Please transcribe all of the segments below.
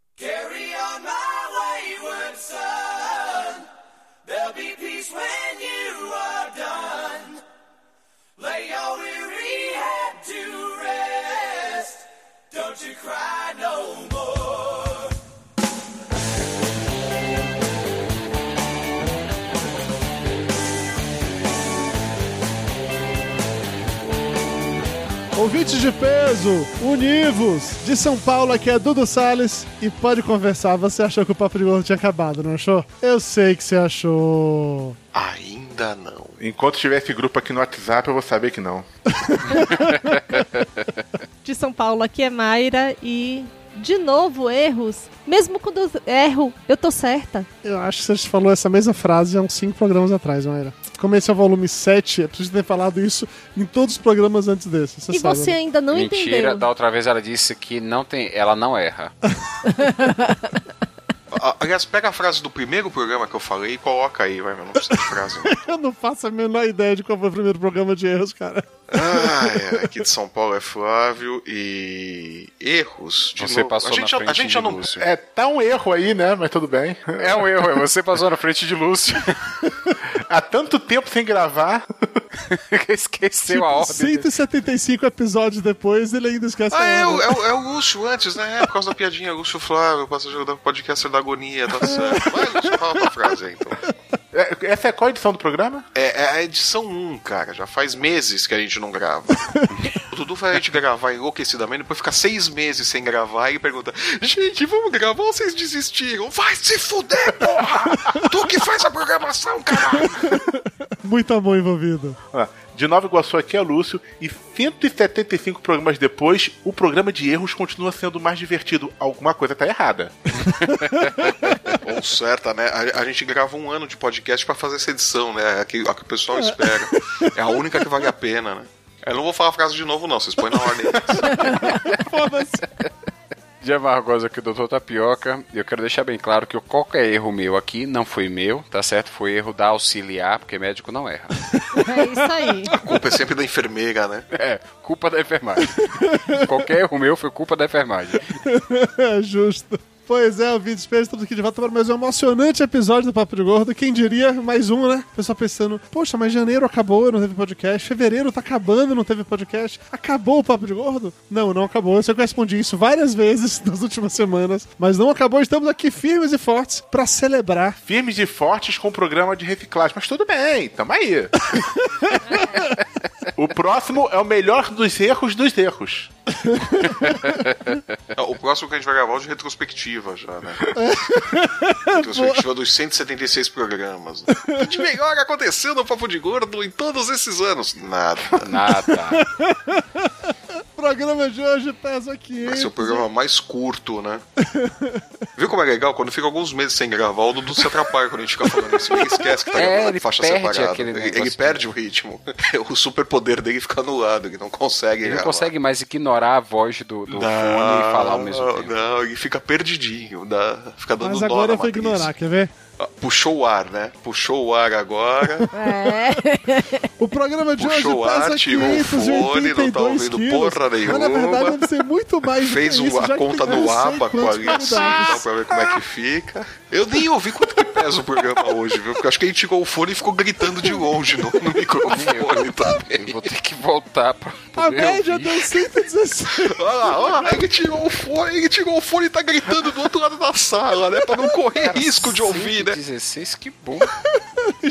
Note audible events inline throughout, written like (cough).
Carry on my wayward son. There'll be peace when you are done. Lay your weary head to rest. Don't you cry no more. Ouvintes de peso, univos! De São Paulo, aqui é Dudu Salles e pode conversar. Você achou que o Papo de Gordo tinha acabado, não achou? Eu sei que você achou. Ainda não. Enquanto tiver esse grupo aqui no WhatsApp, eu vou saber que não. de São Paulo, aqui é Mayra e de novo erros. Mesmo quando eu erro, eu tô certa. Eu acho que você falou essa mesma frase há uns 5 programas atrás, não era? Como esse é o volume 7, eu preciso ter falado isso em todos os programas antes desse. Você e sabe, você né? (laughs) ainda não Mentira, entendeu. da outra vez ela disse que não tem, ela (laughs) não erra. A- Ah, Aliás, pega a frase do primeiro programa que eu falei e coloca aí, vai, meu. Não precisa de (laughs) frase. não. Eu não faço a menor ideia de qual foi o primeiro programa de erros, cara. Ai, ai, aqui de São Paulo é Flávio e. Erros. De (laughs) Você novo. passou a gente na já, frente a gente de já não. Lúcio. É, tá um erro aí, né? Mas tudo bem. É um erro, é você passou na frente de Lúcio. (laughs) Há tanto tempo sem gravar. (laughs) Esqueceu Tipo, a ordem. 175 episódios depois, ele ainda esquece Ah, é, a o- hora. é, o- é o Lúcio antes, né? É por causa da piadinha. Lúcio Flávio, passageiro da podcaster da agonia, tá certo. Vai, Lúcio, fala tua frase aí, então. É, Essa é qual edição do programa? É, é a edição 1, cara. Já faz meses que a gente não grava. o Dudu vai a gente gravar enlouquecidamente, depois ficar seis meses sem gravar e pergunta: Gente, vamos gravar ou vocês desistiram? Vai se fuder, porra! tu que faz a programação, caralho! Muito (laughs) amor envolvido. Ó, De Nova Iguaçu aqui é Lúcio e 175 programas depois, o programa de erros continua sendo mais divertido. Alguma coisa tá errada. (laughs) Ou certa, né? A, a gente grava um ano de podcast pra fazer essa edição, né? A que, a que o pessoal espera. É a única que vale a pena, né? Eu não vou falar a frase de novo, não. Vocês põem na ordem. (laughs) Foda-se. De Amargosa aqui, doutor Tapioca. E eu quero deixar bem claro que qualquer erro meu aqui não foi meu, tá certo? Foi erro da auxiliar, porque médico não erra. É isso aí. (laughs) (laughs) A culpa é sempre da enfermeira, né? É, culpa da enfermagem. qualquer erro meu foi culpa da enfermagem. É (laughs) justo. Pois é, ouvintes, espero tudo aqui de volta para mais um emocionante episódio do Papo de Gordo. Quem diria, mais um, né? O pessoal pensando, poxa, mas janeiro acabou, não teve podcast. Fevereiro tá acabando, não teve podcast. Acabou o Papo de Gordo? Não, não acabou. Eu sei que eu respondi isso várias vezes (laughs) nas últimas semanas, mas não acabou. Estamos aqui firmes e fortes para celebrar. Firmes e fortes com o programa de reciclagem. Mas tudo bem, tamo aí. o próximo é o melhor dos erros dos erros. O próximo que a gente vai gravar é o de retrospectiva já, né? retrospectiva dos 176 programas. O que de melhor aconteceu no Papo de Gordo em todos esses anos? Nada. Ah, Nada. O (laughs) programa de hoje pesa aqui. Vai ser tá. é o programa mais curto, né? Viu como é legal? Quando fica alguns meses sem gravar, o Dudu se atrapalha quando a gente fica falando isso. Ele esquece que tá É, gravando em ele faixa perde separada. aquele ele, negócio ele perde o ritmo. (laughs) O superpoder dele fica anulado, ele não consegue Ele não gravar. consegue mais ignorar a voz do, do fone e falar ao mesmo tempo. Não, ele fica perdidinho, dá, fica dando Mas nó agora na eu vou matriz. ignorar, quer ver? Ah, Puxou o ar, né? Puxou o ar (laughs) agora. É. O programa de Puxou o hoje pesa ar, tirou o fone, não 582 tá ouvindo quilos. porra nenhuma. Mas na verdade deve ser muito mais do Fez que isso, o, já que a conta tem eu do não sei aba com a quantas linha qualidades. digital pra ver como é que fica. Eu nem ouvi quanto que pesa o programa hoje, viu? Porque eu acho que a gente tirou o fone e ficou gritando de longe no, no microfone Eu também. vou ter que voltar pra A poder média ouvir. deu 116. Olha lá, olha lá, ele tirou o fone, ele tirou o fone e tá gritando do outro lado da sala, né? Pra não correr Cara, risco de ouvir, né? 116, que (laughs) bom.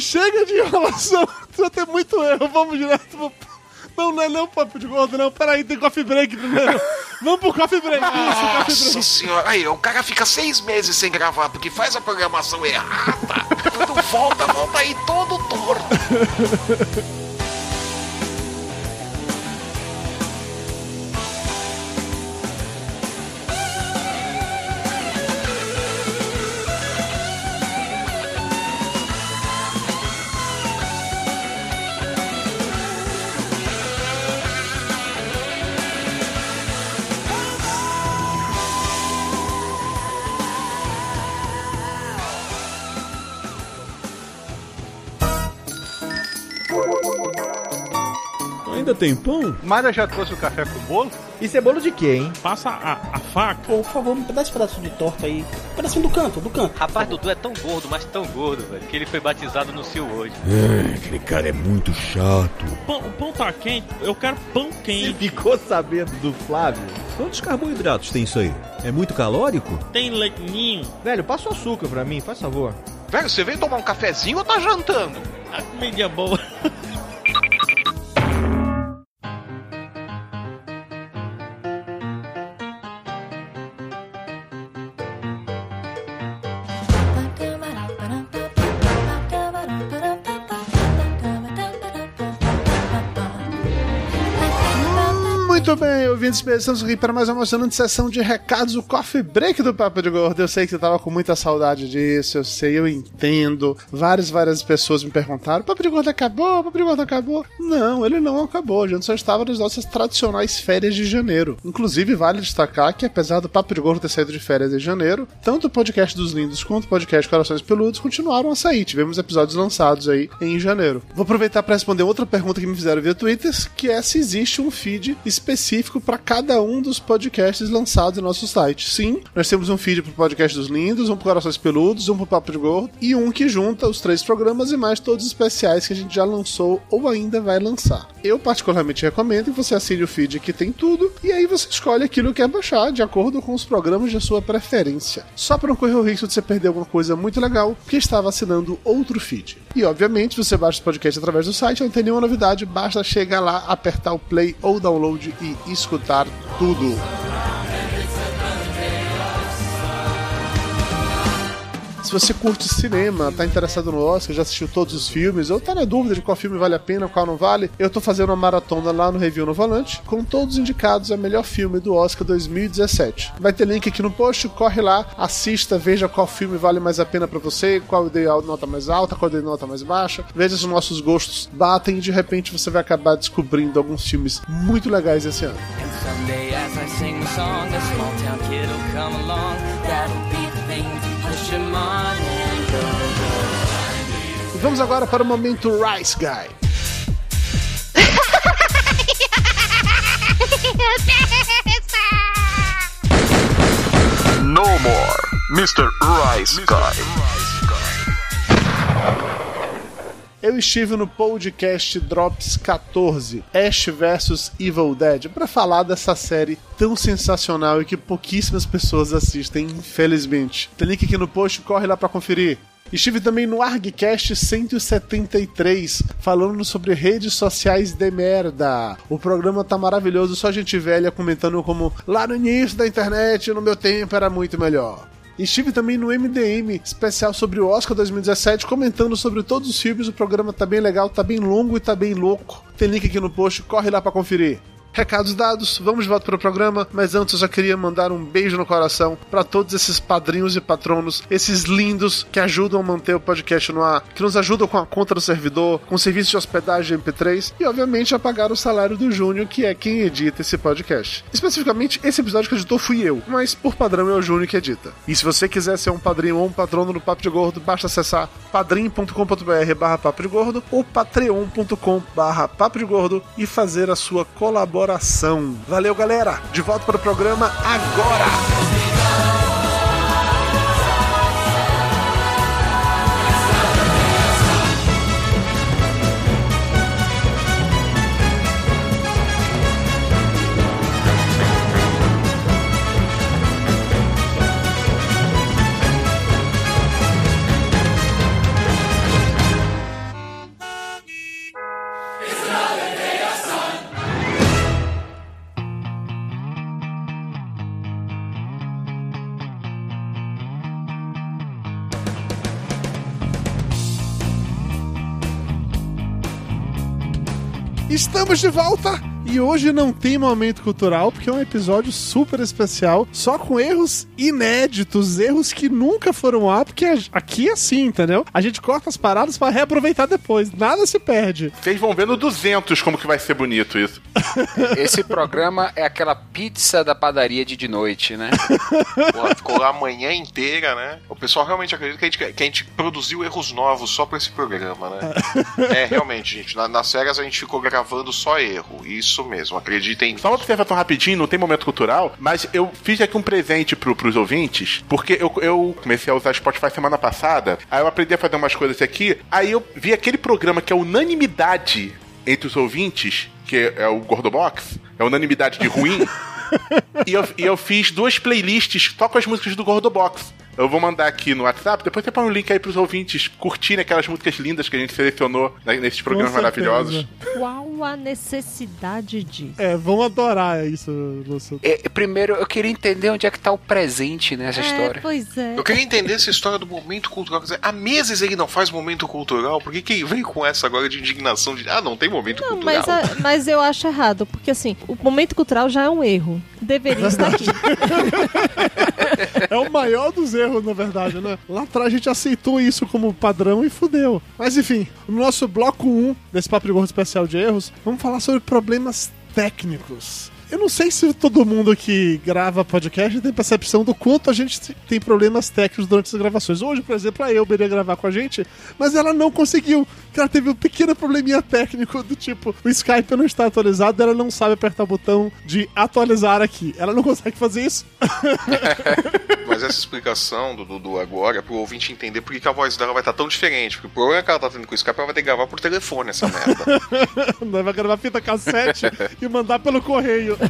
Chega de enrolação. Já tem muito erro. Vamos direto pro... Não, não é não, papo de gordo, não. Peraí, tem coffee break primeiro. Vamos pro coffee break. Isso, coffee break. Nossa senhora, aí o cara fica seis meses sem gravar porque faz a programação errada. Quando volta, volta aí todo torto. (laughs) ainda tem pão? Mara já trouxe o café com bolo? Isso é bolo de quê, hein? Passa a, a faca. Pô, por favor, me dá esse pedaço de torta aí. Um pedacinho do canto, do canto. Rapaz, Dudu é tão gordo, mas tão gordo, velho, que ele foi batizado no seu hoje. É, aquele cara é muito chato. Pão, o pão tá quente, eu quero pão E quente. ficou sabendo do Flávio? Quantos carboidratos tem isso aí? É muito calórico? Tem leitinho. Velho, passa o açúcar pra mim, faz favor. Velho, você veio tomar um cafezinho ou tá jantando? A comida é boa. Muito bem, ouvintes, estamos aqui para mais uma emocionante sessão de recados, o Coffee Break do Papo de Gordo. Eu sei que você tava com muita saudade disso, eu sei, eu entendo. Várias, várias pessoas me perguntaram, Papo de Gordo acabou, Papo de Gordo acabou. Não, ele não acabou, a gente só estava nas nossas tradicionais férias de janeiro. Inclusive, vale destacar que apesar do Papo de Gordo ter saído de férias em janeiro, tanto o podcast dos lindos quanto o podcast Corações Peludos continuaram a sair. Tivemos episódios lançados aí em janeiro. Vou aproveitar para responder outra pergunta que me fizeram via Twitter, que é se existe um feed específico para cada um dos podcasts lançados no nosso site. Sim, nós temos um feed pro podcast dos lindos, um pro Corações Peludos, um pro Papo de Gordo e um que junta os três programas e mais todos os especiais que a gente já lançou ou ainda vai lançar. Eu particularmente recomendo que você assine o feed que tem tudo e aí você escolhe aquilo que quer baixar de acordo com os programas de sua preferência. Só para não correr o risco de você perder alguma coisa muito legal que estava assinando outro feed. E obviamente você baixa os podcasts através do site, não tem nenhuma novidade, basta chegar lá, apertar o play ou download e escutar tudo. Se você curte cinema, tá interessado no Oscar, já assistiu todos os filmes, ou tá na dúvida de qual filme vale a pena, qual não vale, eu tô fazendo uma maratona lá no Review no Volante, com todos indicados a melhor filme do Oscar 2017. Vai ter link aqui no post, corre lá, assista, veja qual filme vale mais a pena pra você, qual eu dei a nota mais alta, qual eu dei nota mais baixa, veja se os nossos gostos batem e de repente você vai acabar descobrindo alguns filmes muito legais esse ano. And someday as I sing the song, a small town kid'll come along. That'll be the thing to push him on and go. E vamos agora para o momento Rice Guy. No more, Mr. Rice Guy. Eu estive no podcast Drops 14, Ash vs Evil Dead, para falar dessa série tão sensacional e que pouquíssimas pessoas assistem, infelizmente. Tem link aqui no post, corre lá para conferir. Estive também no ArgCast 173, falando sobre redes sociais de merda. O programa tá maravilhoso, só gente velha comentando como lá no início da internet, no meu tempo era muito melhor. Estive também no MDM especial sobre o Oscar 2017, comentando sobre todos os filmes. O programa tá bem legal, tá bem longo e tá bem louco. Tem link aqui no post, corre lá pra conferir. Recados dados, vamos de volta para o programa, mas antes eu só queria mandar um beijo no coração para todos esses padrinhos e patronos, esses lindos que ajudam a manter o podcast no ar, que nos ajudam com a conta do servidor, com o serviço de hospedagem MP3 e, obviamente, a pagar o salário do Júnior, que é quem edita esse podcast. Especificamente, esse episódio que editou fui eu, mas por padrão é o Júnior que edita. E se você quiser ser um padrinho ou um patrono do Papo de Gordo, basta acessar padrim.com.br barra papo de gordo ou patreon.com barra papo de gordo e fazer a sua colaboração. Valeu, galera! De volta para o programa agora! Estamos de volta! E hoje não tem momento cultural, porque é um episódio super especial, só com erros inéditos, erros que nunca foram lá, porque a- aqui é assim, entendeu? A gente corta as paradas pra reaproveitar depois, nada se perde. Vocês vão ver no 200 como que vai ser bonito isso. Esse programa é aquela pizza da padaria de de noite, né? Pô, ficou lá a manhã inteira, né? O pessoal realmente acredita que a gente, que a gente produziu erros novos só pra esse (laughs) programa, né? é, realmente, gente. na- nas férias a gente ficou gravando só erro. Isso mesmo, acreditem. Só uma observação rapidinho, não tem momento cultural, mas eu fiz aqui um presente pro, pros ouvintes, porque eu, eu comecei a usar Spotify semana passada, aí eu aprendi a fazer umas coisas aqui, aí eu vi aquele programa que é unanimidade entre os ouvintes, que é, é o Gordobox, é unanimidade de ruim, e, eu, e eu fiz duas playlists só com as músicas do Gordobox. Eu vou mandar aqui no WhatsApp, depois você põe um link aí pros ouvintes curtirem aquelas músicas lindas que a gente selecionou né, nesses programas certeza. maravilhosos. Qual a necessidade disso? É, (laughs) vão adorar isso, Lúcio. É, primeiro, eu queria entender onde é que tá o presente nessa história. Pois é. Eu queria entender essa história do momento cultural. Quer dizer, há meses ele não faz momento cultural, por que que vem com essa agora de indignação de. Ah, não tem momento Não, cultural. mas, a- mas eu acho errado, porque assim, o momento cultural já é um erro. Deveria estar aqui. É o maior dos erros, na verdade, né? Lá atrás a gente aceitou isso como padrão e fudeu. Mas enfim, no nosso bloco 1 desse Papo Gordo Especial de Erros, vamos falar sobre problemas técnicos. Eu não sei se todo mundo que grava podcast tem percepção do quanto a gente tem problemas técnicos durante as gravações. Hoje, por exemplo, a Elber ia gravar com a gente, mas ela não conseguiu. porque Ela teve um pequeno probleminha técnico do tipo, o Skype não está atualizado, ela não sabe apertar o botão de atualizar aqui. Ela não consegue fazer isso. (laughs) Mas essa explicação do Dudu agora é pro ouvinte entender por que que a voz dela vai estar tão diferente. Porque o problema que ela tá tendo com o Skype, ela vai ter que gravar por telefone essa merda. (laughs) (laughs) Nós vai gravar fita cassete e mandar pelo correio.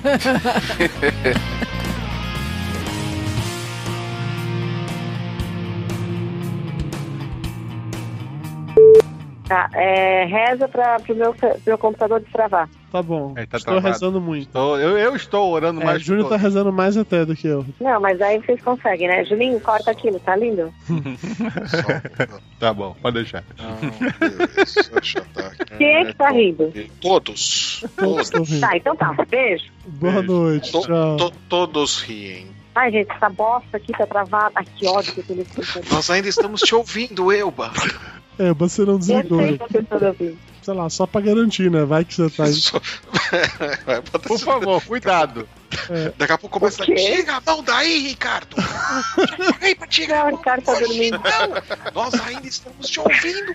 Tá, é, reza para o meu, pro meu computador destravar. Tá bom. É, tá estou travado. rezando muito. Então, eu, eu estou orando É, mais. Júnior tá rezando mais até do que eu. Não, mas aí vocês conseguem, né? Julinho, corta aquilo, tá lindo? Tá bom, pode deixar. Tá Quem é que tá rindo? Todos. Todos. Tá, então tá. Beijo. Boa noite. Tchau. todos riem. Ai, gente, essa bosta aqui tá travada. Ai, que ódio que eu tenho nesse computador. Nós ainda estamos te (laughs) ouvindo, Elba. É, você não desligou. Eu sei que eu tô ouvindo. Sei lá, só pra garantir, né? Vai que você tá aí. Por favor, cuidado. É. Daqui a pouco começa a é. Tira a mão daí, Ricardo! Ei, pra tirar a mão. tá Não, nós ainda estamos te ouvindo.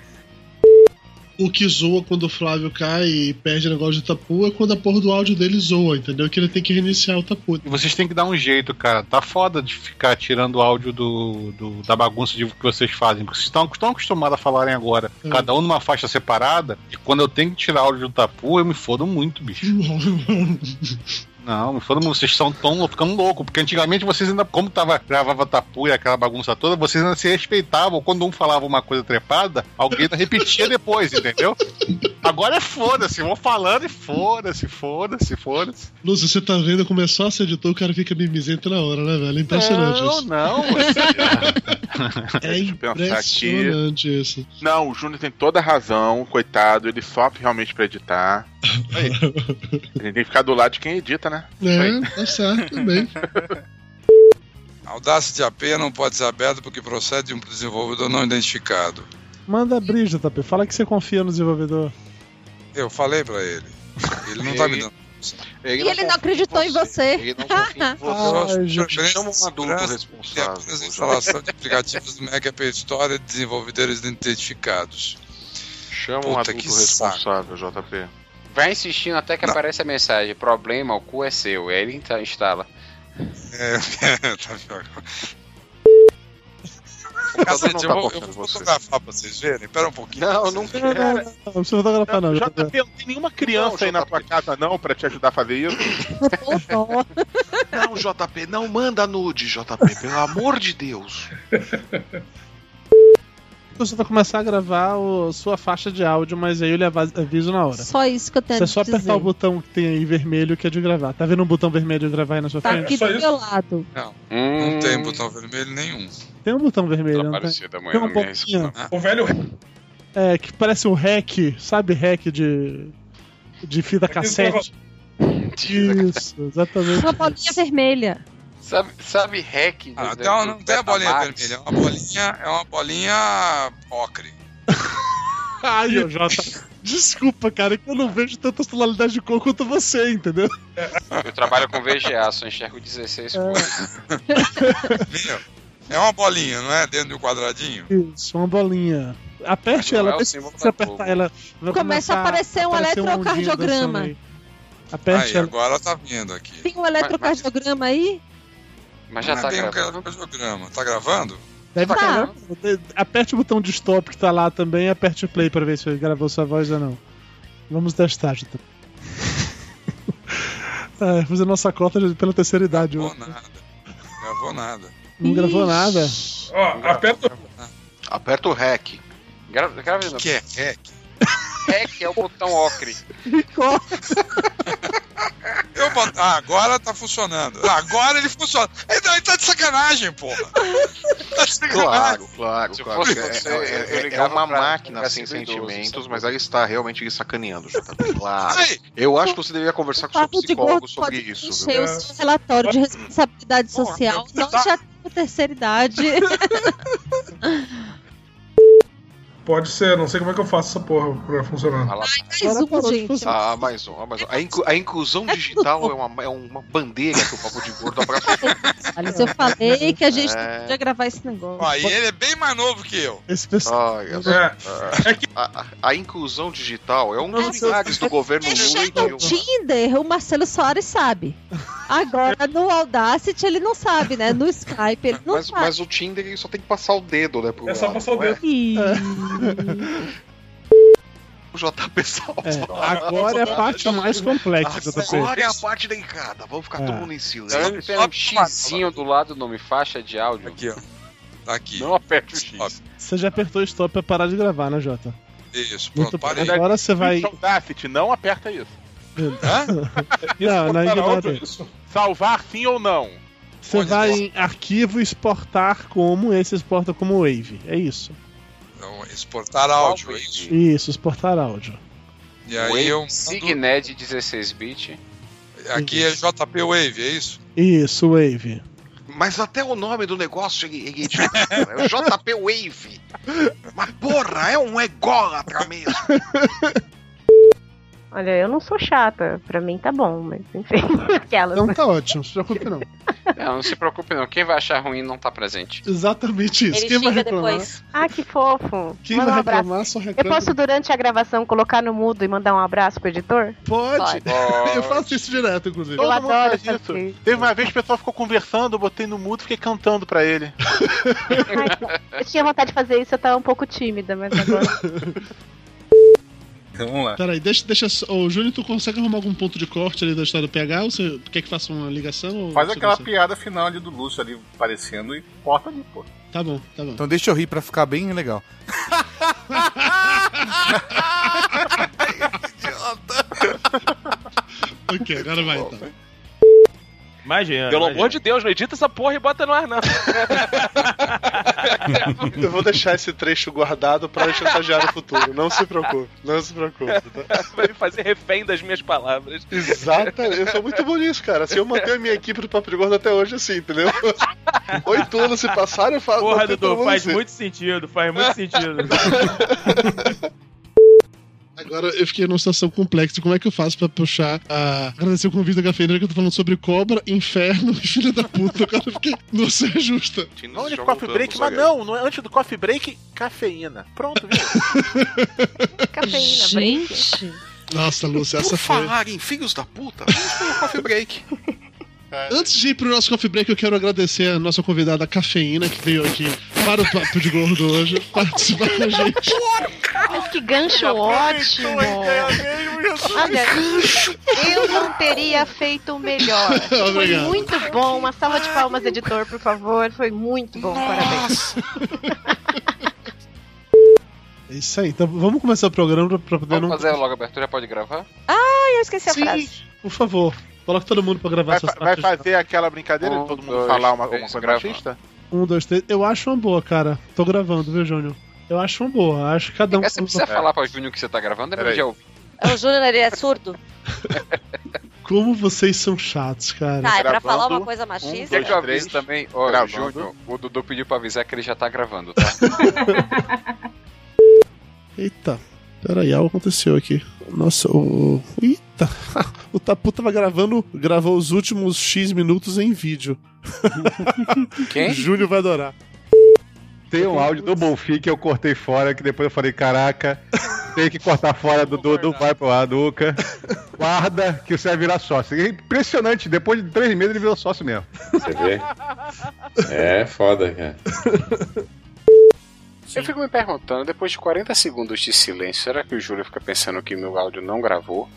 O que zoa quando o Flávio cai e perde o negócio de tapu é quando a porra do áudio dele zoa, entendeu? Que ele tem que reiniciar o tapu. E Vocês têm que dar um jeito, cara. Tá foda de ficar tirando o áudio do, do- da bagunça de que vocês fazem. Porque vocês estão, estão acostumados a falarem agora, cada um numa faixa separada. E quando eu tenho que tirar áudio do tapu, eu me fodo muito, bicho. Não, me foda muito. Vocês são tão ficando louco. Porque antigamente vocês ainda, como tava, gravava tapu e aquela bagunça toda, vocês ainda se respeitavam. Quando um falava uma coisa trepada, alguém ainda repetia depois, entendeu? Agora é foda-se. Vão falando e foda-se, foda-se, foda-se. Lúcio, você tá vendo? Começou a ser editor, o cara fica mimizento na hora, né, velho? É impressionante Não, isso. (laughs) não. É impressionante isso. Não, o Júnior tem toda a razão, coitado, ele sofre realmente pra editar. Ele tem que ficar do lado de quem edita, né? É, tá certo também. A audácia de AP não pode ser aberta porque procede de um desenvolvedor não identificado. (laughs) Manda a brisa, Tapi. Fala que você confia no desenvolvedor. Eu falei pra ele. Ele não tá me dando. e ele não acreditou em você. (laughs) Ah, Ai, gente. Chama um adulto responsável. Apenas instalação de aplicativos do Mac App Store de desenvolvedores identificados. Chama um adulto responsável, JP. Vai insistindo até que aparece a mensagem: problema, o cu é seu. E aí ele insta- instala. É, (laughs) tá pior. Cacete, tá eu, vou, eu vou fotografar pra vocês verem. Pera um pouquinho. Não, não Não, não, não, não precisa fotografar, não. Já tá Não tem nenhuma criança aí na tua casa, não, pra te ajudar a fazer isso. (laughs) Não, JP, não manda nude, JP, pelo amor de Deus. Você vai começar a gravar o- sua faixa de áudio, mas aí eu lhe avas- aviso na hora. Só isso que eu tenho Você a é só dizer. apertar o botão que tem aí vermelho que é de gravar. Tá vendo um botão vermelho de gravar aí na sua Tá frente? aqui do meu lado. Não, Hum. não tem botão vermelho nenhum. Tem um botão vermelho, não tem? Apareceu da manhã, Tem um Tá não me pouquinho. responde. O velho É É, que parece um hack, sabe? Hack de. de fita cassete. Isso, exatamente. Uma bolinha vermelha. Sabe, sabe hack? Ah, então não tem a bolinha vermelha, é uma bolinha, é uma bolinha ocre. Ai, Jota. Desculpa, cara, que eu não vejo tanta tonalidade de cor quanto você, entendeu? (laughs) Eu trabalho com VGA, só enxergo 16 (laughs) cores. Viu? É uma bolinha, não é? Dentro do quadradinho. Isso, uma bolinha. Aperte ela, é o vê se símbolo você da apertar Globo. ela. vai Começa a começar aparecer um aparecer uma ondinha eletrocardiograma. dançando aí. Aperte aí, ela. agora tá vindo aqui. Tem um eletrocardiograma aí? Mas já tá tem gravando. programa. Tá gravando? Deve Tá. tá. Aperte o botão de stop que tá lá também e aperte o play pra ver se ele gravou sua voz ou não. Vamos testar, (laughs) Jota. é, fazer nossa cota de- pela terceira idade. ó. Não gravou nada. Não gravou nada. Ó, aperta. Aperta o REC. Grava, grava de novo. que é REC? REC é o botão ocre. Eu bot... ah, agora tá funcionando. Ah, agora ele funciona. Ele tá- ele tá de sacanagem, porra. Tá de sacanagem. Claro, claro, Se claro. fosse É- você, é, eu- eu é- é ligava uma pra- máquina pra assim. sem 112, sentimentos, sabe? mas ela está realmente lhe sacaneando, JP. Claro. Eu acho que você deveria conversar com o seu Papo de gordo psicólogo sobre pode isso. encher viu? o seu relatório de responsabilidade social. Não tá já tem (laughs) terceira idade. (laughs) Pode ser, não sei como é que eu faço essa porra pra funcionar. Mais um, gente. Ah, mais um, ah, mais um. A, inclu- a inclusão digital é uma, é uma bandeira que o Papo de Gordo abraçou. (laughs) Alice, eu falei que a É. gente não podia gravar esse negócio. Ó, e ele é bem mais novo que eu. Esse Olha só. é. a, a- a inclusão digital é um dos milagres do governo Lula um e Dilma. No Tinder, o Marcelo Soares sabe. Agora, no Audacity, ele não sabe, né? No Skype, ele não Mas, sabe. mas o Tinder ele só tem que passar o dedo, né? Pro É só lado, passar o não é? Ih. O JP salva. É, agora é a parte mais complexa, JP. Agora é a parte delicada. Vamos É. ficar todo mundo em silêncio. Tem um- tem um xizinho do lado do nome, faixa de áudio. Aqui, ó. Tá aqui. Não aperte o X. Você já apertou o stop pra parar de gravar, né, Jota? Isso, Muito bem. Agora você vai. Audacity, Então, não aperta isso. (laughs) Não, é não Para ignora. outro, isso. Salvar sim ou não? Você vai em arquivo exportar como, esse exporta como Wave. É isso. Então, exportar áudio, é isso? Isso, exportar áudio. E aí eu mando... Signet 16-bit. Aqui é JP Wave, é isso? Isso, Wave. Mas até o nome do negócio ele, ele te- é o JP Wave. Mas porra, é um ególatra mesmo. Olha, eu não sou chata. Pra mim tá bom, mas enfim. (laughs) Aquelas. né? Então tá ótimo, não se preocupe não. Não, não se preocupe não. Quem vai achar ruim não tá (laughs) presente. Exatamente isso. Quem vai reclamar? Ah, que fofo. Quem Manda vai um abraço. reclamar só Eu reclama. posso, durante a gravação, colocar no mudo e mandar um abraço pro editor? Pode. Pode. (laughs) Eu faço isso direto, inclusive. Todo mundo faz fazer isso. Teve uma vez que o pessoal ficou conversando, eu botei no mudo e fiquei cantando pra ele. Eu tinha vontade de fazer isso, eu tava um pouco tímida, mas agora. Vamos lá. Peraí, deixa, deixa. só- Ô, Júnior, tu consegue arrumar algum ponto de corte ali da história do PH? Ou você quer que faça uma ligação? ou Faz você aquela consegue? piada final ali do Lúcio ali aparecendo e corta ali, pô. Tá bom, tá bom. Então deixa eu rir pra ficar bem legal. (laughs) ok, agora vai então. Imagina. Pelo amor de Deus, não edita essa porra e bota no ar, (laughs) não. Eu vou deixar esse trecho guardado pra chantagear no futuro. Não se preocupe, não se preocupe. tá? Vai me fazer refém das minhas palavras. Exatamente, eu sou muito bom nisso, cara. Se eu manter a minha equipe do Papo de Gordo até hoje, assim, entendeu? (laughs) Oito anos se passaram, eu falo. Porra, manter todo Dudu, mundo faz assim. muito sentido, faz muito (laughs) sentido. Agora eu fiquei numa situação complexa. Como é que eu faço pra puxar a. Agradecer o convite da cafeína que eu tô falando sobre cobra, inferno (laughs) e filha da puta. Agora eu fiquei. Não se ajusta. Não, de coffee break, mas não, não é antes do coffee break, cafeína. Pronto, viu? Cafeína, Gente. Nossa, Lúcia, essa Por foi. falar em filhos da puta, vamos ter um coffee break. Antes de ir pro nosso coffee break, eu quero agradecer a nossa convidada Cafeína, que veio aqui para o Papo de Gordo hoje (laughs) participar com a gente. Mas que gancho ótimo! Olha, eu não teria (laughs) feito melhor. Foi Obrigado. muito bom. Uma salva de palmas, editor, por favor. Foi muito bom. Parabéns. É isso aí, então vamos começar o programa pra- pra poder Vamos não. fazer logo a abertura, pode gravar? Ah, eu esqueci a frase. Por favor, coloque todo mundo pra gravar Vai, essas fa- vai partes. fazer aquela brincadeira Um, de todo mundo dois, falar uma, três, uma coisa grava. machista? Um, dois, três. Eu acho uma boa, cara. Tô gravando, viu, Júnior? Eu acho uma boa. Acho que cada um. É, um, você precisa falar pra Júnior que você tá gravando, ele Peraí. já ouviu. O Júnior ele é surdo? Como vocês são chatos, cara. Tá, é pra Gravando falar uma um, coisa dois, machista? três também, ó, Gravando. Júnior, o Dudu pediu pra avisar que ele já tá gravando, tá? (laughs) Eita, peraí, algo aconteceu aqui. Nossa, o. Eita! O Tapu tava gravando, gravou os últimos X minutos em (laughs) vídeo. Quem? Júlio vai adorar. Tem um áudio do Bonfim que eu cortei fora, que depois eu falei, caraca, tem que cortar fora, Dudu, não vai pro ar nunca. Guarda que você vai virar sócio. É impressionante, depois de três meses ele virou sócio mesmo. Você vê? É foda, cara. Eu fico me perguntando, depois de 40 segundos de silêncio, será que o Júlio fica pensando que meu áudio (laughs) não gravou?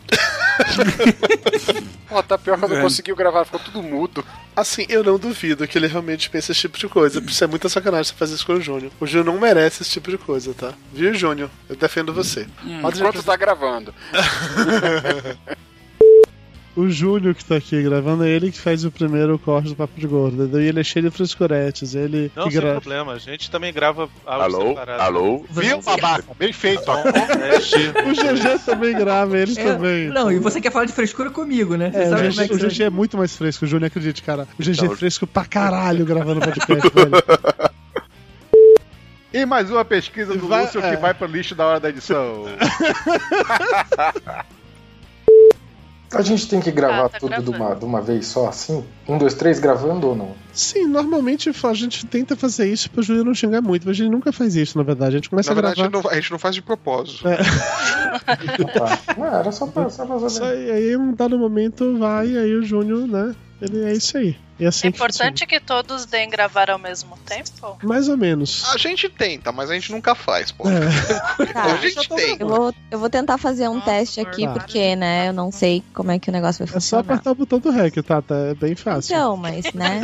Pô, tá pior que eu não É. conseguiu gravar, ficou tudo mudo. Assim, eu não duvido que ele realmente pense esse tipo de coisa. Isso é muita sacanagem você fazer isso com o Júnior. O Júnior não merece esse tipo de coisa, tá? Viu, Júnior? Eu defendo você. Hum, Pode dizer Enquanto tá gravando. O Júlio que tá aqui gravando é ele que faz o primeiro corte do Papo de Gordo. Daí ele é cheio de frescuretes. Ele Não, que sem grava. problema. A gente também grava Alô? Alô? Viu, babaca? Bem feito. ó. (laughs) (laughs) O GG também grava, ele É, também. então, né? Não, e você quer falar de frescura comigo, né? Você É, o sabe GG, como é que o você- GG é muito mais fresco, o Júnior, acredite, cara. O GG Tá, Não. é fresco pra caralho (laughs) gravando podcast, velho. E mais uma pesquisa do Vai- Lúcio é. que vai pro lixo da hora da edição. A gente tem que gravar tá tudo de gravando. uma, de uma vez só, assim? Um, dois, três, gravando ou não? Sim, normalmente a gente tenta fazer isso pro Júnior não xingar muito, mas a gente nunca faz isso, na verdade. A gente começa Na a verdade, gravar. não- a gente não faz de propósito. É. Não, Ah, era só pra, só pra Isso fazer. aí, aí um dado momento vai, aí o Júnior, né? Ele é isso aí. E é assim É que funciona. importante que (laughs) todos deem gravar ao mesmo tempo? Mais ou menos. A gente tenta, mas a gente nunca faz, pô. É. Tá. a gente tem. Eu vou, eu vou tentar fazer um teste aqui, Tá. porque, né, eu não sei como é que o negócio vai É só funcionar. apertar o botão do REC, Tata. É bem fácil. Então, mas, (laughs) né?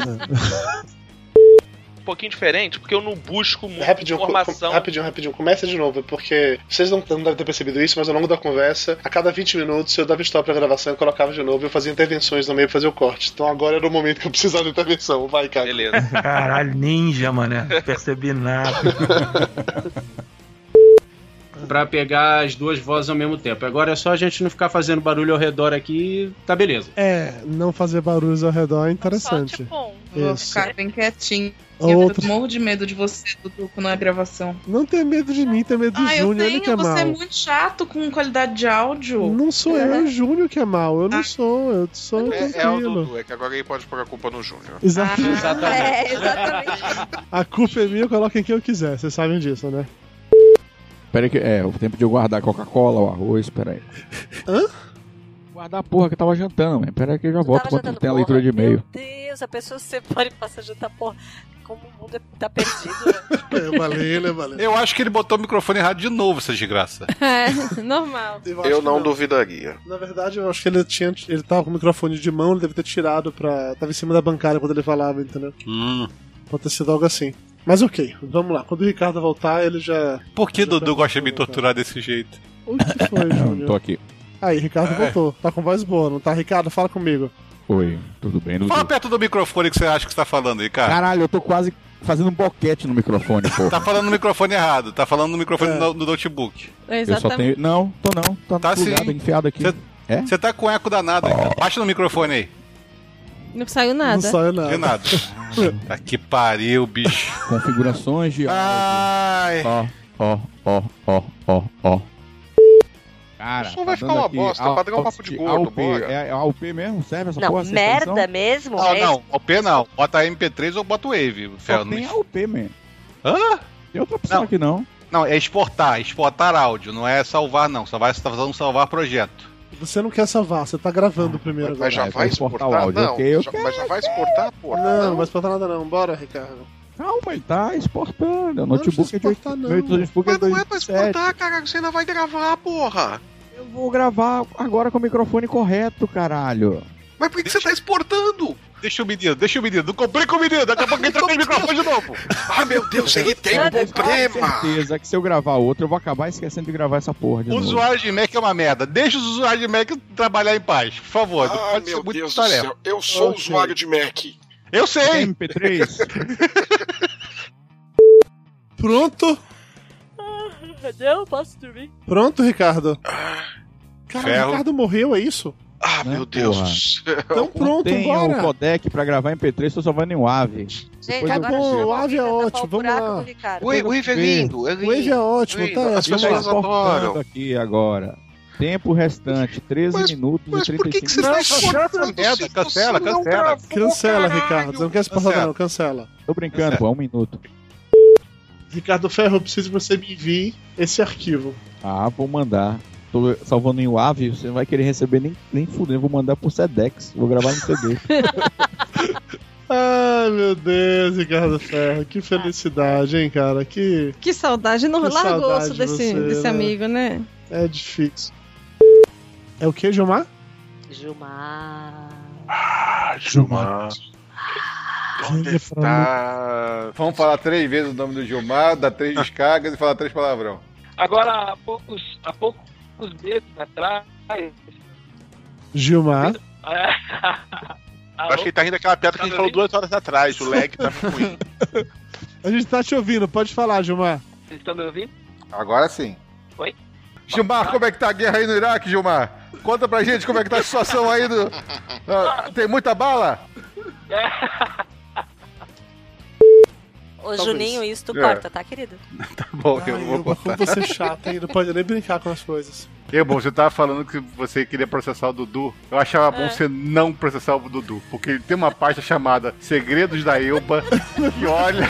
Um pouquinho diferente, porque eu não busco muito Rapidinho, com- informação. com- rapidinho, rapidinho, começa de novo, porque vocês não, não devem ter percebido isso, mas ao longo da conversa, a cada 20 minutos eu dava stop pra gravação, eu colocava de novo, eu fazia intervenções no meio pra fazer o corte. Então agora era o momento que eu precisava de intervenção. Vai, cara. Beleza. Caralho, ninja, mané. É, Percebi nada. Pra pegar as duas vozes ao mesmo tempo. Agora é só a gente não (laughs) ficar fazendo barulho ao redor aqui, tá beleza. (laughs) É, não fazer barulhos ao redor é interessante. Vou Isso. ficar bem quietinho. A outra- Eu morro de medo de você, Dudu, quando é gravação. Não tenha medo de mim, tenha medo do ah, eu Júnior, ele tenho, que é você mal. é muito chato com qualidade de áudio. Não sou eu, é o Júnior que é mal. Eu não sou, eu sou É, é o tranquilo. Dudu, é que agora ele pode pôr a culpa no Júnior. Exato. É, a culpa é minha, eu coloco em quem eu quiser, vocês sabem disso, né? Pera aí que é, o tempo de eu guardar a Coca-Cola, o arroz, pera aí. Hã? Guardar a porra que eu tava jantando, man. pera aí que eu já volto tava quando jantando tem a leitura de e-mail. Meu Deus, a pessoa se separa e passa a jantar, porra. Como o mundo é- tá perdido. (laughs) É, valeu, né, valeu. Eu acho que ele botou o microfone errado de novo, essa desgraça. É, (laughs) normal. Eu não duvidaria. Na verdade, eu acho que ele tinha. Ele tava com o microfone de mão, ele deve ter tirado pra. Tava em cima da bancada quando ele falava, entendeu? Hum. Pode ter sido algo assim. Mas ok, vamos lá. Quando o Ricardo voltar, ele (laughs) já. Por que Dudu gosta de me torturar desse jeito? O que foi, Júnior? Tô aqui. Aí, Ricardo É. voltou. Tá com voz boa, não tá? Ricardo, fala comigo. Oi, tudo bem? Dudu? Fala perto do microfone que você acha que você tá falando aí, cara. Caralho, eu tô quase fazendo um boquete no microfone, pô. Tá falando no microfone errado, tá falando no microfone do, do notebook. eu só tenho. Não, tô não. Tá, Tá plugado, sim. enfiado aqui. É? Oh. Você tá com eco danado, cara. Baixa no microfone aí. Não saiu nada. De nada. Tá que pariu, bicho. Configurações de Ai. Ó, ó, ó, ó, ó, ó. Cara, O som tá vai dando ficar uma aqui, bosta, al- vai dar um alt- papo de gordo, AUP, bora. é, é AUP mesmo? Serve essa Não, porra? essa merda extensão? mesmo? Ah, Não, é não, OP não. Bota MP3 ou bota Wave. Só Fel, tem não- AUP, é man. Hã? Tem outra opção aqui não. Não, é exportar, exportar áudio, não é salvar não, só vai estar fazendo salvar projeto. Você não quer salvar, você tá gravando primeiro agora. já vai exportar o áudio, Não, ok? já- mas (laughs) já vai exportar, porra. Não, não vai exportar nada não. Bora, Ricardo. Calma, ele tá exportando. O Não, notebook é de 8... exportar, não. Meu notebook é de Mas não é pra 2007. exportar, caralho, você ainda vai gravar, porra. Eu vou gravar agora com o microfone correto, caralho. Mas por que você tá exportando? Deixa o menino, deixa o menino, não comprei com o menino, daqui a pouco entra com o microfone de novo. Ah, meu Deus, ele tem um problema. certeza que se eu gravar outro, eu vou acabar esquecendo de gravar essa porra de O novo. usuário de Mac é uma merda, deixa os usuários de Mac trabalhar em paz, por favor. não Ah, pode meu ser muito Deus do tarefa. céu, eu sou Ok. usuário de Mac. Eu sei! (laughs) Pronto? Deu? Ah, Posso dormir? Pronto, Ricardo? Cara, o Ferro. Ricardo morreu, é isso? Ah, meu Deus do céu. Então pronto, tem bora. o codec pra gravar em P3, tô só vendo em WAV. Gente, agora o Ave é ótimo, vamos lá. O Wave- o Wave é lindo, é O Wave é ótimo, Lindo, tá? as Vamos pessoas lá. adoram. aqui agora. Tempo restante, 13 minutos e 35 tá merda, cancela, é um cancela. Cancela, Ricardo. Não quer se passar, não, cancela. Tô brincando, pô, um minuto. Ricardo Ferro, eu preciso que você me envie esse arquivo. Ah, vou mandar. Tô salvando em WAV, você não vai querer receber nem, nem fudendo. Vou mandar por Sedex, vou gravar no CD. Ai, meu Deus, Ricardo Ferro, que felicidade, hein, cara? Que Que saudade, não Que largou saudade osso desse, de você, desse né? amigo, né? é difícil. É o que, Gilmar? Gilmar. Ah, Gilmar. Onde Tá. Vamos falar três vezes o nome do Gilmar, (laughs) dar três descargas e falar três palavrão. Agora, há poucos, há poucos meses atrás. Gilmar? Eu acho que ele tá rindo daquela piada que a gente falou duas horas atrás. O lag (laughs) tá ruim. (laughs) A gente tá te ouvindo, pode falar, Gilmar. Vocês estão me ouvindo? Agora sim. Oi? Gilmar, como é que tá a guerra aí no Iraque, Gilmar? Conta pra gente como é que tá a situação aí do. Ah, tem muita bala? Ô, Talvez. Juninho, isso tu É. corta, tá, querido? (laughs) Tá bom, eu vou Como contar. você é chato, hein? Não pode nem brincar com as coisas. Eu, bom, você tava falando que você queria processar o Dudu. Eu achava bom você não processar o Dudu, porque ele tem uma pasta chamada Segredos da Elba, que olha.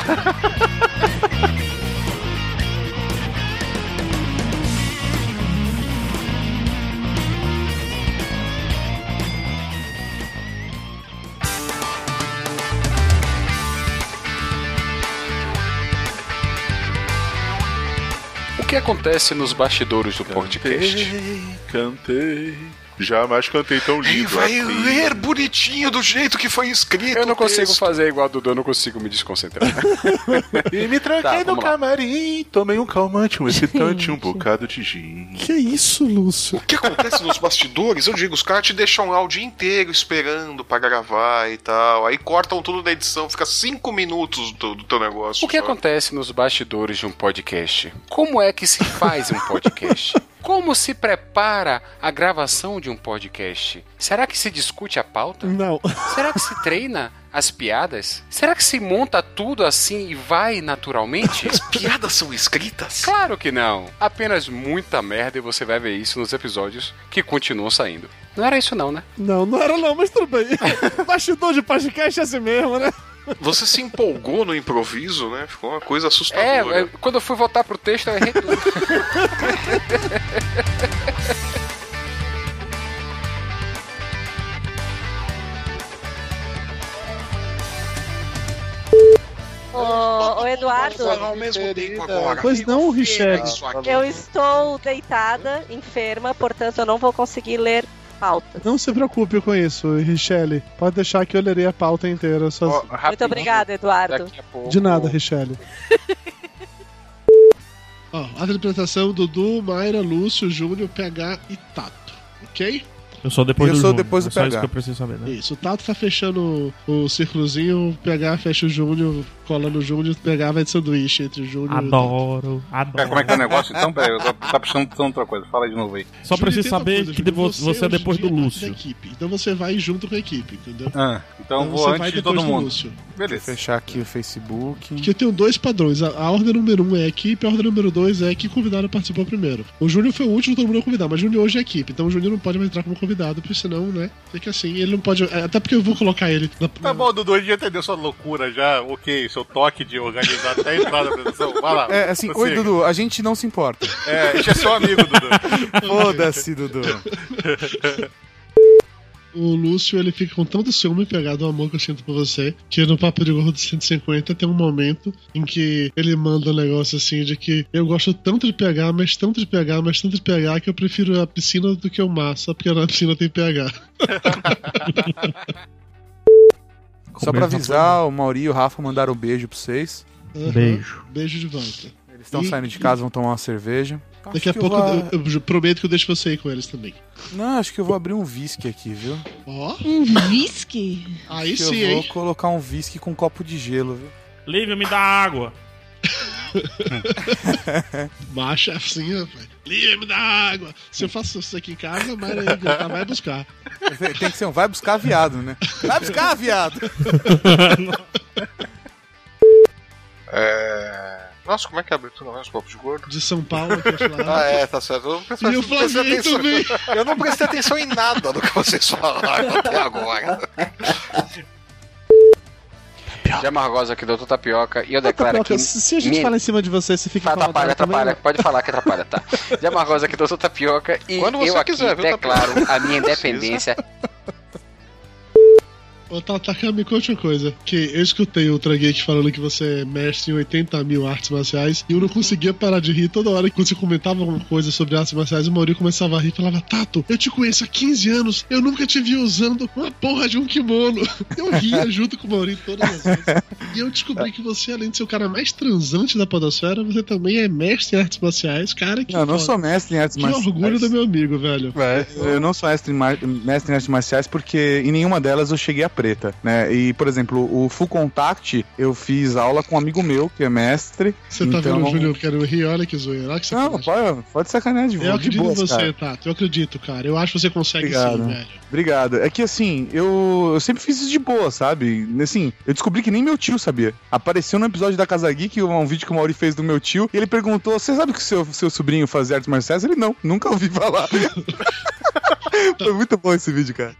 O que acontece nos bastidores do podcast? Cantei. Jamais cantei tão lindo. vai assim. (laughs) ler bonitinho do jeito que foi escrito. Eu não o consigo texto. fazer igual a Dudu, eu não consigo me desconcentrar. E (laughs) me tranquei Tá, no vamos lá. camarim, tomei um calmante, um excitante, um bocado de gin. Que isso, Lúcio? O que acontece nos bastidores? Eu digo, os caras te deixam lá o dia inteiro esperando pra gravar e tal. Aí cortam tudo da edição, fica cinco minutos do, do teu negócio. O que sabe? acontece nos bastidores de um podcast? Como é que se faz um (laughs) podcast? Como se prepara a gravação de um podcast? Será que se discute a pauta? Não. Será que se treina as piadas? Será que se monta tudo assim e vai naturalmente? As piadas são escritas? Claro que não. Apenas muita merda e você vai ver isso nos episódios que continuam saindo. Não era isso não, né? Não, não era não, mas tudo (laughs) bem. Bastidor de podcast é assim mesmo, né? Você se empolgou no improviso, né? Ficou uma coisa É, assustadora. é, quando eu fui voltar pro texto, eu (laughs) errei tudo. Ô, ô, Eduardo, Pois não, Richard. eu estou deitada, enferma, portanto eu não vou conseguir ler pauta. Não se preocupe com isso, Richelle. Pode deixar que eu lerei a pauta inteira. Só... Muito obrigada, Eduardo. De nada, Richelle. (laughs) Ó, apresentação Dudu, Mayra, Lúcio, Júnior, PH e Tato. Ok? Eu sou depois Eu do sou Júnior, depois do é só isso PH. que eu preciso saber, né? Isso, o Tato tá fechando o, o círculozinho, o PH fecha o Júnior, cola no Júnior, o PH vai de sanduíche entre o Júnior e o Tato. Adoro, adoro. como é que é o negócio? Então, peraí, eu tô, tá precisando de outra coisa. Fala aí de novo aí. Só preciso saber que devo- você é hoje em depois do dia tá Lúcio. na equipe, então você vai junto com a equipe, entendeu? Ah, então eu vou você vai antes de todo depois do mundo. Lúcio. Beleza. fechar aqui o Facebook. Porque eu tenho dois padrões. A, a ordem número um é a equipe, a ordem número dois é que convidado participou primeiro. O Júnior foi o último todo mundo a convidar, mas o Júnior hoje é equipe, então o Júnior não pode mais entrar como convidado, porque senão, né, fica assim. Ele não pode. é, Até porque eu vou colocar ele na. Tá bom, Dudu, a gente já entendeu sua loucura já, ok, seu toque de organizar até a entrada da apresentação. Vai lá. É, assim, oi, sossega. Dudu, a gente não se importa. É, a gente é seu amigo, Dudu. (laughs) Foda-se, Dudu. O Lúcio, ele fica com tanto ciúme pegado do amor que eu sinto por você, que no Papo de Gordo 150 tem um momento em que ele manda um negócio assim de que eu gosto tanto de PH, mas tanto de PH, mas tanto de PH que eu prefiro a piscina do que o mar, só porque na piscina tem PH. Só pra avisar, o Mauri e o Rafa mandaram um beijo pra vocês. Aham. Beijo de volta. Eles estão saindo de casa, vão tomar uma cerveja. Então Daqui a Acho que eu pouco eu, vou- eu prometo que eu deixo você ir com eles também. Não, acho que eu vou abrir um whisky aqui, viu? Ó. Um whisky? Acho que eu vou colocar um whisky com um copo de gelo, viu? Lívia, me dá água. Macho é assim, rapaz. Livre da água. Se eu faço isso aqui em casa, (laughs) a Mayra ia gritar, vai buscar. Tem que ser um vai buscar viado, né? Vai buscar (laughs) viado! É... Nossa, como é que é a abertura mesmo, Papo de Gordo? De São Paulo, que eu falava. (laughs) Ah, é, tá certo. Eu não prestei, E o não prestei Flavinho atenção. também. Eu não prestei atenção em nada do que vocês falaram até agora. Já Margosa que doutor Tapioca e eu declaro Tapioca, que. Tá se se a gente me- fala em cima de você, você fica Atrapalha, né? atrapalha. Pode falar que atrapalha, tá? Já Margosa que doutor Tapioca e Quando você eu aqui quiser, viu, declaro Tapioca? a minha Não precisa. independência. Ô, Tataka, me conte uma coisa. Que eu escutei o Ultra Geek falando que você é mestre em 80 mil artes marciais e eu não conseguia parar de rir toda hora que você comentava alguma coisa sobre artes marciais. O Maurício começava a rir e falava: Tato, eu te conheço há 15 anos, eu nunca te vi usando uma porra de um kimono. (laughs) Eu ria junto com o Maurício todas as vezes. E eu descobri que você, além de ser o cara mais transante da Podosfera, você também é mestre em artes marciais. Cara, que. Não, eu não foda. sou mestre em artes Que marciais. orgulho do meu amigo, velho. É, eu não sou mestre em, mar- mestre em artes marciais porque em nenhuma delas eu cheguei a preta, né? E, por exemplo, o Full Contact eu fiz aula com um amigo meu que é mestre. Você tá vendo o Júnior quero rir? Olha que zoeira. Olha que Então, Não, pode, pode sacanagem. Eu vou, de acredito em boas, você, cara. Tato. Eu acredito, cara. Eu acho que você consegue sim, Obrigado. velho. Obrigado. É que assim, eu, eu sempre fiz isso de boa, sabe? Assim, eu descobri que nem meu tio sabia. Apareceu no episódio da Casa Geek, um, um vídeo que o Mauri fez do meu tio, e ele perguntou: Você sabe que o seu, seu sobrinho fazia artes marciais? Ele não, nunca ouvi falar. (laughs) Foi muito bom esse vídeo, cara.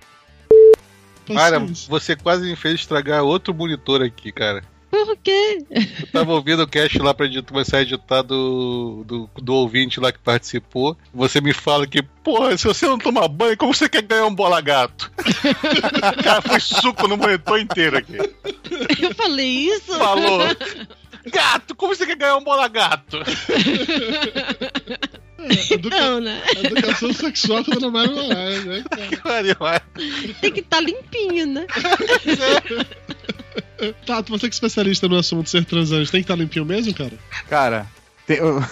Cara, você quase me fez estragar outro monitor aqui, cara. Por quê? Eu tava ouvindo o cast lá pra editar, começar a editar do, do, do ouvinte lá que participou. Você me fala que, porra, se você não tomar banho, como você quer ganhar um bola gato? (laughs) cara, foi suco no monitor inteiro aqui. (laughs) Eu falei isso? Falou. Gato, como você quer ganhar um bola gato? (laughs) Não, né? Educação sexual tá que eu não mais né? Que pariu, é. Tem que estar (laughs) limpinho, né? Tato, você que é especialista no assunto ser transante, tem que estar limpinho mesmo, cara? Cara, tem- eu... (laughs)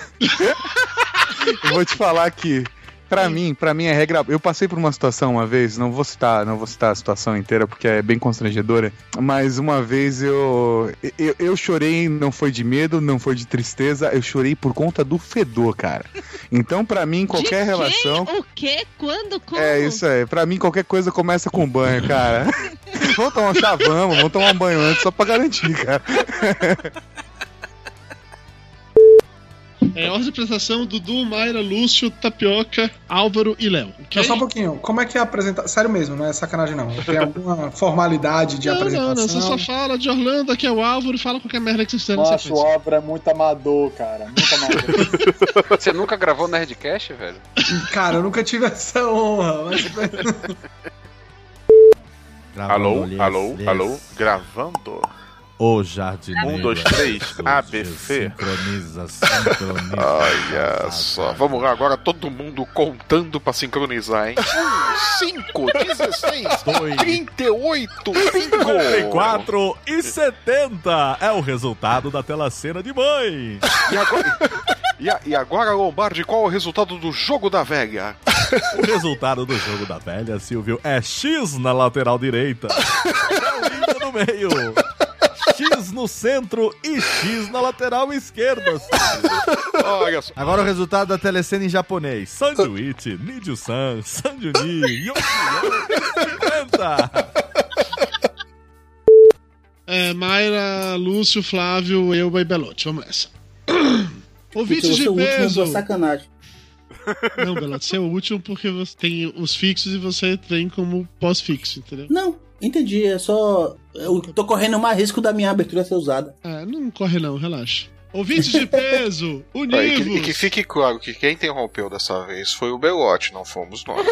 eu vou te falar que pra mim, para mim é regra. Eu passei por uma situação uma vez, não vou citar, não vou citar a situação inteira porque é bem constrangedora, mas uma vez eu eu, eu chorei, não foi de medo, não foi de tristeza, eu chorei por conta do fedor, cara. Então pra mim qualquer relação Quem, Uhum. o quê? Quando? Como? é isso aí. Pra mim, qualquer coisa começa com banho, cara. (laughs) vamos tomar um chá, vamos, vamos tomar um banho antes, só pra garantir, cara. É ordem de apresentação: Dudu, Mayra, Lúcio, Tapioca, Álvaro e Léo. ok? Não, só um pouquinho. Como é que é apresentar? Sério mesmo, não é sacanagem não. (laughs) Tem alguma formalidade de Não, apresentação? não, não. Você só fala de Orlando, aqui é o Álvaro, fala qualquer merda que vocês fizeram na Nossa, o sequência. obra é muito amador, cara. Muito amador. (laughs) Você nunca gravou Nerdcast, velho? cara, eu nunca tive essa honra. (laughs) Mas... Alô, Gravando, alô, yes, yes. alô, gravando. O jardineiro. Um, dois, três, ABC. Sincroniza, sincroniza. Olha só, vamos lá agora, todo mundo contando pra sincronizar, hein? 5, 16, (laughs) 38, 54 e 70 é o resultado da telacena de mãe. E agora, e, a- e agora, Lombardi, qual é o resultado do jogo da velha? O resultado do jogo da velha, Silvio, é X na lateral direita. É o no meio. X no centro e X na lateral esquerda. Silvio. Agora o resultado da telecena em japonês. Sanduíche, Nidio-san, Sanjuni, Yoshi, 50. É, Mayra, Lúcio, Flávio, eu e Belote. Vamos (laughs) nessa. Porque Ouvintes você é de o último, peso. boa sacanagem. Não, Belote, você é o último porque você tem os fixos e você vem como pós-fixo, entendeu? Não, entendi. É só. Eu tô correndo mais risco da minha abertura ser usada. É, não corre não, relaxa. Ouvintes de (laughs) peso, Ah, e, que, e univos! que fique claro que quem interrompeu dessa vez foi o Belote, não (laughs) fomos nós.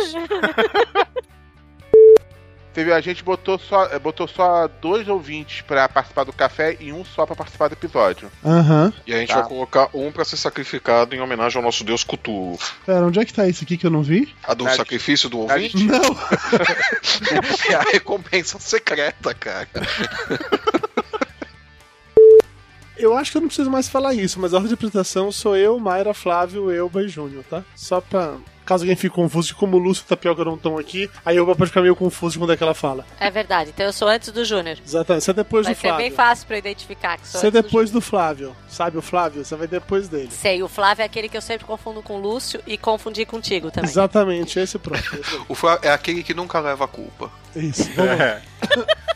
Teve a gente botou só, eh, botou só dois ouvintes pra participar do café e um só pra participar do episódio. Aham. E a gente Tá. vai colocar um pra ser sacrificado em homenagem ao nosso deus Cthulhu. Pera, onde é que tá isso aqui que eu não vi? A do sacrifício do ouvinte? Não! (laughs) é a recompensa secreta, cara. Eu acho que eu não preciso mais falar isso, mas a ordem de apresentação sou eu, Mayra, Flávio, Elba e Júnior, tá? Só pra Caso alguém fique confuso de como o Lúcio e o Tapioca não estão aqui, a Elba pode ficar meio confuso de quando é que ela fala. É verdade, então eu sou antes do Júnior. Exatamente. Você é depois Vai do ser Flávio. bem fácil pra eu identificar que sou Você é antes do depois do Flávio. Sabe o Flávio? Você vai depois dele. Sei, o Flávio é aquele que eu sempre confundo com o Lúcio e confundi contigo também. Exatamente, esse é próprio. Esse (laughs) O Ah, Fra é aquele que nunca leva a culpa. Isso, vamos É.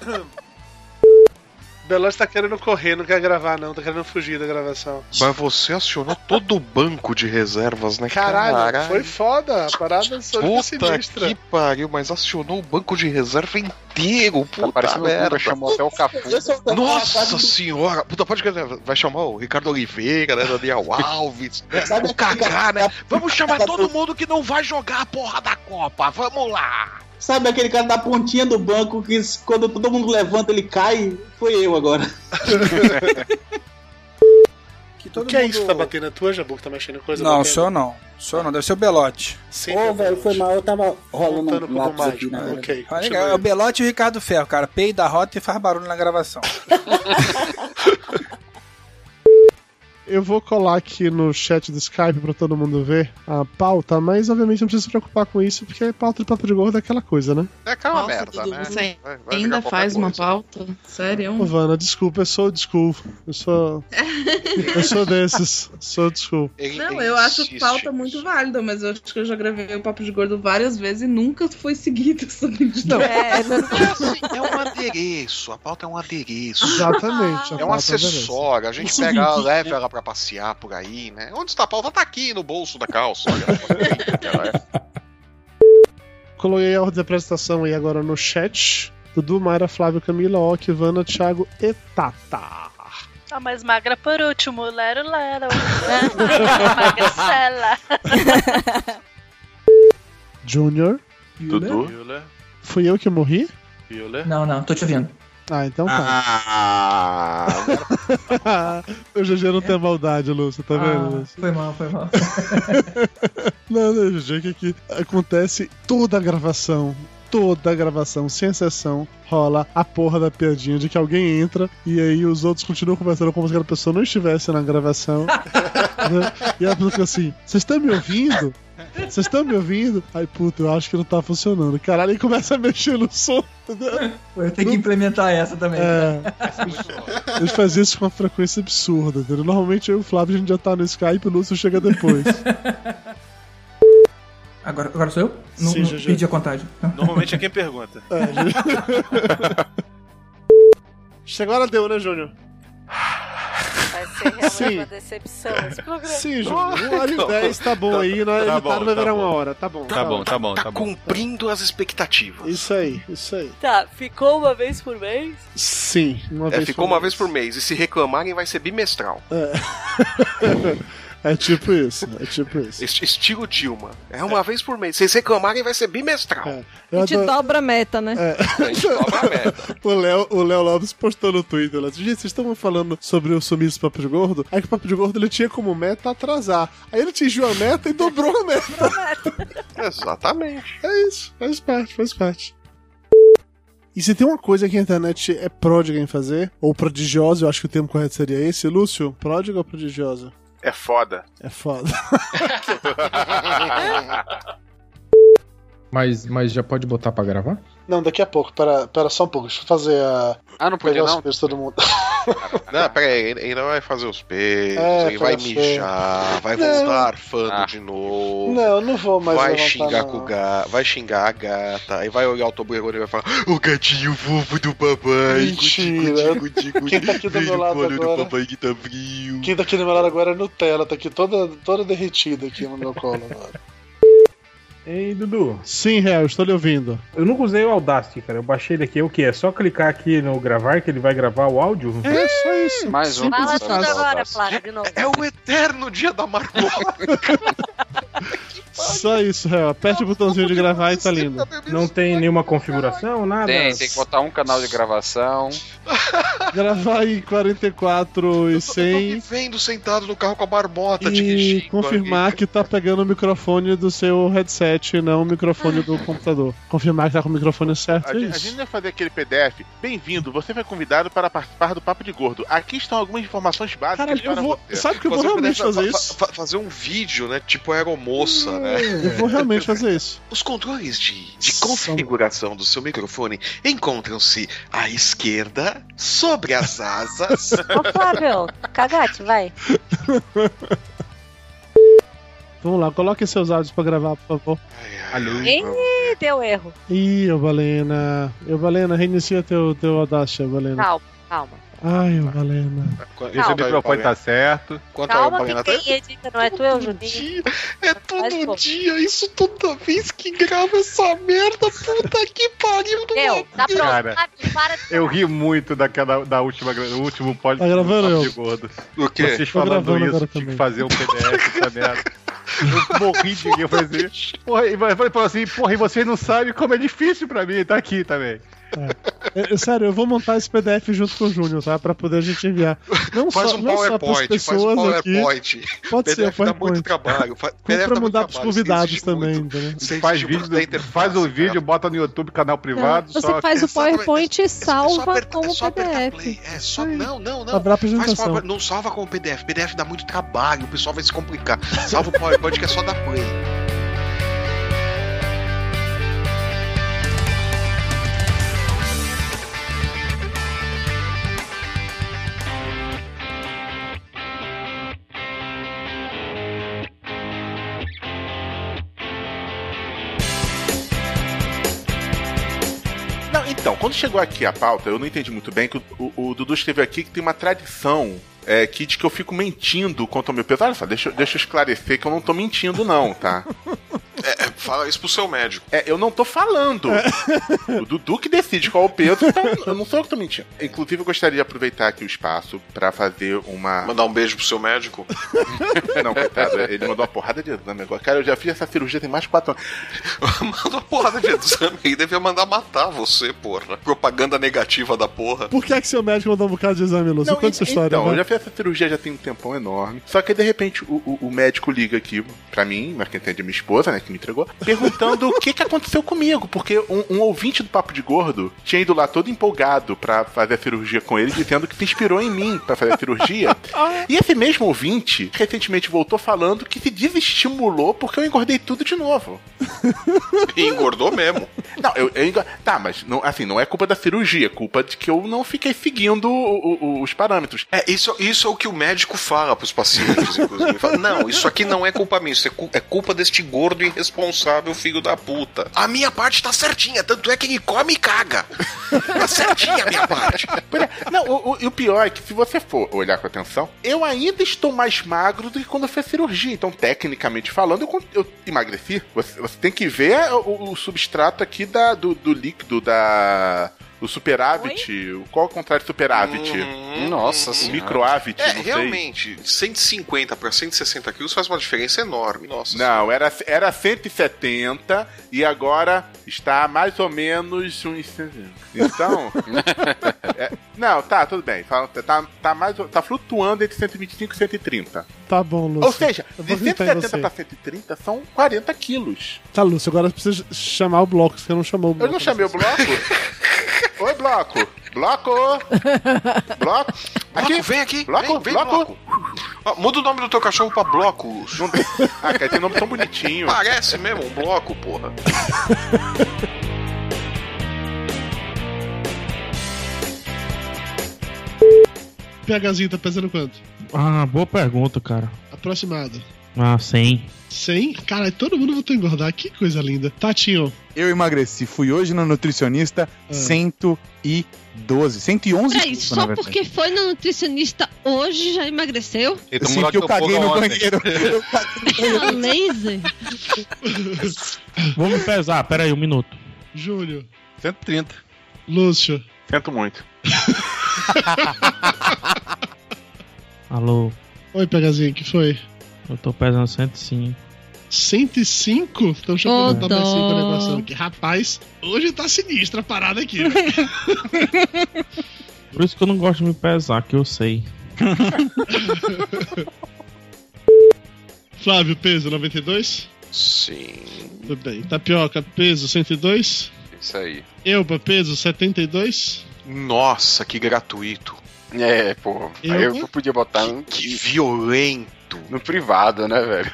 lá. Belote tá querendo correr, não quer gravar, não. Tá querendo fugir da gravação. Mas você acionou todo o banco de reservas, né, Caralho, cara? foi foda. A parada é foi Puta tá sinistra. que pariu, mas acionou o banco de reserva inteiro, puta Tá parecendo o Guga, merda. chamou até o Cafu. Nossa senhora, puta, pode crer, vai chamar o Ricardo Oliveira, né, Daniel Alves, né, Sabe o Kaká, né? tá Vamos chamar tá todo mundo. que não vai jogar a porra da Copa. Vamos lá. Sabe aquele cara da pontinha do banco que quando todo mundo levanta ele cai? Foi (laughs) eu agora. O que é isso que tá batendo? É tua, Jabu, que tá mexendo em coisa? Não, o batendo? senhor não. O senhor não, deve ser o Belote. Ô, velho, foi mal, eu tava rolando um lápis aqui, né, velho? Ah, Ok, Olha, continua É cara, aí. o Belote e o Ricardo Ferro, cara. Peida, rota e faz barulho na (laughs) gravação. Eu vou colar aqui no chat do Skype pra todo mundo ver a pauta, mas obviamente não precisa se preocupar com isso, porque a pauta do Papo de Gordo é aquela coisa, né? É aquela Nossa, merda, Dudu, né? Você Vai- vai ainda virar qualquer faz uma coisa. pauta? Sério? (laughs) Ô, Vana, desculpa, eu sou desculpa. Eu sou. Eu sou desses. Sou desculpa. Não, eu acho pauta muito válida, mas eu acho que eu já gravei o Papo de Gordo várias vezes e nunca foi seguido (laughs) essa medida. É, É um adereço, a pauta é um adereço. Exatamente, a pauta É um é um acessório, a adereço. gente Um pega, souvenir, leva ela pra passear por aí, né? Onde está a pauta? Tá aqui no bolso da calça. Olha, (laughs) ela é- Coloquei a ordem da apresentação aí agora no chat. Dudu, Mayra, Flávio, Camila, Ok, Vana, Thiago e Tata. A Tá mais magra por (laughs) último, lero um lero. Ah, Magricela. (laughs) Junior. Dudu. Fui eu que morri? Não, não, tô te ouvindo. Ah, então tá. Ah, (laughs) o GG não tem maldade, Lúcio, tá vendo? Lúcio? foi mal, foi mal. Não, não, GG que aqui acontece toda a gravação. Toda a gravação, sem exceção, rola a porra da piadinha de que alguém entra e aí os outros continuam conversando como se aquela pessoa não estivesse na gravação. né? E a pessoa fica assim: Vocês estão me ouvindo? Vocês estão me ouvindo? Aí, puta, eu acho que não tá funcionando. Caralho, e começa a mexer no som. Eu tenho que implementar essa também. né? É. (laughs) Eles faziam isso com uma frequência absurda, entendeu? Normalmente eu e o Flávio a gente já tá no Skype e o Lúcio chega depois. (laughs) Agora, agora sou eu? Não, Sim, não Juju. pedi a contagem. (laughs) Normalmente é quem pergunta. Chegou a hora deu, né, Júnior? Vai ser realmente é Sim. uma decepção esse programa. Sim, Júnior. Uma hora e dez, tá bom aí. Né? tá Editado bom, vai tá virar bom. uma hora, tá bom. Tá bom, tá bom, tá bom. Cumprindo as expectativas. Isso aí, isso aí. (laughs) Tá, ficou uma vez por mês? Sim, uma É, vez ficou por uma vez por mês. E se reclamarem, vai ser bimestral. (laughs) É tipo isso, é tipo isso. Est- Estilo Dilma. É uma vez por mês. Se vocês reclamarem, vai ser bimestral. É. Eu A gente adoro- dobra a meta, né? É. o Léo o Léo Lopes postou no Twitter lá. Gente, vocês estavam falando sobre o sumiço do Papo de Gordo? Aí que o Papo de Gordo ele tinha como meta atrasar. Aí ele atingiu a meta e dobrou a meta. Exatamente. É isso, faz parte, faz parte. E se tem uma coisa que a internet é pródiga em fazer, ou prodigiosa, eu acho que o termo correto seria esse, Lúcio, pródiga ou prodigiosa? É foda. É foda. Mas, mas já pode botar pra gravar? (laughs) Não, daqui a pouco, pera, pera só um pouco, deixa eu fazer a. Ah, não podia, pegar os não? peitos de todo mundo. Não, pera aí, ele ainda vai fazer os peitos, É, ele vai fazer os mijar, vai Não. voltar fando de novo. Não, tá não vou mais Vai levantar, xingar, não. com o ga... vai xingar a gata, aí vai olhar o tobogã e vai falar: O gatinho fofo do papai. Mentira. Quem tá aqui do Veja meu o lado colo do agora? papai que tá frio. Quem tá aqui do meu lado agora é Nutella, tá aqui toda, toda derretida aqui no meu colo agora. Ei, Dudu. Sim, Real, estou lhe ouvindo. Eu nunca usei o Audacity, cara. Eu baixei ele aqui. O que? É só clicar aqui no gravar que ele vai gravar o áudio? É só isso. Mais um. Fala Simples e tudo fácil. agora, Flávio, de novo. É o eterno dia (laughs) da marmota. Só isso, Real. Aperte o botãozinho de gravar e tá lindo. Não tem nenhuma configuração, Ah, nada. Tem, tem que botar um canal de gravação. Gravar em 44 e 100 Vendo sentado no carro com a marmota, e Tiquixinho, confirmar que tá pegando o microfone do seu headset e não o microfone do computador. Confirmar que tá com o microfone certo. A, é gen- a isso. gente vai fazer aquele PDF. Bem-vindo, você foi convidado para participar do Papo de Gordo. Aqui estão algumas informações básicas Caralho, eu É. para vou- você. sabe que eu vou realmente fazer isso? fazer um vídeo, né? Tipo aeromoça, né? Eu vou realmente fazer isso. (laughs) Os controles de, de configuração do seu microfone encontram-se à esquerda, sobre as asas. (laughs) Ô, Flávio, cagate, vai. Vamos lá, coloquem seus áudios pra gravar, por favor. Ih, deu erro. Ih, ô Balena. Ô Balena, reinicia teu, teu Audacity, ô Balena. Calma, calma. Ai, ô Balena. Esse microfone tá certo. Quanto ao Calma Balena que quem edita não é tu, é o Juninho. É todo dia, isso toda vez que grava essa merda, puta que pariu. Deu, tá pronto. Cara. Flávio, para de... Eu ri muito daquela da última do último podcast Tá gravando, do eu? Papo de Gordo. O quê? Vocês Tô falando gravando isso, agora tinha também. que fazer um PDF essa merda. Eu morri de rir, eu falei assim, porra, e vai- vai falar assim, porra, e vocês não sabem como é difícil pra mim, tá aqui também. É, é, sério, eu vou montar esse PDF junto com o Júnior, tá? Pra poder a gente enviar. Não Faz só, um não é só pras PowerPoint, faz um pessoas aqui. PowerPoint. Pode ser, PDF dá PowerPoint. muito trabalho. fa- Como PDF dá pra muito mudar pros trabalho, convidados exige também, muito. entendeu? Você Faz exige vídeo, da do- interface, faz o cara. vídeo, bota no YouTube, canal privado, Você só é faz o PowerPoint e salva apertar- como é só apertar PDF. É só. Não, não, não. Abra a Faz apresentação. PowerPoint, não salva como PDF. PDF dá muito trabalho, o pessoal vai se complicar. Salva o PowerPoint que é só dar play. Não, então, quando chegou aqui a pauta, eu não entendi muito bem que o, o- o Dudu escreveu aqui que tem uma tradição. É, que diz que eu fico mentindo quanto ao meu peso. Olha só, deixa, eu- deixa eu esclarecer que eu não tô mentindo, não, (laughs) tá? É, fala isso pro seu médico. É, É, eu não tô falando. O Dudu que decide qual é o peso, então eu não sou eu que tô mentindo. Inclusive, eu gostaria de aproveitar aqui o espaço pra fazer uma. Mandar um beijo pro seu médico. (laughs) Não, coitado, ele mandou uma porrada de exame agora. Cara, eu já fiz essa cirurgia tem mais de 4 anos. (laughs) Manda uma porrada de exame aí, (laughs) devia mandar matar você, porra. Propaganda negativa da porra. Por que é que seu médico mandou um bocado de exame, Lúcio? Não, Conta essa en- história, Então, vai. eu já fiz essa cirurgia já tem um tempão enorme. Só que de repente o, o- o médico liga aqui pra mim, mas quem entende é minha esposa, né, que me entregou, perguntando (laughs) o que que aconteceu comigo, porque um, um ouvinte do Papo de Gordo tinha ido lá todo empolgado pra fazer a cirurgia com ele, dizendo que se inspirou em mim pra fazer a (laughs) cirurgia. Ah. e esse mesmo ouvinte recentemente voltou falando que se desestimulou porque eu engordei tudo de novo. E (laughs) engordou mesmo. Não, eu, eu engo- Tá, mas não, assim, não é culpa da cirurgia, é culpa de que eu não fiquei seguindo o- o- os parâmetros. É, isso, isso é o que o médico fala pros pacientes, inclusive. Ele fala, não, isso aqui não é culpa minha, isso é, cu- é culpa deste gordo irresponsável, filho da puta. A minha parte tá certinha, tanto é que ele come e caga. Tá certinha a minha parte. Pois é. Não, o, o- e o pior é que se você for olhar com atenção, eu ainda estou mais magro do que quando eu fiz a cirurgia. Então, tecnicamente falando, eu, con- eu emagreci. Você, você tem que ver o, o substrato aqui da, do, do líquido, da. O superávit. o- Qual é o contrário de superávit? Uhum. Nossa o senhora. microávit, É, não sei. realmente, 150 pra 160 quilos faz uma diferença enorme. Nossa. Não, era, era 170 e agora está mais ou menos uns. 100. Então. é- não, tá, tudo bem. Tá, tá, tá mais, ou- tá flutuando entre 125 e 130. Tá bom, Lúcio. Ou seja, Eu de vou acreditar em 170 você. pra 130 são 40 quilos. Tá, Lúcio, agora precisa chamar o bloco, você não chamou o Eu bloco. não chamei o bloco? Oi, bloco! (laughs) Bloco! Bloco! Bloco, Aqui! vem aqui. Bloco, vem, vem, bloco! Ó, muda o nome do teu cachorro pra bloco, Lúcio. (laughs) Não- Ah, cara, tem nome tão bonitinho. Parece mesmo um bloco, porra. (laughs) O PHzinho tá pesando quanto? Ah, boa pergunta, cara. Aproximado. Ah, 100. 100? Cara, todo mundo voltou a engordar. Que coisa linda. Tatinho, Ah. Eu emagreci, fui hoje na nutricionista, 112, Tipo, 111 Peraí, quilos, É só porque foi na nutricionista hoje já (laughs) emagreceu? Eu sinto que eu caguei no banheiro. Ela laser? Vou me pesar, peraí, um minuto. Júlio, 130. Lúcio. Tento muito. Alô, Oi, PHzinho, que foi? eu tô pesando 105. 105? Então Estão chamando Ô, de tabela dó. 5 a negociação aqui. Rapaz, hoje tá sinistra a parada aqui. (laughs) né? Por isso que eu não gosto de me pesar, que eu sei. Flávio, peso 92? Sim, Tudo bem. Tapioca, peso 102? isso aí. Elba, peso 72? Nossa, que gratuito. É, pô. Aí eu podia botar no, Que violento. no privado, né, velho?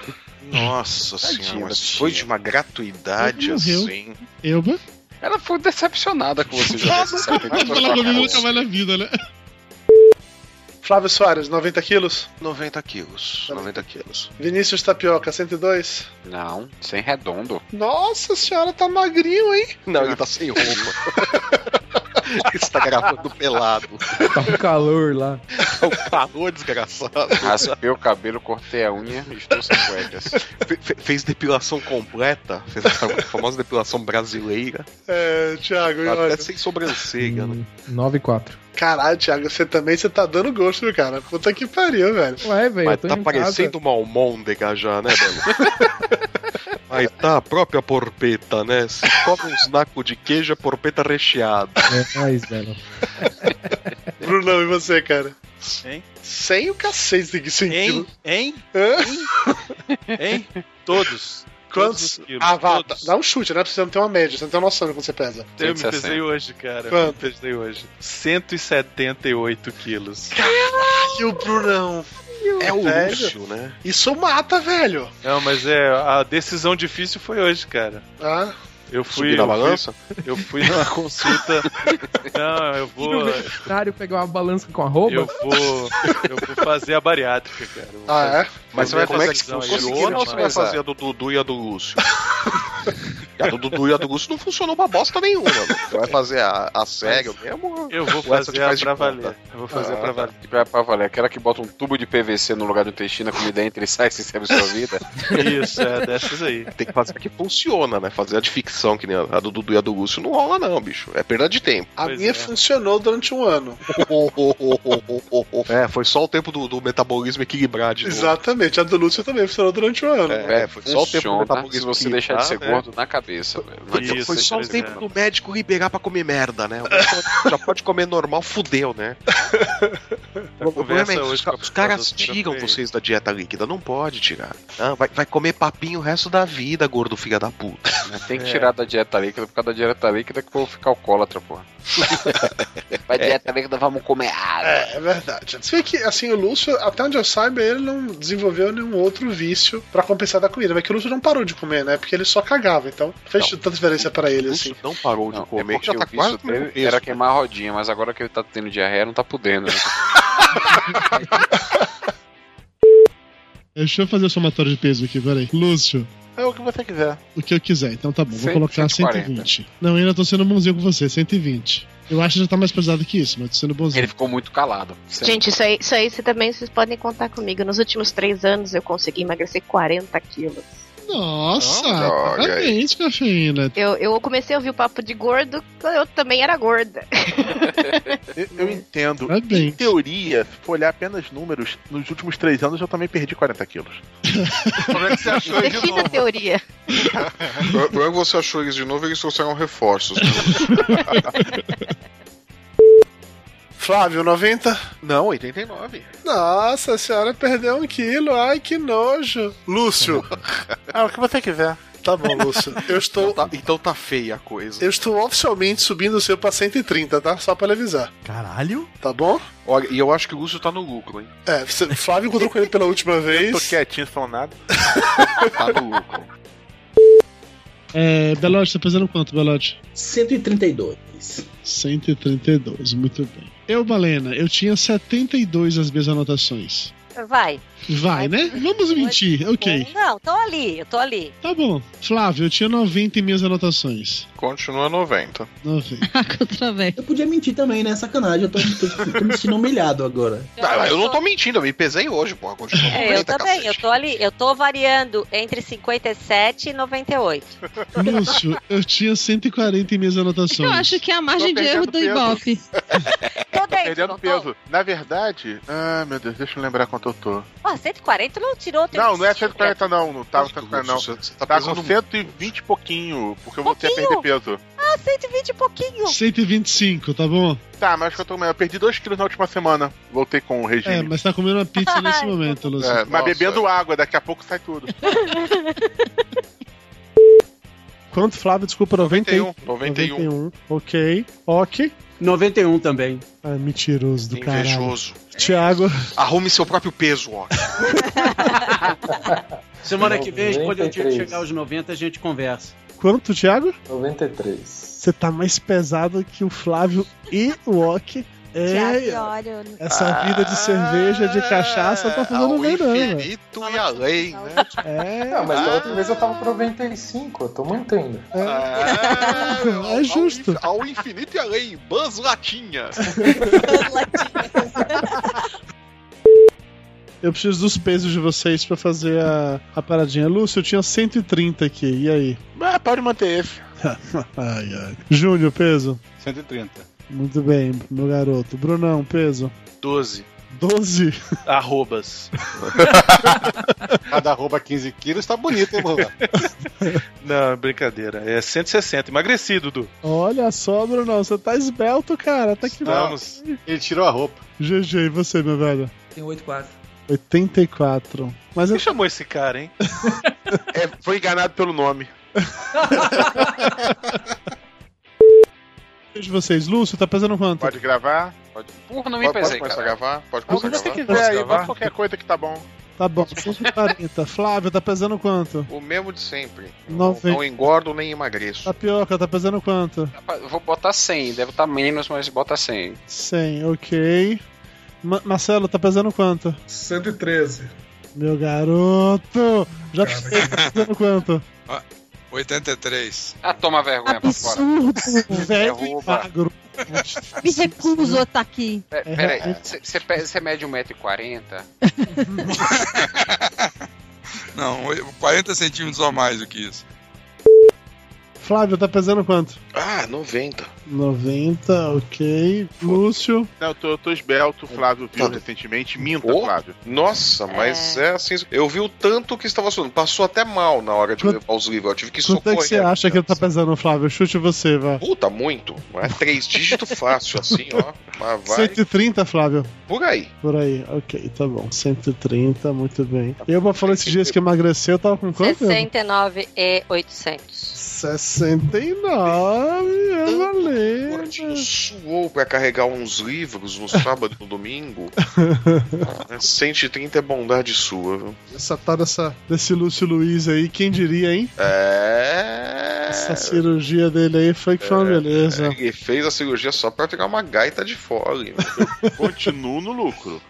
Nossa Tadinha senhora, da mas foi de uma gratuidade Ela morreu. assim. Elba? Ela foi decepcionada com você, José. Você sabe que eu tô Ela falando. comigo nunca mais na vida, né? Flávio Soares, 90 quilos. 90 quilos. 90 quilos. Vinícius Tapioca, 102. Não, sem redondo. Nossa senhora, tá magrinho, hein? Não, ele tá sem (laughs) roupa. Ele tá gravando pelado. Tá um calor lá. (laughs) É um calor desgraçado. Raspei o cabelo, cortei a unha e estou sem cuecas. Fe- fe- fez depilação completa. Fez a famosa depilação brasileira. Tá É, Thiago, e Até olha. sem sobrancelha, né? 9 e 4. Caralho, Thiago, você também você tá dando gosto, viu, cara. Puta que pariu, velho. Ué, velho, Mas tá parecendo uma almôndega já, né, Belo? Aí tá a própria porpeta, né? Se come uns nacos de queijo, é porpeta recheada. É nóis, velho. (laughs) Brunão, e você, cara? Hein? Sem o cacete de 100 Hein? Hein? Hein? Todos. Quantos? os quilos, ah, vá, todos. dá um chute, né? Precisa ter uma média, você não tem uma noção de quanto você pesa. Eu me pesei hoje, cara. Quanto? Eu me pesei hoje. 178 quilos. Caralho, Brunão. É o Velho, luxo, né? Isso mata, velho. Não, mas é. A decisão difícil foi hoje, cara. Ah, Eu fui. Subir na eu fui- balança? Eu fui (laughs) numa consulta. Não, eu O vou. veterinário pegar uma balança com a roupa? Eu vou. Eu vou fazer a bariátrica, cara. Eu vou Ah, fazer- é? Mas você vai Como fazer é que a funciona funciona ou você vai mas- fazer a do Dudu e a do Lúcio? a do Dudu (laughs) e a do Lúcio não funcionou pra bosta nenhuma. mano. Você vai fazer a, a sério mesmo? Eu vou Ou essa fazer te a faz de pra conta? valer. Eu vou fazer Ah, a pra tá. valer. Que vai pra valer. Aquela que bota um tubo de PVC no lugar do intestino, a comida entra e sai (laughs) sem ser absorvida. Isso, é dessas aí. Tem que fazer a que funciona, né? Fazer a de ficção, que nem a do Dudu e a do Lúcio, não rola não, bicho. É perda de tempo. a minha funcionou durante um ano. (laughs) É, foi só o tempo do, do metabolismo equilibrar de novo. Exatamente, a do Lúcio também funcionou durante um ano. É, foi só o tempo do Funciona metabolismo se você equilibrar, deixar de ser né? gordo na cabeça, velho. Não Foi- adianta foi você só o crescer. tempo do médico liberar pra comer merda, né? Já pode comer normal, fudeu, né? O problema é que hoje os, com a ca- os caras professora tiram foi- vocês da dieta líquida, não pode tirar. Ah, vai, vai comer papinho o resto da vida, gordo filha da (laughs) puta. Tem que tirar da dieta líquida, por causa da dieta líquida que eu vou ficar alcoólatra, porra. (laughs) Vai dieta líquida, vamos comer água. É, é verdade. Se bem que, assim, o Lúcio, até onde eu saiba, ele não desenvolveu nenhum outro vício pra compensar da comida. Mas que o Lúcio não parou de comer, né? Porque ele só cagava, então fez tanta diferença pra ele, assim. Não parou de comer, já tá quase no dele começo. era queimar a rodinha, mas agora que ele tá tendo diarreia, não tá podendo. Né? Deixa eu fazer o somatório de peso aqui, peraí. Lúcio, É o que você quiser. o que eu quiser. Então tá bom, vou Cem- colocar 140. 120. Não, ainda tô sendo bonzinho com você, 120. Eu acho que já tá mais pesado que isso, mas tô sendo bonzinho. Ele ficou muito calado. Gente, isso aí, isso aí você também vocês podem contar comigo. Nos últimos três anos eu consegui emagrecer 40 quilos. Nossa, Olha aí. parabéns, cafeína. Eu, eu comecei a ouvir o papo de gordo, eu também era gorda. Eu, eu entendo. Parabéns. Em teoria, se for olhar apenas números, nos últimos três anos eu também perdi 40 quilos. Como é que você (laughs) achou de Defina a teoria. Como é que você achou eles de novo? Eles trouxeram reforços. né? (laughs) Flávio, 90? Não, 89. Nossa, a senhora perdeu um quilo. Ai, que nojo. Lúcio. ah, o que você quiser. Tá bom, Lúcio. Eu estou. Então tá, então tá feia a coisa. Eu estou oficialmente subindo o seu pra 130, tá? Só pra lhe avisar. Caralho? Tá bom? Olha, e eu acho que o Lúcio tá no lucro, hein? É, você- Flávio encontrou com ele pela (laughs) última vez. Tô quietinho, falando nada. Tá (laughs) no lucro. É, Belote, tá pesando quanto, Belote? 132. 132, muito bem. Eu, Balena, eu tinha 72 as minhas anotações. Vai. Vai, né? Vamos mentir, ok. Não, tô ali, eu tô ali. Tá bom. Flávio, eu tinha 90 em minhas anotações. Continua 90. (laughs) 90. Eu podia mentir também, né? Sacanagem. Eu tô, tô- tô me sentindo humilhado agora. Ah, eu não tô mentindo, eu me pesei hoje, porra. Continua É, 90, eu também, eu tô ali, eu tô variando entre 57 e 98. (laughs) Lúcio, eu tinha 140 em minhas anotações. Eu acho que é a margem de erro (laughs) do Ibope. Tô Perdendo peso. Na verdade, ah, meu Deus, deixa eu lembrar quanto eu tô. Pô, 140 não tirou o teu Não, não é intestino, 140 não, não tá 140 não. Você- você tá Tá pesando com muito. 120 e pouquinho, porque eu voltei a perder peso. Ah, 120 e pouquinho. 125, tá bom? Tá, mas acho que eu tô comendo. Eu perdi 2 quilos na última semana. Voltei com o regime. É, mas tá comendo uma pizza (laughs) nesse momento, Lúcio. É, mas bebendo água, daqui a pouco sai (laughs) tudo. Quanto, Flávio? Desculpa, 91. 91. Ok. Ok. 91 também. Ah, mentiroso do cara. (laughs) Invejoso. Tiago. Arrume seu próprio peso, ó. (laughs) Semana que vem, quando eu chegar aos 90, a gente conversa. Quanto, Thiago? 93. Você tá mais pesado que o Flávio e o Ock. É, essa Ah. vida é de cerveja, de cachaça, tá fazendo bem, não. velho. Tu e além, né? É. Não, mas Ah. da outra vez eu tava pro 95, eu tô mantendo. Ah, É, é justo. Ao infinito e além, Buzz Latinha. (laughs) Eu preciso dos pesos de vocês pra fazer a, a paradinha. Lúcio, eu tinha 130 aqui, e aí? (laughs) Ah, pode manter esse. ai, ai. Júnior, peso? 130. Muito bem, meu garoto. Brunão, peso? 12. 12? Arrobas. (laughs) Cada arroba 15 quilos tá bonito, hein, (laughs) Bruno? Não, brincadeira. É 160. Emagreci, Dudu. (laughs) Olha só, Brunão, você tá esbelto, cara. Tá que Estamos. Ele tirou a roupa. GG, e você, meu velho? Tem 8-4. 84. Mas Quem chamou esse cara, hein? É, foi enganado pelo nome. eu de vocês. Lúcio, tá pesando quanto? Pode gravar? Pode. Porra, não me pode, pesei, Pode começar cara. a gravar? Pode Não, começar a mas se gravar. quiser aí, Posso bota qualquer coisa que tá bom. Tá bom, 140. Flávio, tá pesando quanto? O mesmo de sempre. Noventa. Não engordo nem emagreço. Tapioca, tá pesando quanto? Eu Vou botar 100, deve tá estar menos, mas bota 100. 100, ok. Ma- Marcelo, tá pesando quanto? 113. Meu garoto! Já tá pesando quanto? Ah, 83. Ah, toma vergonha pra fora. Absurdo! Velho e Derruba. magro. Me recuso a estar aqui. É. Pe- Peraí, você mede 1,40m? (laughs) Não, 40 centímetros a mais do que isso. Flávio, tá pesando quanto? Ah, 90. 90, ok. Lúcio. Não, eu tô, eu tô esbelto, Flávio viu recentemente. Minta, Flávio. Tá Nossa, mas é. assim. Eu vi o tanto que estava suando. Passou até mal na hora de levar os livros. Eu tive que Quanto é que você socorrer. acha que ele tá pesando, Flávio? Chute você, vai. Puta, muito. É três dígitos fácil, assim, ó. (laughs) Mas vai. 130, Flávio. Por aí. Por aí, ok, tá bom. 130, muito bem. Eu vou falar esses dias que é emagreceu, eu tava com quanto? 69 e (laughs) 800. 69, eu é valeu. Suou pra carregar uns livros no sábado e no domingo. 130 é bondade sua, viu? (laughs) Essa tal dessa, desse Lúcio Luiz aí, quem diria, hein? É. Essa cirurgia dele aí foi que foi uma (laughs) beleza. Ele fez a cirurgia só pra pegar uma gaita de fole. Continuo no (laughs) lucro.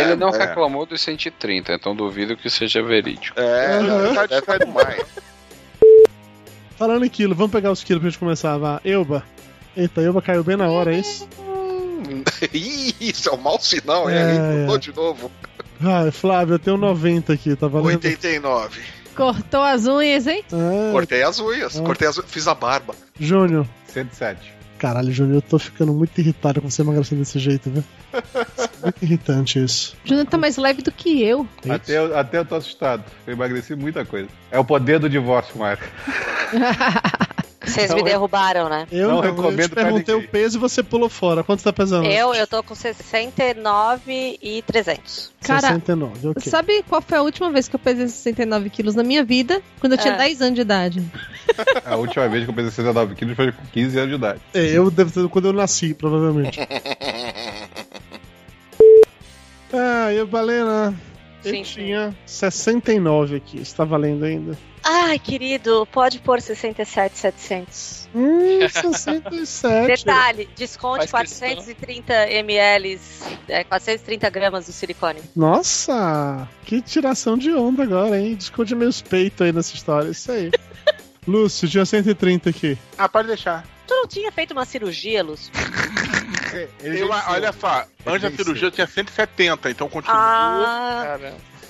Ele não é. reclamou dos 130, então duvido que seja verídico. É, Aham. tá de mais. Falando em quilo, vamos pegar os quilos pra gente começar. Vá. Euba. Eita, Euba caiu bem na hora, é isso? (laughs) Ih, Isso é um mau sinal, hein? É, Ele pulou é. de novo. Ai, Flávio, eu tenho 90 aqui, tá valendo? 89. Cortou as unhas, hein? Cortei as unhas, Ah. Hum. cortei as unhas, fiz a barba. Júnior. 107. Caralho, Júnior, eu tô ficando muito irritado com você emagrecendo desse jeito, viu? muito irritante isso. Júnior tá mais leve do que eu. Até, eu- até eu tô assustado. Eu emagreci muita coisa. É o poder do divórcio, Marco. Vocês me derrubaram, né? Eu não, eu te perguntei o peso e você pulou fora. Quanto você tá pesando? Eu, eu tô com 69 e 300. Cara, 69, ok. Sabe qual foi a última vez que eu pesei 69 quilos na minha vida? Quando eu tinha É. 10 anos (laughs) de idade. A última vez que eu pesei 69 quilos foi com 15 anos de idade. É, eu devo ter quando eu nasci, provavelmente. (laughs) ah, eu Balena. Eu tinha 69 aqui, está valendo ainda. Ai, querido, pode pôr 67,700. (laughs) Hum, 67. Detalhe, desconte 430 ml, é, 430 gramas do silicone. Nossa, que tiração de onda agora, hein? Desconte meus peitos aí nessa história, isso aí. Lúcio, tinha 130 aqui. Ah, pode deixar. Tu não tinha feito uma cirurgia, Lúcio? Eu- olha só, antes da cirurgia eu tinha 170, então continua. Ah,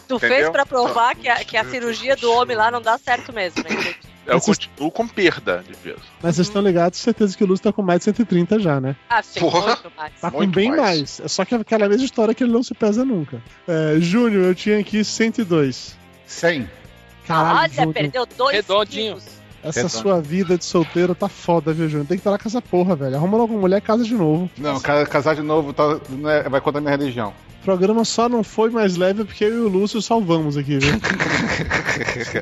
tu fez Entendeu? pra provar que a, que a cirurgia do homem lá não dá certo mesmo, né? Entendi. É, Eu continuo com perda de peso. Mas vocês estão ligados, certeza que o Lúcio tá com mais de 130 já, né? Ah, sim, Porra. muito mais. Tá com bem mais. É só que é aquela mesma história que ele não se pesa nunca. É, Júnior, eu tinha aqui 102. 100. Caralho, Olha, Júnior. perdeu dois Redondinho. Essa sua vida de solteiro tá foda, viu, Júnior? Tem que parar com essa porra, velho. Arruma logo uma mulher e casa de novo. Não, ca- casar de novo tá- não é- vai contra a minha religião. O programa só não foi mais leve porque eu e o Lúcio salvamos aqui, viu? né?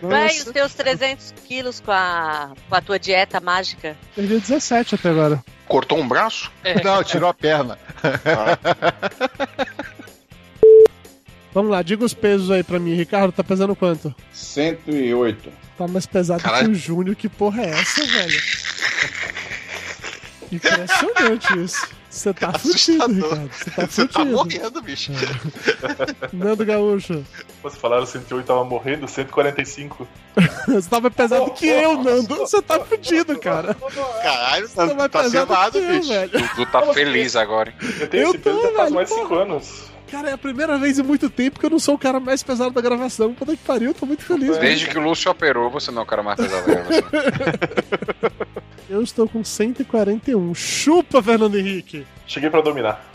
Vai, os teus 300 quilos com a, com a tua dieta mágica. Perdi 17 até agora. Cortou um braço? (laughs) Não, tirou a perna. Vamos lá, diga os pesos aí pra mim. Ricardo, tá pesando quanto? 108. Tá mais pesado Caralho. que o Júnior. Que porra é essa, velho? Impressionante isso. Você tá fudido, Ricardo. Você tá Você tá fudido. morrendo, bicho. Nando Gaúcho. (laughs) Vocês falaram 108 tava morrendo, 145. Você tá mais pesado que eu, Nando. Você tá fudido, cara. Caralho, Você tá mais pesado que eu, velho. Dudu tá feliz agora, hein? Eu tenho esse peso já faz mais 5 anos. Cara, é a primeira vez em muito tempo que eu não sou o cara mais pesado da gravação. Puta que pariu, tô muito feliz. Desde velho. que o Lúcio operou, você não é o cara mais pesado da gravação. Eu estou com 141. Chupa, Fernando Henrique. Cheguei é pra dominar.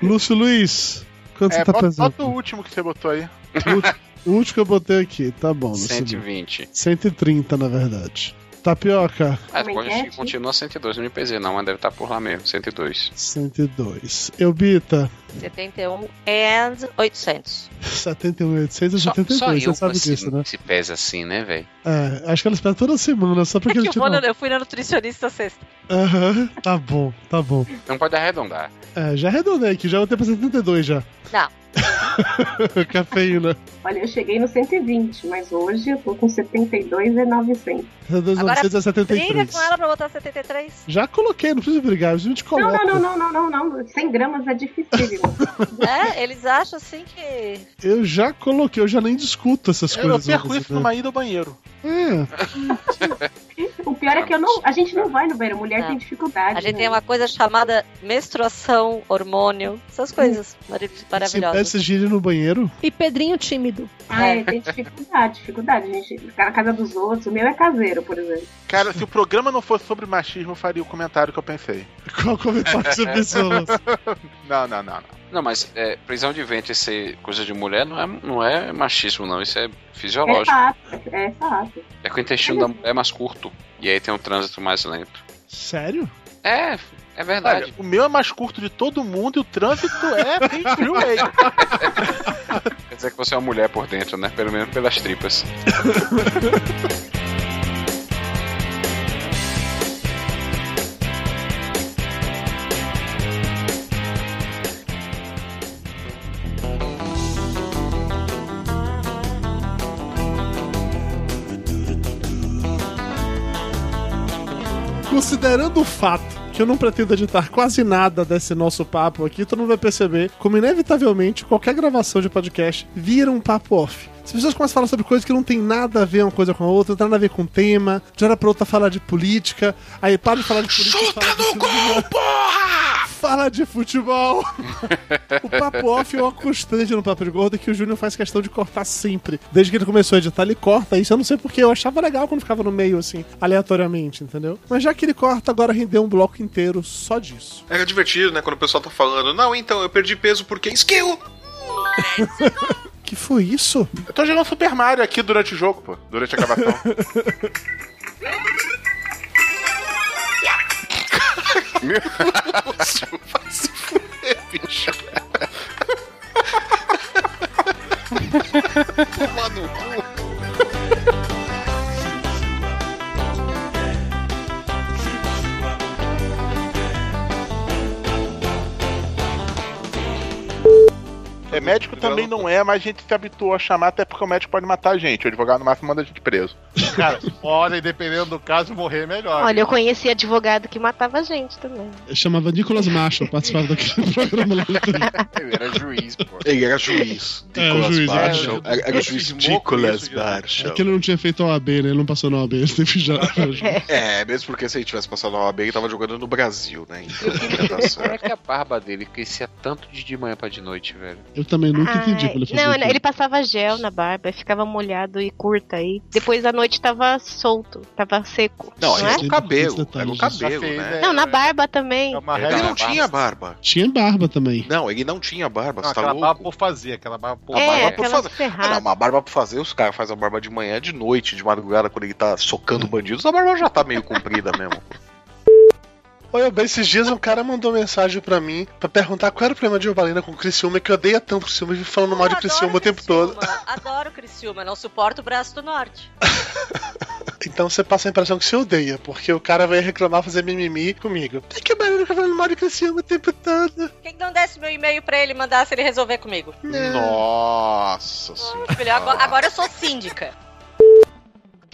Lúcio Luiz, quanto você tá É, bota, pesando? bota o último que você botou aí. (laughs) O ulti- O último que eu botei aqui, tá bom. Lúcio Luiz. 120. 130, na verdade. Tapioca, Ah, depois acho que continua 102 no IPZ, não, mas deve estar por lá mesmo, 102. 102. Eubita, 71 and 800. 71, 800 Só, só 72. eu Você sabe se, disso, né? se pesa assim, né, velho? É, acho que ela espera toda semana, só (laughs) porque É Que ele eu, tirou. vou né? na- eu fui na nutricionista sexta. Aham, tá bom, tá bom. Não pode arredondar. É, já arredondei aqui, já botei pra 72 já. (laughs) é Não. Cafeína. Olha, eu cheguei no 120, mas hoje eu tô com 72 e 900. 72, Agora 900 é briga 73. com ela pra botar 73. Já coloquei, não precisa brigar, a gente Não, coloca. não, não, não, não, não, não. 100 gramas é dificílimo. (laughs) É, eles acham assim que. Eu já coloquei, eu já nem discuto essas Eu, eu coisas. perco isso né? numa ida ao banheiro. É. o pior é que eu não, a gente não vai no banheiro, mulher Não. tem dificuldade. É. A gente né? tem uma coisa chamada menstruação, hormônio, essas coisas mari- Se peça maravilhosas. gíria no banheiro. E Pedrinho tímido. Ah, é, tem dificuldade, dificuldade. A gente fica na casa dos outros, o meu é caseiro, por exemplo. Cara, se o programa não fosse sobre machismo, eu faria o comentário que eu pensei. (laughs) Qual comentário que você pensou, Lúcio? (laughs) Não, não, não, não. Não, mas é, prisão de ventre ser coisa de mulher não é, não é machismo, não. Isso é fisiológico. É fato, é fato. É que o intestino da mulher é mais curto. E aí tem um trânsito mais lento. Sério? É, é verdade. o meu é mais curto de todo mundo e o trânsito é tem freeway. (laughs) Quer dizer que você é uma mulher por dentro, né? Pelo menos pelas tripas. (laughs) Considerando o fato que eu não pretendo editar quase nada desse nosso papo aqui, todo mundo vai perceber como, inevitavelmente, qualquer gravação de podcast vira um papo off. As pessoas começam a falar sobre coisas que não tem nada a ver uma coisa com a outra, não tem nada a ver com o tema, de hora pra outra fala de política, aí para de falar de política. Chuta no gol, porra! Fala de futebol. (laughs) O (laughs) papo off é uma constante no Papo de Gordo que o Júnior faz questão de cortar sempre. Desde que ele começou a editar, ele corta isso. Eu não sei porque, eu achava legal quando ficava no meio, assim, aleatoriamente, entendeu? Mas já que ele corta, agora rendeu um bloco inteiro só disso. Era divertido, né? Quando o pessoal tá falando, não, então, eu perdi peso porque skill! que foi isso? Eu tô jogando Super Mario aqui durante o jogo, pô. Durante a (laughs) gravação. Meu... Vai se fuder, bicho. Toma no cu. É, médico também não é, mas a gente se habituou a chamar, até porque o médico pode matar a gente. O advogado no máximo manda a gente preso. Cara, podem, dependendo do caso, é morrer melhor. Olha, eu conheci advogado que matava gente também. Eu chamava Nicolas Macho, eu participava daquele (laughs) programa lá no Twitter. Ele era juiz, pô. Ele era juiz. É, o Nicolas juiz, é. Marshall. É, Era, era juiz um Nicolas Marshall. Porque ele não tinha feito a OAB, né? Ele não passou na OAB, ele teve já. É, mesmo porque se ele tivesse passado a OAB, ele tava jogando no Brasil, né? Então, (laughs) Como é que a barba dele crescia tanto de de manhã pra de noite, velho? Eu também nunca entendi Ai, como ele fazia. não, aquilo. ele passava gel na barba, ficava molhado e curta aí. Depois à noite tava solto, tava seco. não, Não, era é? o cabelo. Era o cabelo, é, né? Não, na barba também. Ele não tinha barba. Tinha barba também. Não, ele não tinha barba, Não, você tá aquela louco? Barba por fazer, aquela barba por A fazer. barba pra É, aquela fazer. Não, uma barba pra fazer, os caras fazem a barba de manhã, de noite, de madrugada, quando ele tá socando bandidos, a barba já tá meio comprida mesmo. Olha bem, esses dias um cara mandou mensagem pra mim pra perguntar qual era o problema de Ubalina com o Criciúma, que eu odeia tanto o Criciúma e vivo falando mal de Criciúma o tempo todo. Adoro Criciúma, não suporto o braço do norte. Então você passa a impressão que se odeia, porque o cara vai reclamar, fazer mimimi comigo. Tem que banheiro no cavalo Mário Criciúma o tempo todo. Quem não desse meu e-mail pra ele e mandasse ele resolver comigo? É. Nossa Pô, filho, agora, agora eu sou síndica.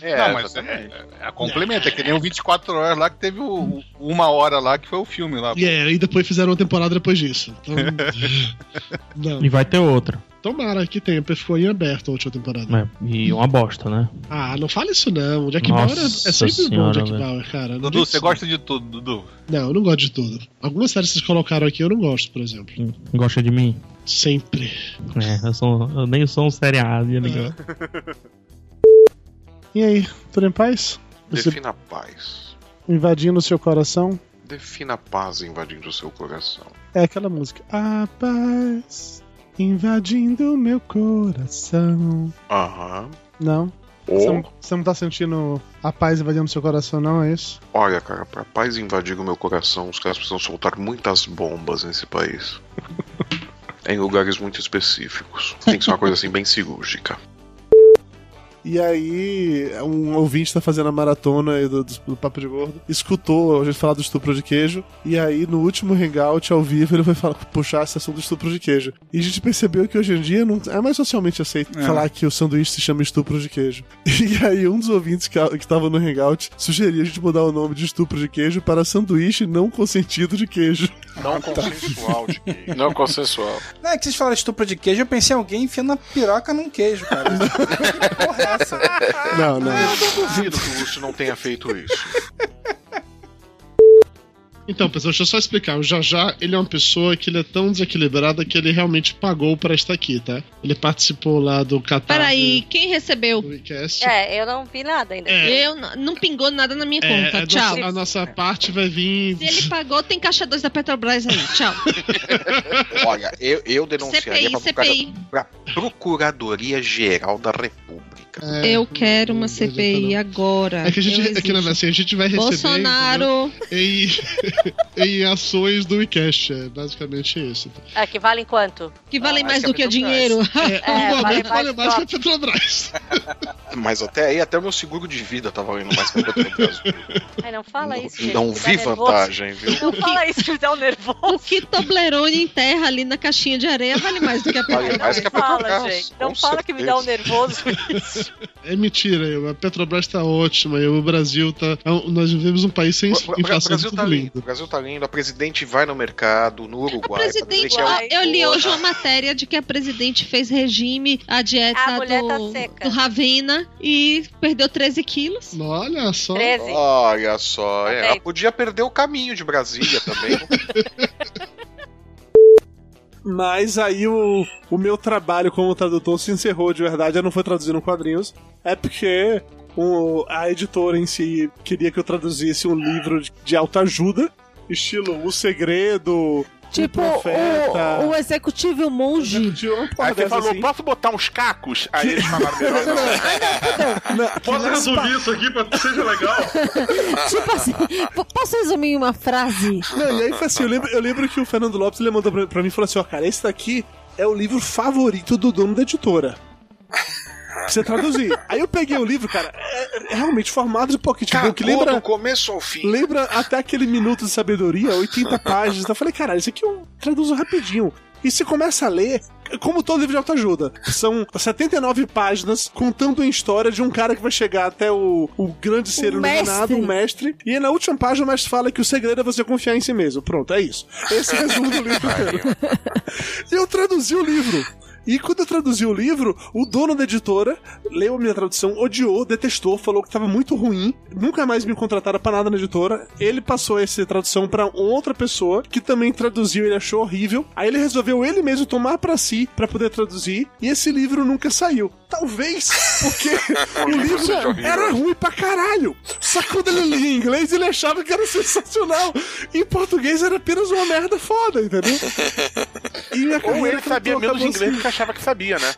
É, não, mas é, é, é complemento, é que nem o 24 horas lá que teve o, o uma hora lá que foi o filme lá. E é, e depois fizeram uma temporada depois disso. Então, É. não. E vai ter outra. Tomara que tenha, porque ficou em aberto a última temporada. É, e uma bosta, né? Ah, não fala isso não. O Jack Nossa Bauer é- é sempre bom, senhora, Jack velho. Bauer, cara. Não (laughs) Dudu, digo você isso, gosta de tudo, Dudu. Não, eu não gosto de tudo. Algumas séries que vocês colocaram aqui eu não gosto, por exemplo. Hum, Gosta de mim? Sempre. É. É, eu, sou, eu nem sou um série A, minha amiga. E aí, tudo em paz? Você Defina a paz. invadindo o seu coração? Defina a paz invadindo o seu coração. É aquela música. A paz invadindo o meu coração. Aham. Não? Oh. Você, não- você não tá sentindo a paz invadindo seu coração, não? É isso? Olha, cara, pra paz invadir o meu coração, os caras precisam soltar muitas bombas nesse (laughs) país. em lugares muito específicos. Tem que ser uma coisa assim bem (laughs) cirúrgica. E aí, um ouvinte tá fazendo a maratona aí do, do, do Papo de Gordo, escutou a gente falar do estupro de queijo, e aí no último hangout ao vivo ele foi falar- puxar esse assunto do estupro de queijo. E a gente percebeu que hoje em dia não é mais socialmente aceito É. falar que o sanduíche se chama estupro de queijo. (laughs) E aí um dos ouvintes que, a- que tava no hangout sugeriu a gente mudar o nome de estupro de queijo para sanduíche não consentido de queijo. Não Tá. consensual de queijo. Não consensual. Não, é que vocês falaram de estupro de queijo, eu pensei em alguém enfiando a piroca num queijo, cara. que porra é essa? Não, não. Eu duvido que o Lúcio não tenha feito isso. Então, pessoal, deixa eu só explicar. O Jajá, ele é uma pessoa que ele é tão desequilibrada que ele realmente pagou pra estar aqui, tá? Ele participou lá do Catar. Peraí, quem recebeu? É, eu não vi nada ainda. Eu n- não pingou nada na minha É, conta. a nossa- Tchau. a nossa parte vai vir. Se ele pagou, tem caixa 2 da Petrobras aí. (laughs) Tchau. (laughs) Olha, eu, eu denunciaria CPI. pra, pra Procuradoria Geral da República. eu quero uma CPI agora. É que a (laughs) gente, Eu é que, na verdade, assim, a gente vai receber. Bolsonaro. entendeu? Em, em (laughs) ações do WeCast, é basicamente isso. tá? É, que valem quanto? Que valem Ah, mais acho do que que é o dinheiro. É, vale mais mais que a Petrobras. Mas até aí, até o meu seguro de vida tá valendo mais que (laughs) a Petrobras. Ai, não fala isso, gente. Não que dá vi nervoso. vantagem, viu? Não fala isso, que me dá um nervoso. O que Toblerone enterra ali na caixinha de areia vale mais do que a Vale Petrobras. mais que a Fala, gente. Não fala que me dá um nervoso. É mentira, eu- a Petrobras tá ótima, eu- o Brasil tá. é um- Nós vivemos um país sem Bra- Bra- inflação Brasil tudo tá lindo. lindo. O Brasil tá lindo. A presidente vai no mercado, no Uruguai. pra dizer Presidente, que é ó, eu li boa. hoje um uma matéria de que a presidente fez regime, a dieta A mulher do, tá seca. do Ravena e perdeu 13 quilos. Olha só. Olha só, é. Dez. Ela podia perder o caminho de Brasília também. Mas aí o, o meu trabalho como tradutor se encerrou de verdade, eu não foi traduzindo quadrinhos. É porque o- a editora em si queria que eu traduzisse um livro de, de autoajuda, estilo O Segredo, Tipo, o Profeta. o, o executivo e o É, um monge. (laughs) Aí você dessa falou, assim. posso botar uns cacos? Aí eles falaram (laughs) melhor É. não. Posso resumir isso aqui (laughs) pra que seja legal? tipo assim, po- posso resumir em uma frase? (laughs) Não, e aí foi assim, eu lembro, eu lembro que o Fernando Lopes ele mandou pra, pra mim e falou assim, ó, cara, esse daqui é o livro favorito do dono da editora. Pra você traduzir. Aí eu peguei o livro, cara, é, é realmente formato de pocket book, Cagou lembra... do começo ao fim. Lembra até aquele minuto de sabedoria, (laughs) 80 páginas. Eu falei, caralho, isso aqui eu traduzo rapidinho. E você começa a ler, como todo livro de autoajuda. São 79 páginas contando a história de um cara que vai chegar até o, o grande ser O iluminado, mestre. o mestre. E na última página o mestre fala que o segredo é você confiar em si mesmo. Pronto, é isso. Esse é o resumo do livro inteiro. E eu traduzi o livro. E quando eu traduzi o livro, o dono da editora leu a minha tradução, odiou, detestou, falou que tava muito ruim, nunca mais me contrataram pra nada na editora. Ele passou essa tradução pra outra pessoa que também traduziu, ele achou horrível. Aí ele resolveu ele mesmo tomar pra si pra poder traduzir, e esse livro nunca saiu. Talvez porque o livro Seja horrível. era ruim pra caralho. Só que quando ele lia em inglês, ele achava que era assim. sensacional. Em português era apenas uma merda foda, entendeu? E minha Ou carreira ele sabia acabou menos inglês assim. do que achava que sabia, (laughs) né?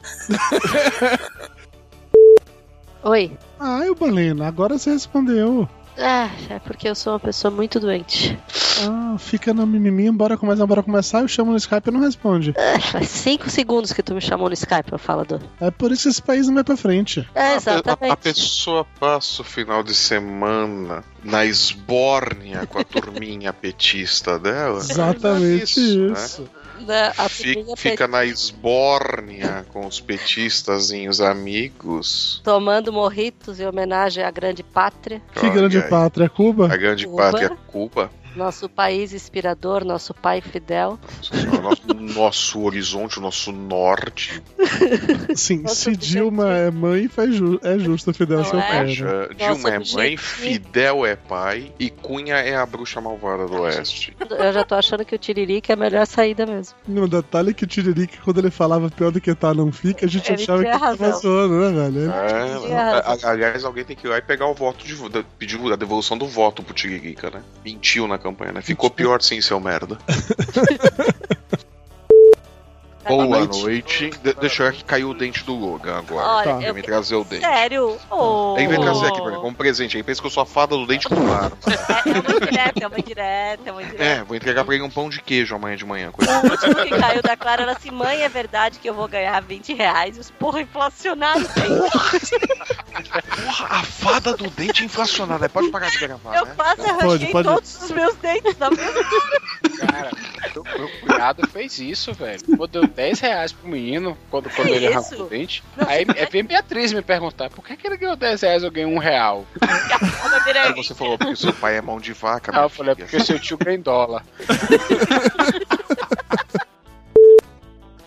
Oi. Ah, Ai, o Balena, agora você respondeu. Ah, é porque eu sou uma pessoa muito doente. Ah, fica na mimimi, bora começar, bora começar. Eu chamo no Skype e não responde. Ah, Faz cinco segundos que tu me chamou no Skype, eu falo do. É por isso que esse país não vai pra frente. É, A, a exatamente. pessoa passa o final de semana na esbórnia com a turminha petista dela. (laughs) Exatamente né? isso. Né, a Fi- turminha Fica na esbórnia com os petistazinhos amigos. Tomando morritos em homenagem à grande pátria. Que grande Olha aí. pátria, Cuba. A grande Cuba. pátria Cuba. Nosso país inspirador, nosso pai fidel. O nosso, nosso horizonte, o nosso norte. Sim, se Dilma é mãe, faz ju- é justo Fidel um seu pai. né? Já- Dilma é Nosso mãe, objetivo. Fidel é pai e Cunha é a bruxa malvada do oeste. Eu já tô achando que o Tiririca é a melhor saída mesmo. é. No um detalhe que o Tiririca, quando ele falava pior do que tá, não fica, a gente Ele achava que tinha ele tava razão. zoando, né, velho? Ele- É, a- a- aliás, alguém tem que ir lá e pegar o voto de vo- da- pedir a devolução do voto pro Tiririca, né? Mentiu na campanha, né? Ficou pior sim, seu (laughs) merda. Boa noite. noite. De- deixa eu ver que caiu o dente do Logan agora. Olha, Ele eu me trazer o dente. Sério? Oh. Ele vem trazer aqui pra mim, como presente. Ele pensa que eu sou a fada do dente do ar. Direta, é uma direta, é uma direta. É, vou entregar pra ele um pão de queijo amanhã de manhã. coisa. É. O último que caiu da Clara, ela assim, mãe, é verdade que eu vou ganhar 20 reais? Os porra inflacionados. Porra, a fada do dente é inflacionada. Pode parar de gravar, Eu né? quase arranquei Pode, pode. todos os meus dentes da mesa. Meu cunhado fez isso, velho. Pô, deu 10 reais pro menino quando, quando Que ele isso? arrancou o dente. Aí é, veio Beatriz me perguntar: por que, que ele ganhou 10 reais e eu ganhei 1 real? Aí você falou, porque seu pai é mão de vaca. Aí eu falei: é porque seu tio ganha em dólar.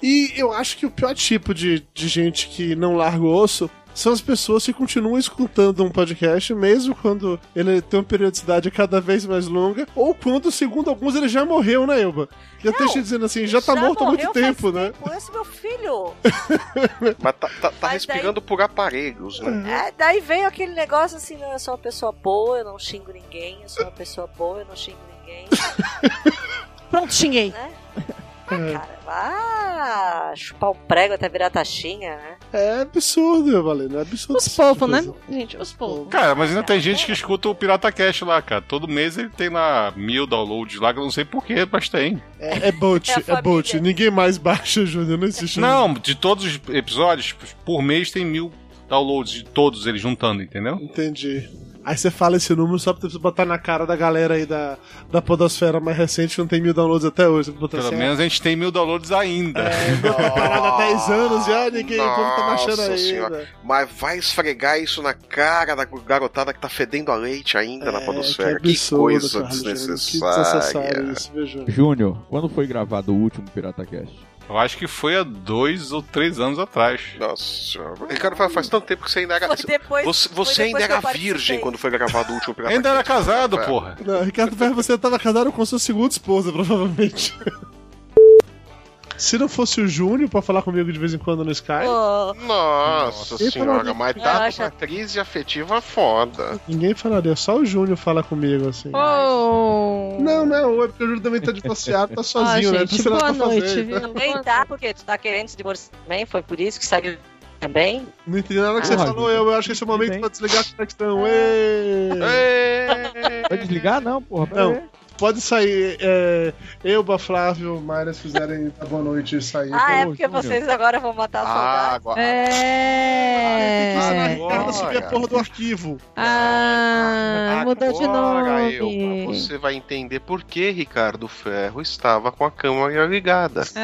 E eu acho que o pior tipo de, de gente que não larga o osso são as pessoas que continuam escutando um podcast, mesmo quando ele tem uma periodicidade cada vez mais longa, ou quando, segundo alguns, ele já morreu, né, Elba? Já tem gente dizendo assim, já tá já morto há muito morreu faz tempo, né? Conheço meu filho. Mas tá, tá- tá respirando por aparelhos, Hum. né? É, daí veio aquele negócio assim, não, eu sou uma pessoa boa, eu não xingo ninguém, eu sou uma pessoa boa, eu não xingo ninguém. (laughs) Pronto, xinguei. É. Cara, vá chupar um prego até virar taxinha, né? É absurdo, Valendo, é absurdo. Os povos, né? Gente, os povos. Cara, mas ainda tem gente que escuta o Pirata Cast lá, cara. Todo mês ele tem lá mil downloads lá, que eu não sei porquê, mas tem. É, é bot, é, bot. Ninguém mais baixa, Júnior, não existe. Não, de todos os episódios, por mês tem mil downloads de todos eles juntando, entendeu? Entendi. Aí você fala esse número só pra você botar na cara da galera aí da, da podosfera mais recente que não tem mil downloads até hoje. Pra botar Pelo assim, menos a gente É. (laughs) tem mil downloads ainda. parada há 10 anos já, ninguém o povo tá baixando Nossa ainda. senhora. Mas vai esfregar isso na cara da garotada que tá fedendo a leite ainda na podosfera. Que, É, absurdo, coisa Carlos Júnior, que desnecessária. desnecessário isso, viu, Júnior? Júnior, quando foi gravado o último PirataCast? Eu acho que foi há dois ou três anos atrás. Nossa, E, cara, faz, faz tanto tempo que você ainda era. Foi depois- você foi você ainda depois que eu era participei. virgem quando foi gravado o último programa. Ainda era casado, É. porra. Não, Ricardo Ferro, você tava casado com sua segunda esposa, provavelmente. Se não fosse o Júnior pra falar comigo de vez em quando no Skype, Nossa Ele senhora, falou- mas tá Acha- uma crise afetiva foda. ninguém falaria, só o Júnior fala comigo assim. Não, não, é porque o Júnior também tá divorciado, um tá sozinho, né? Então, sei lá, tá fazendo, né? Também tá, porque tu tá querendo se divorciar também, foi por isso que saiu também. Não entendi nada que você Porra, falou, eu, eu acho que esse é o momento pra desligar a conexão. Ê! Vai desligar? Não, porra. pera aí. Não, pode sair. É, Elba, Flávio, Mayra, se fizerem a boa noite e sair. Ah, é Ô, porque Júnior. vocês agora vão matar Ah, Ah, a saudade. agora. Ah, É. Ricardo subir a porra do arquivo. Ah, mudou de Agora, nome. Elba, você vai entender por que Ricardo Ferro estava com a câmera ligada. (laughs)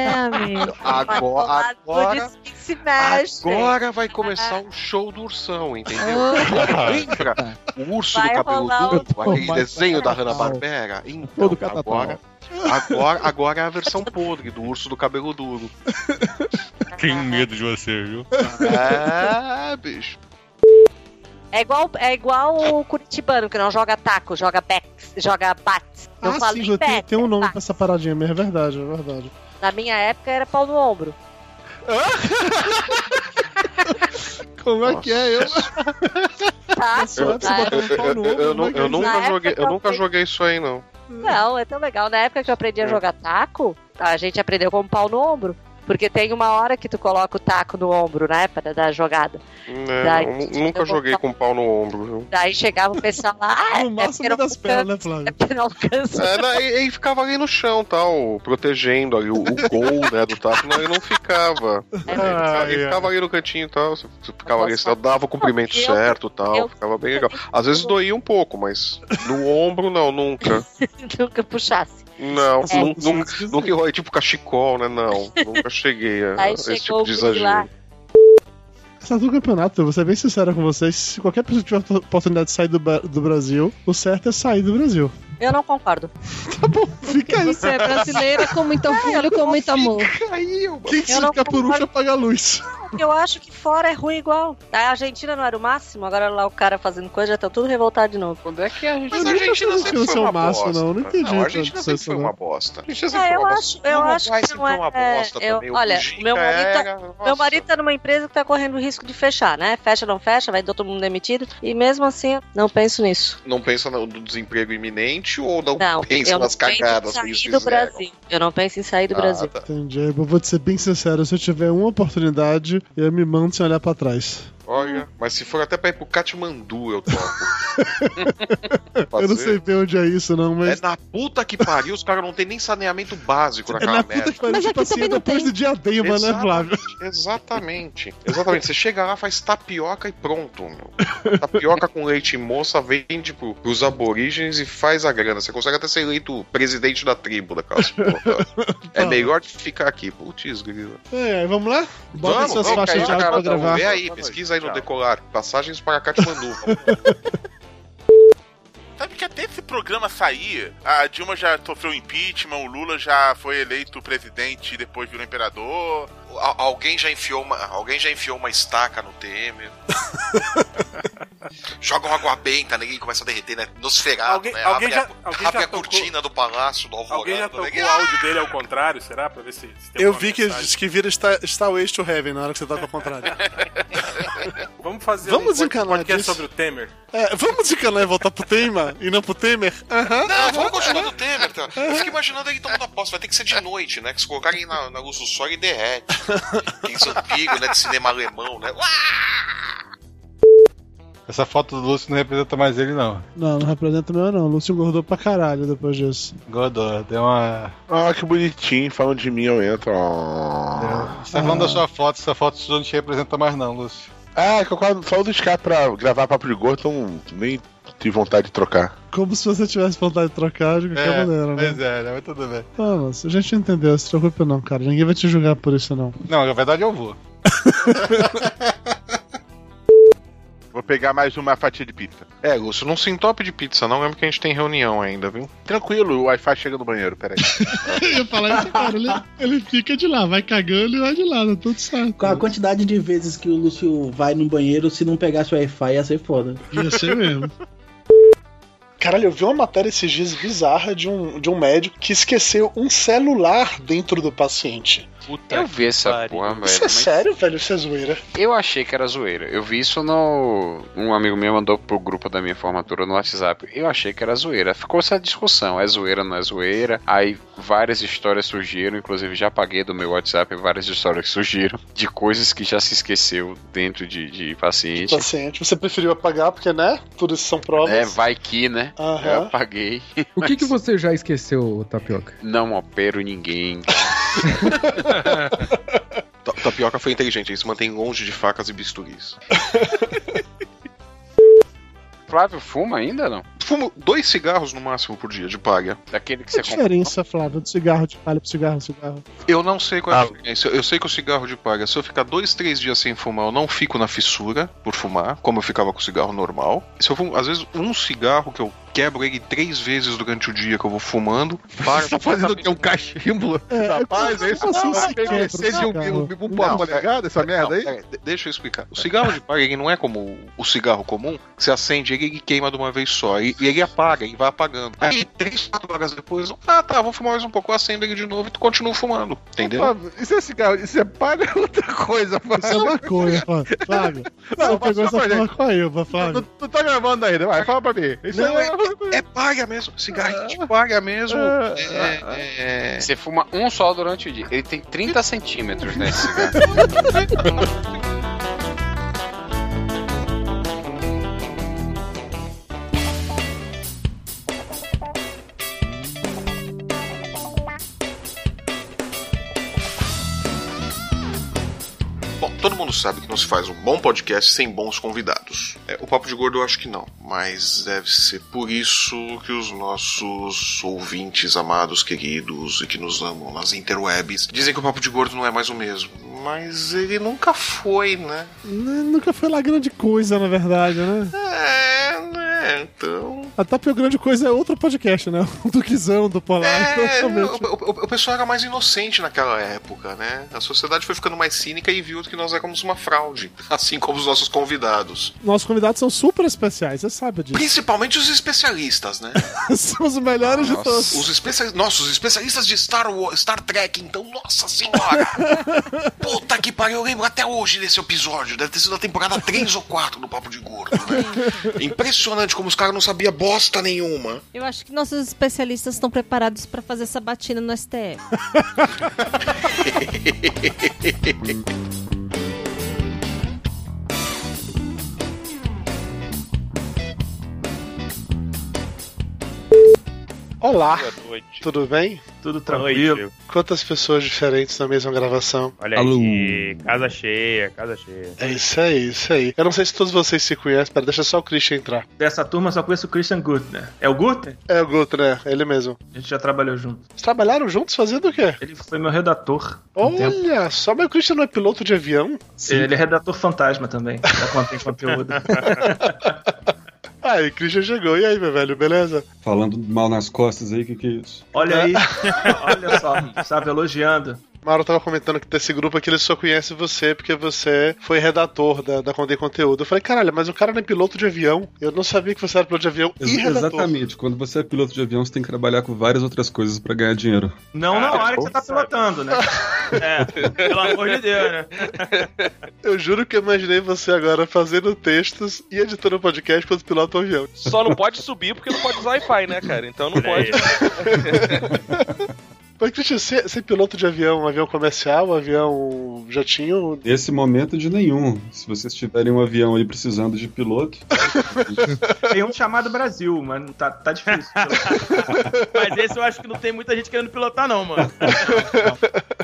É, amigo. Agora, agora, que se mexe. agora vai começar o show do ursão, entendeu? (laughs) Ah. Lembra? O urso Vai do rolar um cabelo duplo, o- aquele Vai desenho da rolar. Hanna-Barbera. Ou Então, do Catatal. agora, agora, agora é a versão podre do urso do cabelo duro. Tenho medo de você, viu? É, bicho. É igual, é igual o curitibano, que não joga taco, joga bex, joga bats. Eu ah, falo sim, em Jô, tem, bat. tem um nome pra essa paradinha mesmo, é verdade, é verdade. Na minha época era pau no (laughs) ombro. Como é que é, eu? Tá? Eu, um eu- eu- eu né, é nu- eu nunca joguei, eu nunca joguei É. isso aí, não. Não, é tão legal. Na época que eu aprendi a jogar taco, a gente aprendeu como pau no ombro. Porque tem uma hora que tu coloca o taco no ombro, né? Para dar a jogada. É, Daí- não, nu- nunca joguei com pau no ombro, viu? Daí chegava o pessoal lá. Ah, no máximo é das pernas, né, Flávio? É porque não alcança. É, não, ele, ele ficava ali no chão, tal, protegendo ali o, o gol, né, do taco. Não, ele não ficava. Ele ficava, (laughs) ele ficava ali no cantinho e tal. Você você ficava ali, você dava o cumprimento certo e tal. Ficava bem legal. Às vezes doía um pouco, mas no ombro não, nunca. (laughs) nunca puxasse. Não, É, nun- nun- nunca enrolei tipo cachecol, né? Não, nunca cheguei a, (laughs) Aí a esse chegou tipo de o guri lá. exagero. Sabe do campeonato, eu vou ser bem sincero com vocês. Se qualquer pessoa tiver a oportunidade de sair do, Ba- do Brasil, o certo é sair do Brasil. Eu não concordo. Tá bom, fica aí. É, Você é brasileira com muito orgulho, com muito amor. Quem se Eu não fica por um concordo. último apaga a luz. Eu acho que fora é ruim igual. A Argentina não era o máximo, agora lá o cara fazendo coisa, já tá tudo revoltado de novo. Quando é que a Argentina. Mas a Argentina sempre foi seu uma máximo, bosta. não, não entendi a essa Argentina sempre foi obsessão, uma não. bosta. A Argentina sempre Ah, foi eu uma bosta. acho, eu Uruguai acho que sempre não foi é. uma bosta eu- também, o olha, Mujica meu marido, era- tá, meu marido tá numa empresa que tá correndo o risco de fechar, né? Fecha, não fecha, vai todo mundo demitido. E mesmo assim, eu não penso nisso. Não pensa no do desemprego iminente ou não, Não, pensa eu não nas cagadas que penso em eles sair do fizeram? Brasil. Eu não penso em sair do Ah, Brasil. tá. Entendi. Eu vou te ser bem sincero, se eu tiver uma oportunidade, eu me mando sem olhar pra trás. Olha, mas se for até pra ir pro Katmandu, eu topo. (laughs) Eu não Fazer? sei bem onde é isso, não, mas. É na puta que pariu, os caras não tem nem saneamento básico É naquela na merda. puta que pariu, tipo assim, depois do diadema, né, Flávio? Exatamente. Exatamente. Você chega lá, faz tapioca e pronto, meu. Tapioca com leite moça vende pro, pros aborígenes e faz a grana. Você consegue até ser eleito presidente da tribo (laughs) daquela porra. É melhor que ficar aqui. Putz, grila. É, vamos lá? Bota suas faixas de áudio pra gravar. tá então, Vê aí, pesquisa aí no decolar. Passagens para Katmandu. Sabe que até esse programa sair, a Dilma já sofreu impeachment, o Lula já foi eleito presidente e depois virou imperador. Al- alguém, já enfiou uma, Ah, alguém já enfiou uma estaca no Temer. (laughs) Joga uma água benta nele e começa a derreter, né? Nosferatu, Alguém- né? alguém abre já- a, alguém abre já a cortina do palácio, do alvorada. Alguém já tocou né? o áudio dele ao contrário, será? Pra ver se, se tem Eu alguma vi que, mensagem. que vira Star, Star Ways to Heaven na hora que você toca ao contrário. (laughs) Vamos fazer Vamos um encanar podcast disso. sobre o Temer. (laughs) É, vamos desencanar e voltar pro tema? E não pro Temer? Aham. Não, vamos continuar do Temer, tá? Eu fico imaginando ele tomando a posse. Vai ter que ser de noite, né? Que se colocarem na, na luz do sol, ele derrete. Tem zumbigo, né? De cinema alemão, né? Essa foto do Lúcio não representa mais ele, não. Não, não representa o meu, não. O Lúcio engordou pra caralho depois disso. Godô, deu uma. Ah, que bonitinho, falando de mim, eu entro. Ah, Você tá falando da sua foto, essa foto sua não te representa mais, não, Lúcio. Ah, é que eu quase só do Skype pra gravar papo de gordo, então nem tive vontade de trocar. Como se você tivesse vontade de trocar de qualquer maneira, né? Pois é, né? Mas tudo bem. Ah, mas a gente entendeu, se preocupe não, cara. Ninguém vai te julgar por isso, (laughs) não. Não, na verdade eu vou. Vou pegar mais uma fatia de pizza. É, Lúcio, não se entope de pizza, não. Lembra que a gente tem reunião ainda, viu? Tranquilo, o Wi-Fi chega no banheiro, peraí. Eu ia falar isso, cara. Ele, ele fica de Ah, lá, vai cagando e vai de lá, tá tudo certo. Com a quantidade de vezes que o Lúcio vai no banheiro, se não pegasse o Wi-Fi, ia ser foda. é Ia ser mesmo. Caralho, eu vi uma matéria esses dias bizarra de um, de um médico que esqueceu um celular dentro do paciente. Eu vi essa porra, velho. Isso é sério, velho? Isso é zoeira. Eu achei que era zoeira. Eu vi isso no. Um amigo meu mandou pro grupo da minha formatura no WhatsApp. Eu achei que era zoeira. Ficou essa discussão: é zoeira, não é zoeira. Aí várias histórias surgiram, inclusive já apaguei do meu WhatsApp várias histórias que surgiram (laughs) de coisas que já se esqueceu dentro de, de Tipo paciente. assim, Paciente, você preferiu apagar porque, né? Tudo isso são provas. É, vai que, né? Aham. Eu apaguei. O que, que você já esqueceu, Tapioca? Não opero (laughs) ninguém. Ta- Tapioca foi inteligente, ele se mantém longe de facas e bisturis. (laughs) Flávio fuma ainda não? Fumo dois cigarros no máximo por dia, de palha. Daquele que Que diferença, Flávio, do cigarro de palha pro cigarro de cigarro? Eu não sei qual é a diferença. Eu sei que o cigarro de palha, se eu ficar dois, três dias sem fumar, eu não fico na fissura por fumar, como eu ficava com o cigarro normal. Se eu fumo, às vezes, um cigarro que eu quebro ele três vezes durante o dia que eu vou fumando, (laughs) para. Você tá fazendo o quê? Um cachimbo? Rapaz, é isso? Como assim Ah, se pega quebra você o de um, cigarro? um, um, um Não, papo pera- legado, essa merda aí? Pera, de- deixa eu explicar. O cigarro de palha ele não é como o- o cigarro comum, que você acende ele e queima de uma vez só. E, e ele apaga, e vai apagando. Aí, três, quatro horas depois, ah tá, vou fumar mais um pouco, eu acendo ele de novo e tu continua fumando. Entendeu? Flávio, Isso é cigarro, isso é palha é outra coisa, Flávio. Isso é maconha, Flávio. Flávio, Não, você mas pegou só essa pra porra com a Ilva, Flávio. Tu tá gravando ainda, né? vai, fala pra mim. Isso Não, é, Ah. É paga mesmo. Cigarro a gente paga mesmo. É, Você fuma um só durante o dia. Ele tem 30 (laughs) centímetros, né, esse cigarro. Bom, todo mundo sabe que não se faz um bom podcast sem bons convidados. É, o Papo de Gordo eu acho que não, mas deve ser por isso que os nossos ouvintes amados, queridos e que nos amam nas interwebs dizem que o Papo de Gordo não é mais o mesmo. Mas ele nunca foi, né? N- Nunca foi lá grande coisa, na verdade, né? É, né? Então. A Tapio Grande Coisa é outro podcast, né? (laughs) O do Guizão, do Polar. então, É, totalmente. o, o- o pessoal era mais inocente naquela época, né? A sociedade foi ficando mais cínica e viu que nós éramos uma fraude, (laughs) assim como os nossos convidados. Nossos convidados são super especiais, você sabe disso. Principalmente os especialistas, né? (laughs) são os melhores de todos. Os especialistas, nossa, os especialistas de Star, Wa- Star Trek, então, (laughs) nossa senhora! Puta que pariu, eu lembro até hoje desse episódio. Deve ter sido a temporada 3 ou 4 do Papo de Gordo, né? Impressionante como os caras não sabiam bosta nenhuma. (laughs) Eu acho que nossos especialistas estão preparados pra fazer essa batina no STF. Olá. Boa noite. Tudo bem? Tudo tranquilo. Oi, tio. Quantas pessoas diferentes na mesma gravação? Olha aí, casa cheia, casa cheia. É isso aí, isso aí. Eu não sei se todos vocês se conhecem, pera, deixa só o Christian entrar. Dessa turma só conheço o Christian Gutner. É o Gutner? É o Guto, né? Ele mesmo. A gente já trabalhou junto. Vocês trabalharam juntos fazendo o quê? Ele foi meu redator. Olha, só mas o Christian não é piloto de avião? (laughs) Ele é redator fantasma também. Já contei conteúdo. Ah, e o Christian chegou. E aí, meu velho, beleza? Falando mal nas costas aí, o que, que é isso? Olha aí, Tá. (laughs) olha só, sabe, elogiando. Mauro tava comentando que desse grupo aqui ele só conhece você porque você foi redator da, da Condé Conteúdo. Eu falei, caralho, mas o cara não é piloto de avião. Eu não sabia que você era piloto de avião Ex- e redator. exatamente. Quando você é piloto de avião, você tem que trabalhar com várias outras coisas pra ganhar dinheiro. Não na hora que você tá pilotando, né? É, pelo amor de Deus, né? (laughs) Eu juro que eu imaginei você agora fazendo textos e editando podcast quando pilota um avião. Só não pode subir porque não pode usar Wi-Fi, né, cara? Então É não pode. Mas, Christian, você você é piloto de avião, um avião comercial, um avião um jatinho? Nesse momento, de nenhum. Se vocês tiverem um avião aí precisando de piloto, Tem um chamado Brasil, mas tá, tá (laughs) difícil. Mas esse eu acho que não tem muita gente querendo pilotar, (laughs) não, mano.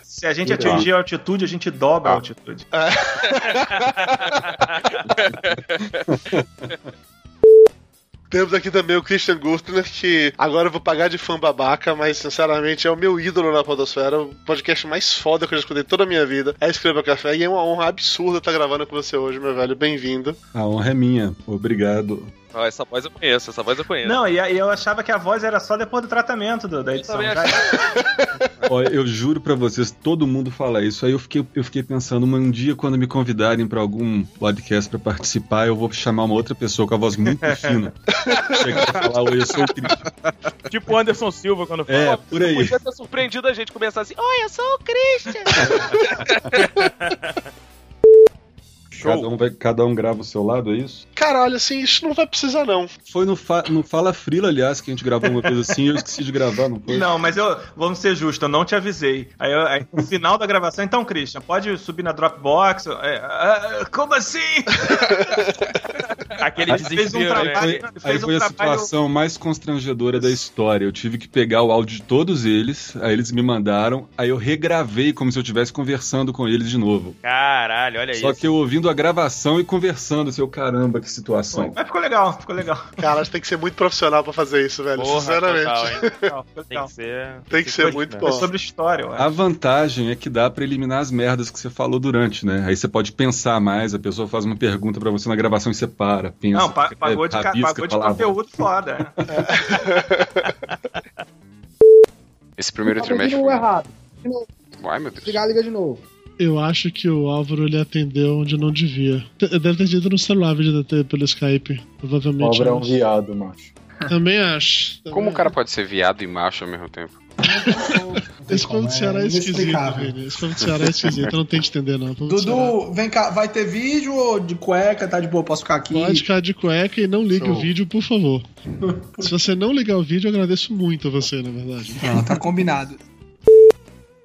Se a gente atingir a altitude, a gente dobra a Ah. altitude. É. Temos aqui também o Christian Gurtner, que agora eu vou pagar de fã babaca, mas sinceramente é o meu ídolo na Podosfera, o podcast mais foda que eu já escutei toda a minha vida. É Escreva Café, e é uma honra absurda estar gravando com você hoje, meu velho. Bem-vindo. a honra é minha. Obrigado. Ah, essa voz eu conheço, essa voz eu conheço. Não, e, a- e eu achava que a voz era só depois do tratamento do- da edição. também Já- Ó, eu juro pra vocês, todo mundo fala isso. Aí eu fiquei, eu fiquei pensando, um dia quando me convidarem pra algum podcast pra participar, eu vou chamar uma outra pessoa com a voz (laughs) muito fina. Chegar e falar, oi, eu sou o Cris. Tipo o Anderson Silva quando É, por aí. Podia ter surpreendido a gente começar assim: Oi, eu sou o Christian. (laughs) Cada um, vai, cada um grava o seu lado, é isso? Caralho, assim, isso não vai precisar, não. Foi no, fa no Fala Frila, aliás, que a gente gravou uma coisa assim, eu esqueci de gravar, não foi? Não, mas eu, vamos ser justos, eu não te avisei. Aí, eu- aí, no final da gravação, então, Christian, pode subir na Dropbox? Eu- é, ah, como (laughs) assim? Aquele fez um Aí trabalho. né? foi, fez aí um foi a trabalho- situação mais constrangedora da história. Eu tive que pegar o áudio de todos eles, aí eles me mandaram, aí eu regravei como se eu estivesse conversando com eles de novo. Caralho, É olha Só isso. que eu ouvindo a gravação e conversando, seu caramba, que situação. Mas ficou legal, ficou legal. Cara, você tem que ser muito profissional pra fazer isso, velho. Porra, sinceramente. total, hein? Tem que ser, tem que ser muito bom. É história, eu A vantagem é que dá pra eliminar as merdas que você falou durante, né? Aí você pode pensar mais, a pessoa faz uma pergunta pra você na gravação e você para, pensa. Não, pa- é, pagou de, ca- rabisca "Ah, pagou de palavra. conteúdo foda. né? Esse primeiro Tá trimestre. ouvindo errado. De novo. Ai, meu Deus. Ligar, liga de novo. Eu acho que o Álvaro ele atendeu onde não devia. Te- Deve ter dito no celular, em vez de ter pelo Skype. Provavelmente. Álvaro é um não. viado, macho. (laughs) Também acho. Como o cara pode ser viado e macho ao mesmo tempo? Esse povo do Ceará é esquisito, inexplicável. velho. Esse povo do Ceará é esquisito, eu não tente entender, não. Povo do Ceará. Dudu, vem cá, vai ter vídeo ou de cueca? Tá de boa, posso ficar aqui? Pode ficar de cueca e não ligue Show. o vídeo, por favor. Se você não ligar o vídeo, eu agradeço muito a você, na verdade. Não, tá combinado.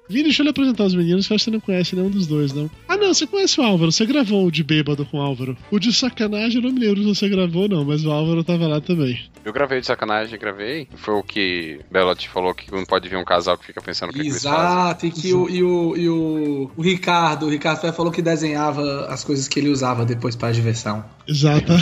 Vini, deixa eu lhe apresentar os meninos, que eu acho que você não conhece nenhum dos dois, não. Ah, não, você conhece o Álvaro, você gravou o de bêbado com o Álvaro. O de sacanagem, eu não me lembro se você gravou, não, mas o Álvaro tava lá também. Eu gravei de sacanagem, gravei. Foi o que Belotti falou que não pode vir um casal que fica pensando o que, é que eles fazem. Exato, e que o, e o, e o, o Ricardo, o Ricardo Ferro falou que desenhava as coisas que ele usava depois pra diversão. (laughs) Exata.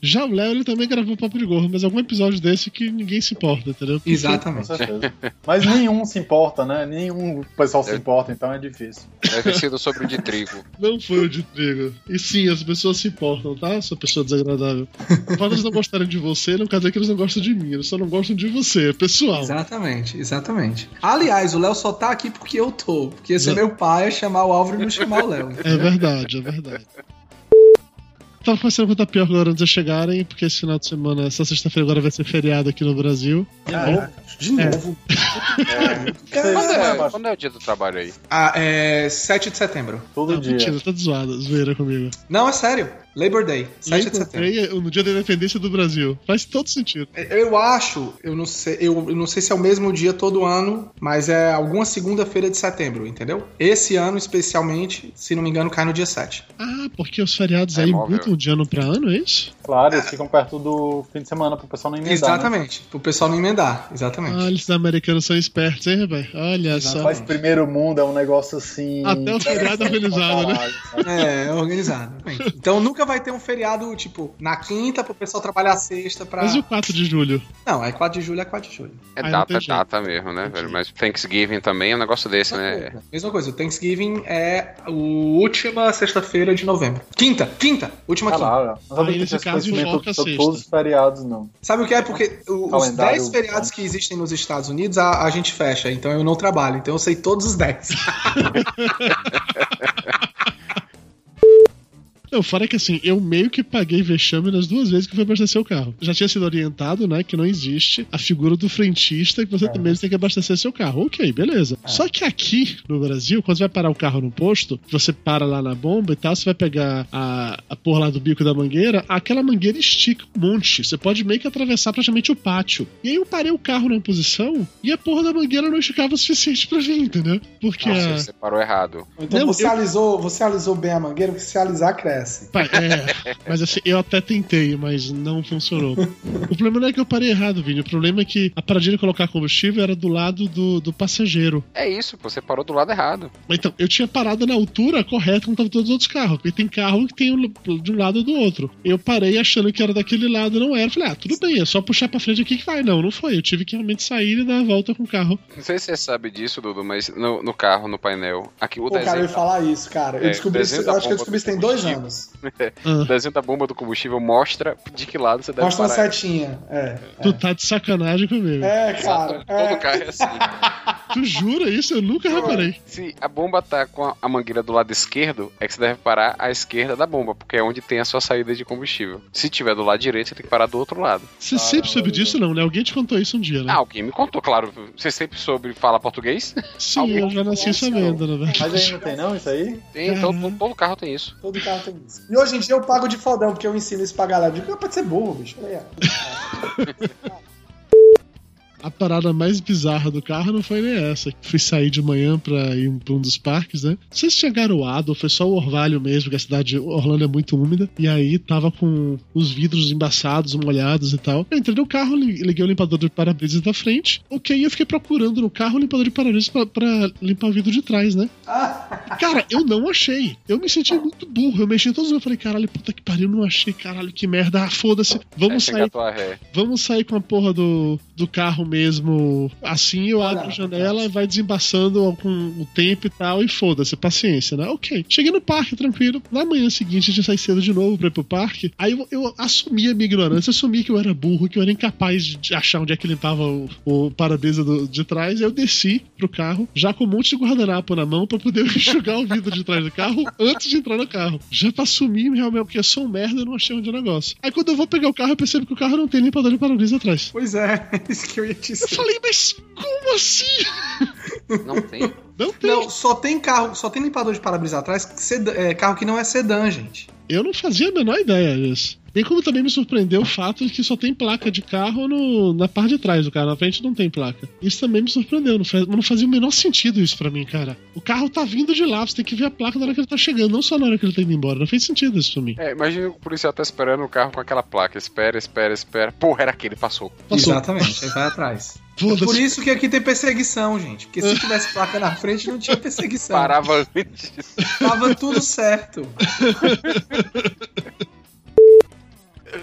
Já o Léo, ele também gravou Papo de Gorro, mas algum episódio desse que ninguém se importa, entendeu? Porque- Exatamente. Com certeza. Mas nenhum se importa, né? Nenhum pessoal se importa, então é difícil. Deve ter sido sobre o de trigo. Não foi o de trigo. E sim, as pessoas se importam, tá? Sua pessoa desagradável. O fato de eles não gostarem de você não quer dizer que eles não gostam de mim, eles só não gostam de você, é pessoal. Exatamente, exatamente. Aliás, o Léo só tá aqui porque eu tô. Porque se meu pai ia chamar o Álvaro e não chamar o Léo. É verdade, é verdade. Tava começando a contar pior agora antes de chegarem, porque esse final de semana, essa sexta-feira agora vai ser feriado aqui no Brasil. Caraca, de É. novo? Quando é, quando é o dia do trabalho aí? Ah, é 7 de setembro. Todo dia. Mentira, tá zoado, zoeira comigo. Não, é sério. Labor Day, 7 de Labor setembro. Day é no dia da independência do Brasil. Faz todo sentido. Eu acho, eu não sei, eu eu não sei se é o mesmo dia todo ano, mas é alguma segunda-feira de setembro, entendeu? Esse ano especialmente, se não me engano, cai no dia 7. Ah, porque os feriados É aí mudam de ano pra ano, é isso? Claro, eles ficam perto do fim de semana pro pessoal não emendar. né? Exatamente, pro pessoal não emendar, exatamente. Ah, eles americanos são espertos, hein, rapaz? Olha Né? É só. Mas primeiro mundo é um negócio assim. Até o feriado é organizado, né? É, é organizado. Então nunca vai ter um feriado, tipo, na quinta pro pessoal trabalhar sexta pra. Mas e o 4 de julho? Não, é 4 de julho, é 4 de julho. É data, é data mesmo, né, velho? Mas Thanksgiving também é um negócio desse, né? Mesma coisa, o Thanksgiving é a última sexta-feira de novembro. Quinta, quinta, última Ah, quinta. lá, lá. Não sabia que tinha esse conhecimento de todos né? os feriados, não. Sabe o que é? Porque o- os Calendário 10 feriados que existem nos Estados Unidos, a, a gente fecha. Então eu não trabalho. Então eu sei todos (laughs) os 10. Não, fora que assim, eu meio que paguei vexame nas duas vezes que foi abastecer o carro. Já tinha sido orientado, né, que não existe a figura do frentista que você também tem que abastecer seu carro. Ok, beleza. Só que aqui no Brasil, quando você vai parar o carro no posto, você para lá na bomba e tal, você vai pegar a, a porra lá do bico da mangueira, aquela mangueira estica um monte. Você pode meio que atravessar praticamente o pátio. E aí eu parei o carro numa posição e a porra da mangueira não esticava o suficiente pra vir, entendeu? Porque é. Nossa, é a- você parou errado. Então Não, você eu- alisou, você alisou bem a mangueira, porque se alisar, cresce. Pai, (laughs) é, mas assim, eu até tentei, mas não (laughs) funcionou. O problema não é que eu parei errado, Vini. O problema é que a paradinha de colocar combustível era do lado do, do passageiro. É isso, pô, você parou do lado errado. Mas Então, eu tinha parado na altura correta como estavam todos os outros carros. Porque tem carro que tem um- de um lado ou do outro. Eu parei achando que era daquele lado, não era. Falei, ah, tudo bem, é só puxar pra frente aqui que vai. Não, não foi. Eu tive que realmente sair e dar a volta com o carro. Não sei se você sabe disso, Dudu, mas no, no carro, no painel, aqui o Pô, cara, eu tá desenho. tá ia falar isso, cara. Eu É, descobri isso, desenho eu da acho que eu bomba descobri isso tem do dois combustível. (laughs) anos. Hum. O desenho da bomba do combustível mostra de que lado você deve Mostra uma parar. setinha. É. Tu tá de sacanagem comigo. É, (laughs) cara. Todo carro é assim. Tu jura isso? (laughs) Eu nunca reparei. Se a bomba tá com a- a mangueira do lado esquerdo, é que você deve parar à esquerda da bomba, porque é onde tem a sua saída de combustível. Se tiver do lado direito, você tem que parar do outro lado. Você sempre soube disso, não, né? Alguém te contou isso um dia, né? Ah, alguém me contou, claro. Você sempre soube falar português? Sim, eu já nasci sabendo, na verdade. Mas aí não tem não isso aí? Tem, todo, Uhum. todo carro tem isso. Todo carro tem isso. E hoje em dia eu pago de fodão, porque eu ensino isso pra galera. Eu digo, "Ah, pode ser burro, bicho. Olha aí, A parada mais bizarra do carro não foi nem essa. Fui sair de manhã pra ir pra um dos parques, né? Não sei se tinha garoado ou foi só o orvalho mesmo, que a cidade de Orlando é muito úmida. E aí tava com os vidros embaçados, molhados e tal. Eu entrei no carro, li- liguei o limpador de para-brisa da frente. Ok, eu fiquei procurando no carro o limpador de para-brisa pra, pra limpar o vidro de trás, né? Cara, eu não achei. Eu me senti muito burro. Eu mexi em todos os. Eu falei, caralho, puta que pariu, não achei, caralho, que merda. Ah, foda-se. (laughs) Vamos Chegar sair. É, a tua ré. Vamos sair com a porra do, do carro mesmo. Assim eu abro a janela, vai desembaçando com o tempo e tal, e foda-se, paciência, né? Ok. Cheguei no parque, tranquilo. Na manhã seguinte, a gente sai cedo de novo pra ir pro parque. Aí eu, eu assumi a minha ignorância, assumi que eu era burro, que eu era incapaz de- de achar onde é que limpava o, o para-brisa do- de trás. Eu desci pro carro, já com um monte de guardanapo na mão pra poder (laughs) enxugar o vidro de trás do carro antes de entrar no carro. Já pra assumir realmente, porque eu sou um merda, eu não achei onde é o negócio. Aí quando eu vou pegar o carro, eu percebo que o carro não tem limpador de para-brisa atrás. Pois é, (laughs) isso que eu ia notícia. Eu falei, mas como assim? Não tem. Não tem. Não, só tem carro, só tem limpador de para-brisa atrás, que sedã- é, carro que não é sedã, gente. Eu não fazia a menor ideia disso. Bem como também me surpreendeu o fato de que só tem placa de carro no- na parte de trás do carro, na frente não tem placa. Isso também me surpreendeu, não, faz- não fazia o menor sentido isso pra mim, cara. O carro tá vindo de lá, você tem que ver a placa na hora que ele tá chegando, não só na hora que ele tá indo embora. Não fez sentido isso pra mim. É, imagina o policial tá esperando o carro com aquela placa. Espera, espera, espera. Porra, era aquele, passou. Exatamente, aí vai atrás. Tá Foda-se. Por isso que aqui tem perseguição, gente. Porque se tivesse placa na frente, não tinha perseguição. Parava antes. Tava tudo certo. (laughs)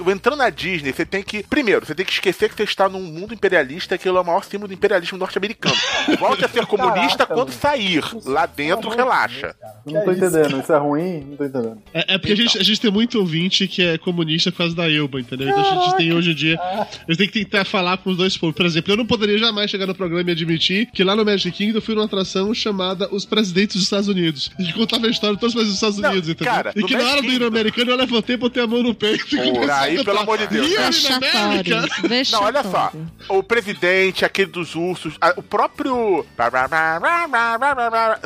Entrando na Disney, você tem que. Primeiro, você tem que esquecer que você está num mundo imperialista, que ele é o maior símbolo do imperialismo norte-americano. Volte a (laughs) ser comunista Caraca, quando sair. Lá dentro, relaxa. Eu não tô entendendo, isso é ruim? Não tô entendendo. É, é porque Então. a, gente, a gente tem muito ouvinte que é comunista por causa da Elba, entendeu? Então a gente tem hoje em dia. A gente tem que tentar falar com os dois povos. Por exemplo, eu não poderia jamais chegar no programa e admitir que lá no Magic Kingdom eu fui numa atração chamada Os Presidentes dos Estados Unidos. E que contava a história de todos os presidentes dos Estados Unidos, entendeu? cara, e no que na Magic hora do hino americano eu levantei e botei a mão no peito. e comecei Porra, a aí, cantar. pelo amor de Deus. Here in America. Não, olha só. O presidente, aquele dos ursos, a- o próprio.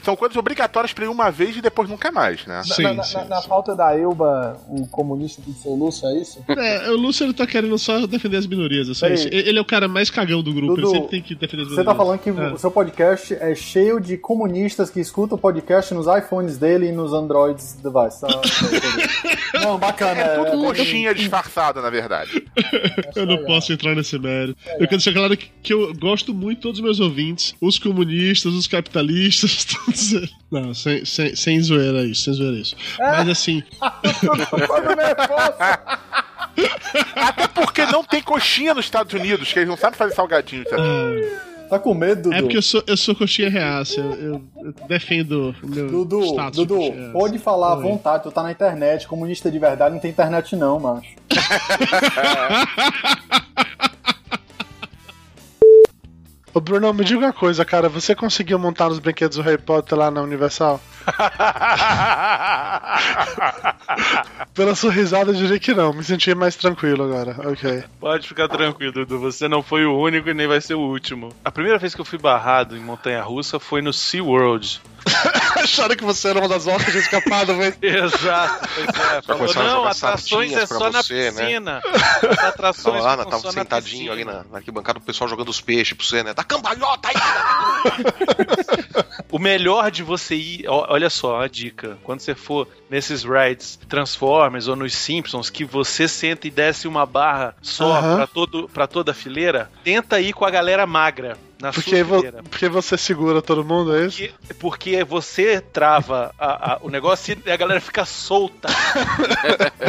São coisas obrigatórias pra ir uma vez e depois nunca mais, né? na, na, na- na falta da Elba, o comunista do seu Lúcio, é isso? É, o Lúcio ele tá querendo só defender as minorias, é só Peraí. isso. Ele é o cara mais cagão do grupo, Dudu, ele sempre tem que defender as Você minorias. tá falando que É. o seu podcast é cheio de comunistas que escutam o podcast nos iPhones dele e nos Androids device. tá? Não, bacana. É tudo é- coxinha disfarçada, na verdade. Eu não posso entrar nesse mérito. Eu quero deixar claro que, que eu gosto muito de todos os meus ouvintes, os comunistas, os capitalistas, (laughs) todos eles. Não, sem, sem, sem zoeira isso, sem zoeira isso. É. (laughs) Mas assim, Até porque não tem coxinha nos Estados Unidos, que eles não sabem fazer salgadinho. Sabe? Tá com medo, Dudu? é porque eu sou, eu sou coxinha reaça, eu, eu- eu defendo o meu Dudu, status. Dudu, de coxinha reaça. pode falar à Oi. vontade, tu tá na internet, comunista de verdade não tem internet não, macho. Ô, Bruno, me diga uma coisa, cara. Você conseguiu montar os brinquedos do Harry Potter lá na Universal? Pela sua risada, eu diria que não. Me senti mais tranquilo agora. Ok. Pode ficar tranquilo, Dudu. Você não foi o único e nem vai ser o último. A primeira vez que eu fui barrado em Montanha Russa foi no SeaWorld. (laughs) Acharam que você era uma das outras escapadas, mas. Exato, pois é. Falou, começaram a não, jogar atrações é sardinhas pra só na você, né?" piscina. As Tava atrações lá, né, não tava são na sentadinho piscina. ali na, na arquibancada, o pessoal jogando os peixes pra você, né? Dá cambalhota aí! O melhor de você ir, ó, olha só, a dica. Quando você for nesses rides Transformers ou nos Simpsons, que você senta e desce uma barra só Aham. pra, todo, pra toda a fileira, tenta ir com a galera magra na Porque, sua aí vo- fileira. porque você segura todo mundo, é isso? Porque você trava a- a- o negócio e a galera fica solta.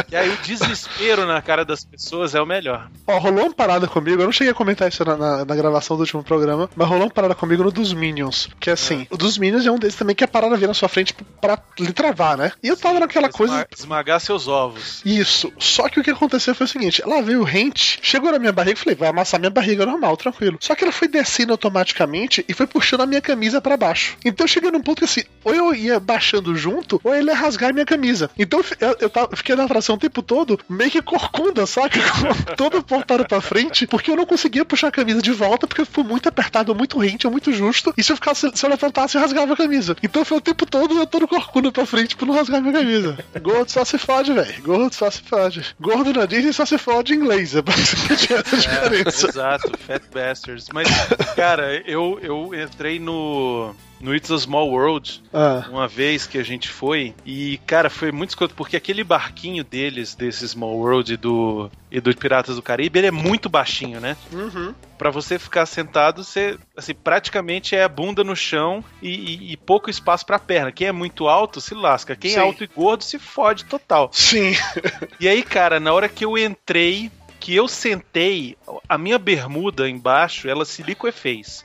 e aí o desespero na cara das pessoas é o melhor. Ó, rolou uma parada comigo, eu não cheguei a comentar isso na, na- na gravação do último programa, mas rolou uma parada comigo no dos Minions. Que assim, o dos Minions é um desses também que a parada vira na sua frente pra lhe travar, né? E eu tava naquela coisa. Esma- Esmagar seus ovos. Isso. Só que o que aconteceu foi o seguinte: ela veio rente, chegou na minha barriga e falei, vai amassar minha barriga normal, tranquilo. Só que ela foi descendo automaticamente e foi puxando a minha camisa pra baixo. Então eu cheguei num ponto que assim, ou eu ia baixando junto, ou ele ia rasgar a minha camisa. Então eu, eu tava- fiquei na atração o tempo todo, meio que corcunda, saca? (laughs) Com Todo apontado pra frente, porque eu não conseguia puxar a camisa de volta, porque eu fui muito apertado, muito rente, muito justo. E se eu ficasse, se eu levantasse, eu rasgava a camisa. Então foi o tempo todo eu todo corcunda pra frente pra não rasgar minha camisa. Gordo só se fode, velho. Gordo só se fode. Gordo na Disney só se fode em inglês. É basicamente (laughs) essa a diferença. Exato, Fat Bastards. Mas, cara, eu, eu entrei no. No It's a Small World, Ah. uma vez que a gente foi, e cara, foi muito escroto, porque aquele barquinho deles, desse Small World e do, e do Piratas do Caribe, ele é muito baixinho, né? Uhum. Pra você ficar sentado, você assim, praticamente é a bunda no chão e, e- e pouco espaço pra perna. Quem é muito alto se lasca. Quem Sim. é alto e gordo se fode total. Sim. (laughs) E aí, cara, na hora que eu entrei, que eu sentei, a minha bermuda embaixo, ela (laughs) se liquefez.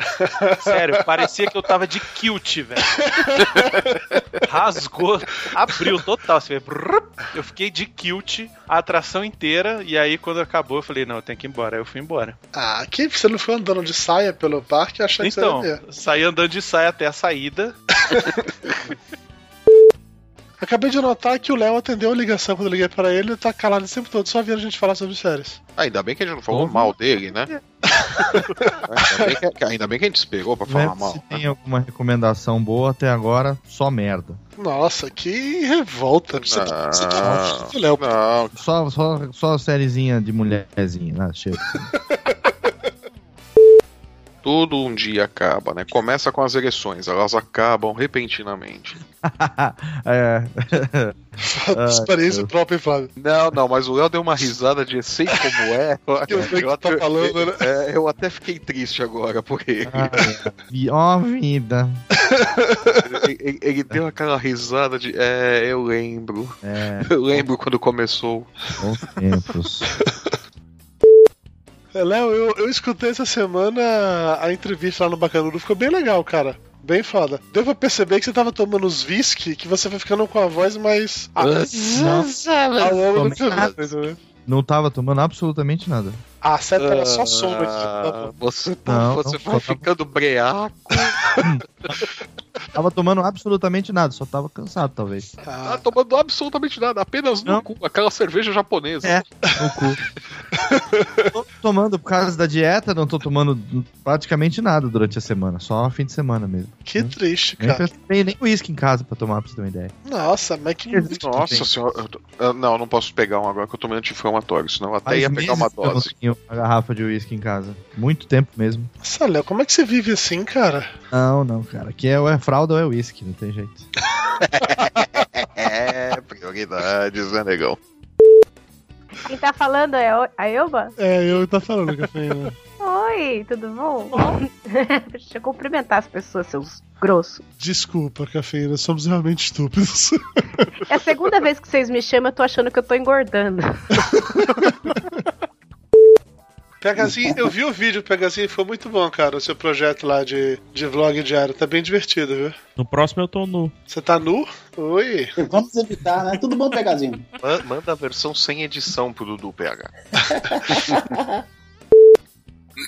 Sério, parecia que eu tava de kilt, velho. (laughs) Rasgou, abriu total. Assim, brrr. eu fiquei de kilt a atração inteira. E aí, quando acabou, eu falei: não, eu tenho que ir embora. Aí eu fui embora. Ah, que você não foi andando de saia pelo parque achando Então, que você ia ver. saí andando de saia até a saída. Acabei de notar que o Léo atendeu a ligação quando eu liguei pra ele, ele tá calado o tempo todo, só vendo a gente falar sobre séries. Ah, Ainda bem que a gente não falou mal dele, né? ainda, bem que, ainda bem que a gente esperou pra falar Né? Vê mal. Se tem alguma recomendação boa até agora, só merda. Nossa, que revolta. Você tá, você Ah, tá ótimo, Léo. Só, só, só sériezinha de mulherzinha, né? Chega. (laughs) Tudo um dia acaba, né? Começa com as eleições, elas acabam repentinamente. é. Ah, Experiência própria, Flávio. Não, não, mas o Léo deu uma risada de sei como é. (laughs) Eu sei o que tu tá falando, né? é, eu até fiquei triste agora por ele. Ah, (laughs) Vi- Ó, vida. é. ele, ele- ele deu aquela risada de. É, eu lembro. É. (laughs) Eu lembro quando começou. Bons tempos. É, Léo, eu, eu escutei essa semana a entrevista lá no Bacanudo, ficou bem legal, cara. Bem foda. Deu pra perceber que você tava tomando uns whisky, que você foi ficando com a voz mais. Ao longo do Tomei tempo. Não tava tomando absolutamente nada. Ah, certo, era só tipo, sombra que Ah, você Você, tá, Não, você não, vai só tá- ficando breaco. Tava tomando absolutamente nada, só tava cansado, talvez. Tá tomando absolutamente nada, apenas no cu, aquela cerveja japonesa. É, no cu. (laughs) tô tomando por causa da dieta, não tô tomando praticamente nada durante a semana, só fim de semana mesmo. Que triste, Nem, cara. nem, nem uísque em casa pra tomar, pra você ter uma ideia. Nossa, mas que. Nossa senhora, eu tô- ah, não, eu não posso pegar um agora que eu tô meio anti-inflamatório, senão eu até Faz ia pegar meses uma que eu não dose. tenho Uma garrafa de uísque em casa. Muito tempo mesmo. Nossa, Léo, como é que você vive assim, cara? (laughs) Não, não, cara. Aqui é, ou é fralda ou é uísque, não tem (laughs) jeito. É, prioridades, né, negão? Quem tá falando é o- a Elba? É, eu tá falando, cafeína. Oi, tudo bom? (laughs) Deixa eu cumprimentar as pessoas, seus. Grosso. Desculpa, cafeína, somos realmente (laughs) estúpidos. É a segunda vez que vocês me chamam, eu tô achando que eu tô engordando. Pegazinho, eu vi o vídeo, Pegazinho, foi muito bom, cara, o seu projeto lá de, de vlog diário. Tá bem divertido, viu? No próximo eu tô nu. Você tá nu? Oi. Vamos evitar, né? Tudo bom, Pegazinho? Ma- Manda a versão sem edição pro Dudu PH.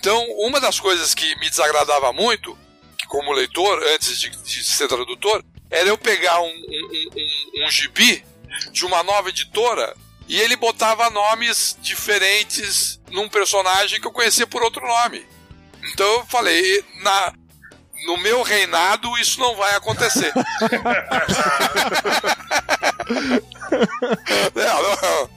Então, uma das coisas que me desagradava muito, que como leitor, antes de, de ser tradutor, era eu pegar um, um, um- um- um gibi de uma nova editora e ele botava nomes diferentes num personagem que eu conhecia por outro nome. Então eu falei, na, no meu reinado isso não vai acontecer. (laughs) não, não,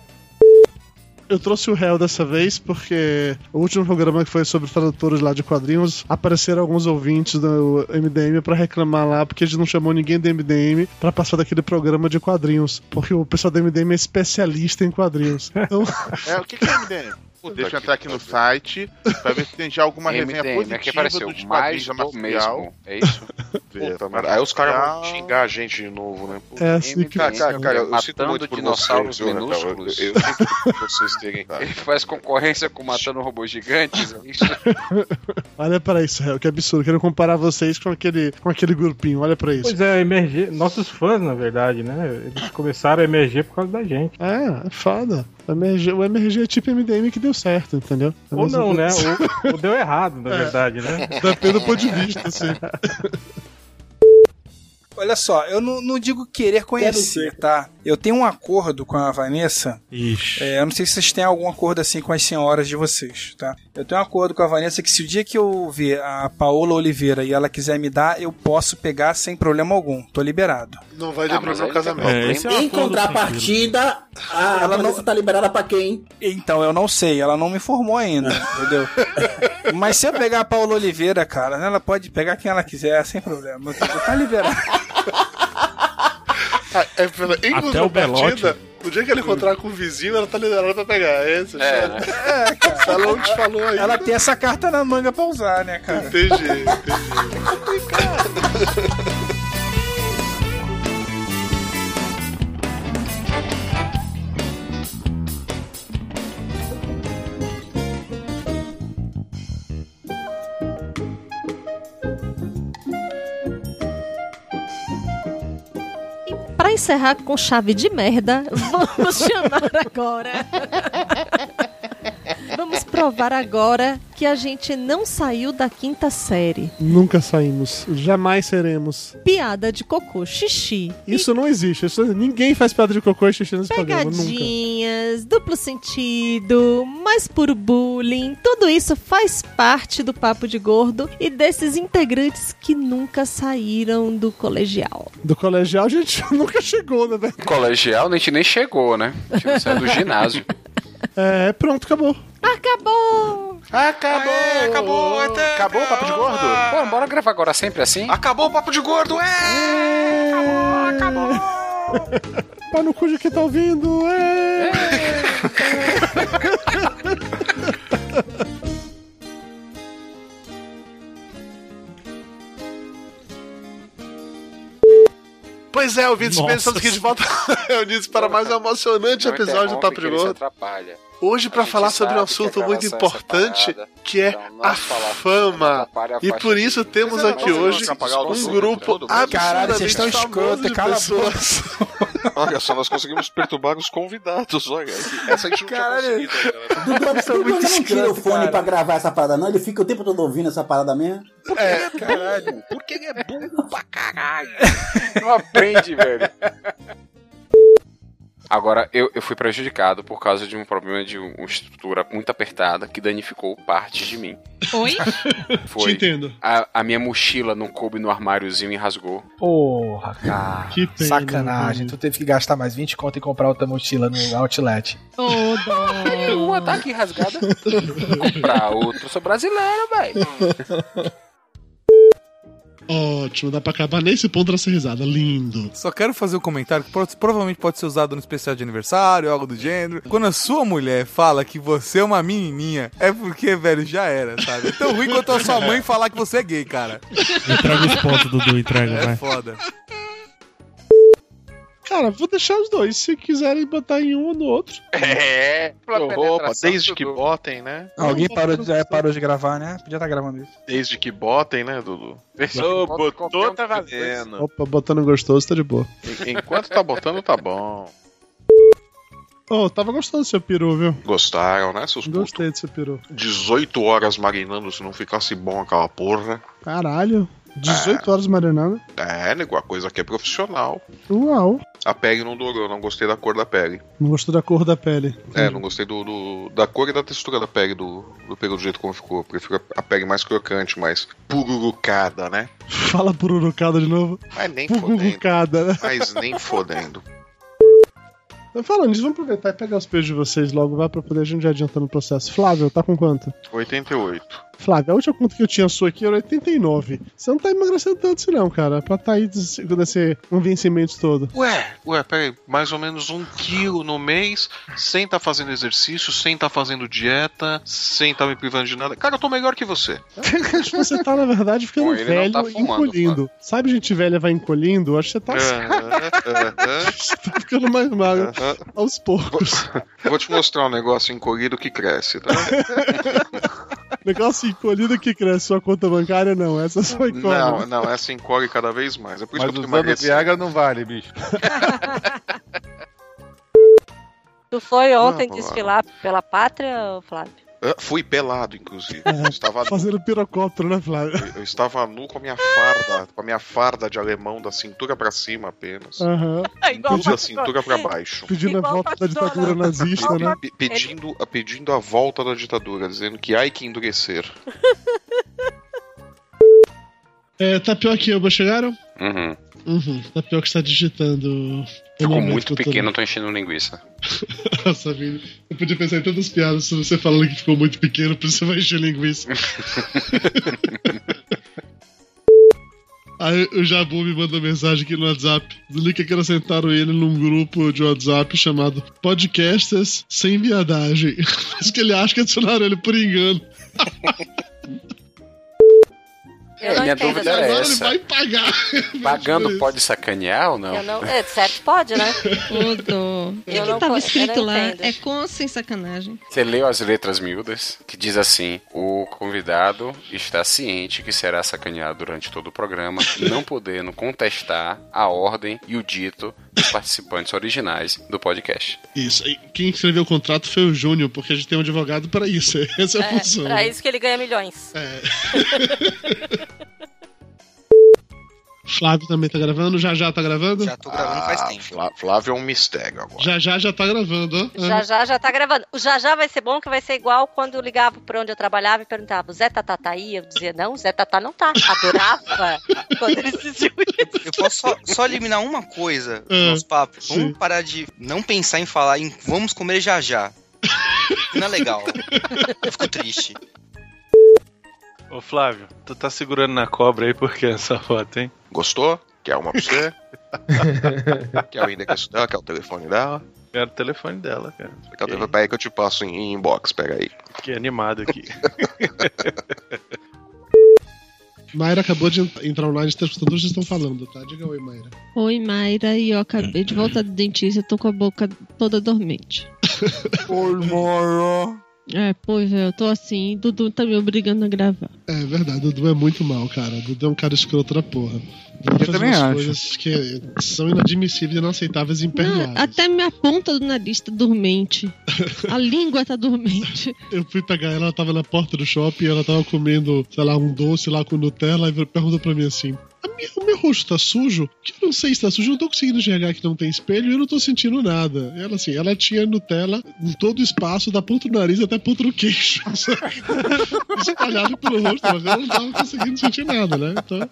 Eu trouxe o réu dessa vez porque o último programa que foi sobre tradutores lá de quadrinhos, apareceram alguns ouvintes do MDM pra reclamar lá porque a gente não chamou ninguém do MDM pra passar daquele programa de quadrinhos, porque o pessoal do MDM é especialista em quadrinhos. (laughs) Então, É, o que, que é MDM? Pô, deixa eu entrar aqui no site pra ver se tem já alguma resenha MDM, positiva aqui apareceu, dos quadrinhos mais da do Marcial. mesmo. É isso? (laughs) Puta, merda. Aí os caras vão xingar a gente de novo, né? Puta. É, assim que- cara, cara, cara, eu sinto é Matando muito por dinossauros vocês, viu, Natal? Eu- minúsculos. Tá. Eu, sinto (laughs) por vocês terem. Ele faz concorrência com matando robôs (laughs) gigantes. bicho. olha pra isso, réu, que absurdo. Quero comparar vocês com aquele, com aquele grupinho, olha pra isso. Pois é, emergir. Nossos fãs, na verdade, né? Eles começaram a emergir por causa da gente. É, é foda. O MRG, o MRG é tipo MDM que deu certo, entendeu? É a Ou mesma não, (laughs) né? coisa. Ou, ou deu errado, na É. verdade, (laughs) né? Depende do ponto de vista, assim. Olha só, eu não, não digo querer conhecer, tá? Eu tenho um acordo com a Vanessa. Ixi. É, eu não sei se vocês têm algum acordo assim com as senhoras de vocês, tá? Eu tenho um acordo com a Vanessa que se o dia que eu ver a Paola Oliveira e ela quiser me dar, eu posso pegar sem problema algum. Tô liberado. Não vai Ah, demorar o casamento. É, Em contrapartida, a ela não tá liberada para quem? Ah. Então, eu não sei, ela não me informou ainda, (laughs) entendeu? Mas se eu pegar a Paula Oliveira, cara, ela pode pegar quem ela quiser, sem problema. Tá liberado. É, pela- em Até contrapartida, o Belotti. No dia que ele encontrar com o vizinho, ela tá liderada pra pegar. É, essa É, história. É, cara. Salão te falou aí. Ela tem essa carta na manga pra usar, né, cara? Entendi, Pra encerrar com (laughs) chave de merda, vamos chamar agora Vamos provar agora que a gente não saiu da quinta série. Nunca saímos. Jamais seremos. Piada de cocô, xixi. Isso não existe. Isso- ninguém faz piada de cocô e xixi nesse programa. Nunca. Pegadinhas, duplo sentido, mais puro bullying, tudo isso faz parte do Papo de Gordo e desses integrantes que nunca saíram do colegial. Do colegial a gente (laughs) nunca chegou, né, velho? Colegial, a gente nem chegou, né? A gente não saiu do ginásio. É, pronto, acabou. Acabou! Acabou! acabou! Acabou o papo de gordo? Pô, bora gravar agora sempre assim? Acabou o papo de gordo! É! Acabou, acabou! Pau no cu de quem tá ouvindo. É. Pois é, ouvintes, Nossa. pensando que de volta (laughs) reunidos para mais um emocionante episódio do Papo de Gordo. Hoje para falar sobre um assunto muito importante, que é a fama. (laughs) é- E por isso temos Mas é aqui bom, hoje você não apagar o um som, grupo né? tudo, mas- Caralho, Ah, Caralho, vocês estão escroto, de cala a pessoas. (laughs) Olha só, nós conseguimos perturbar os convidados. Olha, essa a gente não tinha conseguido. ainda, né? Dudu, são muito Dudu não tira o escroto, fone cara. pra gravar essa parada, não. Ele fica o tempo todo ouvindo essa parada mesmo. É, caralho. Porque ele é burro pra caralho. Não aprende, velho. Agora, eu, eu fui prejudicado por causa de um problema de um- uma estrutura muito apertada que danificou parte (laughs) de mim. Oi? Foi. Te entendo. A, a minha mochila não coube no armáriozinho e rasgou. Porra, cara. Que pena, Sacanagem. mano. Tu teve que gastar mais 20 conto e comprar outra mochila no Outlet. (laughs) Uma tá aqui rasgada. (laughs) Pra outro, sou brasileiro, velho. Ótimo, dá pra acabar nesse ponto dessa risada. Lindo. Só quero fazer um comentário que pro- provavelmente pode ser usado no especial de aniversário, algo do gênero. Quando a sua mulher fala que você é uma menininha, é porque, velho, já era, sabe? É tão ruim quanto a sua mãe falar que você é gay, cara. Entrega os pontos, Dudu, entrega, É vai. foda. Cara, vou deixar os dois. Se quiserem botar em um ou no outro. É, Pela roupa, desde que botem, né? Alguém parou de, é, parou de gravar, né? Podia estar gravando isso. Desde que botem, né, Dudu? Desde que Ô, botem, botou, tá valendo. Opa, botando gostoso, tá de boa. En- Enquanto tá botando, tá bom. Ô, tava gostando do seu peru, viu? Gostaram, né, seus putos? Gostei do seu peru. 18 horas marinando se não ficasse bom aquela porra. Caralho. 18 horas marinando. É, nego, a coisa aqui é profissional. Uau. A pele não durou, não gostei da cor da pele. Não gostou da cor da pele. (laughs) É, não gostei do, do- da cor e da textura da pele do, do peru do jeito como ficou. Prefiro a pele mais crocante, mais pururucada, né? Fala pururucada de novo. Mas nem Pururucada, né? Mas nem fodendo. Falando disso, vamos aproveitar e pegar os peixes de vocês logo, vai, pra poder a gente ir adiantando o processo. Flávio, tá com quanto? 88. Flávio, a última conta que eu tinha sua aqui era 89. Você não tá emagrecendo tanto assim não, cara. Pra tá aí desse, desse um vencimento todo. Ué, ué, peraí, mais ou menos um quilo no mês, sem tá fazendo exercício, sem tá fazendo dieta, sem tá me privando de nada. Cara, eu tô melhor que você. (laughs) Acho que você tá, na verdade, ficando Bom, ele não velho tá e fumando, encolhendo. Sabe gente velha vai encolhendo? Acho que você tá, tá É. (laughs) ficando mais magro. Aos (laughs) poucos. Vou te mostrar um negócio encolhido que (laughs) cresce, tá? Negócio encolhido que cresce sua conta bancária, não. Essa só é encolhe. Não, não, essa encolhe cada vez mais. É por isso Mas que eu tô usando emagrecendo. Viagra não vale, bicho. Tu foi ontem Ah, vamos lá. desfilar pela pátria, ô Flávio? Ah, Fui pelado, inclusive. Eu estava, Fazendo pirocóptero, né, Flávio? eu estava nu com a minha farda, com a minha farda de alemão da cintura pra cima apenas. Aham. Tudo da cintura pra baixo. Pedindo a volta da ditadura nazista, né? Pe- Pedindo, pedindo a volta da ditadura, dizendo que ai que endurecer. É, tá pior que eu, mas chegaram? Uhum. Uhum, tá pior que está digitando. Ficou muito pequeno, tô enchendo linguiça. (laughs) Nossa vida. Eu podia pensar em tantas piadas se você falando que ficou muito pequeno, por isso você vai encher (laughs) linguiça. Aí o Jabu me mandou mensagem aqui no WhatsApp. Do link é que acrescentaram ele num grupo de WhatsApp chamado Podcasters Sem Viadagem. (laughs) Acho que ele acha que adicionaram ele por engano. Eu não minha entendo dúvida essas era coisas. essa. Pagando pode sacanear ou não? Eu não... É, certo, pode, né? Tudo. Eu É que não tava co- eu escrito não lá? entendo. É com ou sem sacanagem? (laughs) Você leu as letras miúdas que diz assim: o convidado está ciente que será sacaneado durante todo o programa, não podendo contestar a ordem e o dito dos participantes originais do podcast. (laughs) Isso. E quem escreveu o contrato foi o Júnior, porque a gente tem um advogado pra isso. (laughs) Essa é a função. pra isso que ele ganha milhões. Flávio também tá gravando, já já tá gravando? Já tô Ah, Flá- Flávio é um mistério agora. Já já já tá gravando, ó. (laughs) Já já já tá gravando. O já já vai ser bom que vai ser igual quando eu ligava pra onde eu trabalhava e perguntava: o Zé Tatá tá aí? Eu dizia: não, o Zé Tatá não tá. Adorava. quando ele se Eu posso só, só eliminar uma coisa dos Ah, nossos papos. sim. Vamos parar de não pensar em falar em vamos comer já já. Não é legal. Eu fico triste. Ô Flávio, tu tá segurando na cobra aí por que essa foto, hein? Gostou? Quer uma pra você? quer o endereço dela? Quer é o telefone dela? Quero o telefone dela, cara. Quer o telefone? Peraí que eu te passo em, em inbox, peraí. Fiquei animado (laughs) aqui. Mayra acabou de ent- entrar online, tá escutando o que vocês estão falando, tá? Diga oi, Mayra. Oi, Mayra, e eu acabei de voltar do dentista, tô com a boca toda dormente. Oi, Mayra. É, pois é, eu tô assim, Dudu tá me obrigando a gravar. É verdade, Dudu é muito mal, cara. Dudu é um cara escroto da porra. Dudu faz também umas acho. coisas que são inadmissíveis, inaceitáveis e imperdoáveis. Ah, Até minha ponta do nariz tá dormente. (laughs) A língua tá dormente. Eu fui pegar ela, ela tava na porta do shopping, ela tava comendo, sei lá, um doce lá com Nutella e perguntou pra mim assim: "A minha- o meu rosto tá sujo? Que eu não sei se tá sujo, eu não tô conseguindo enxergar que não tem espelho e eu não tô sentindo nada. Ela assim, ela tinha Nutella em todo o espaço, da ponta do nariz até a ponta do queixo, (laughs) sabe? espalhado pelo rosto, mas ela não tava conseguindo sentir nada, né? Então.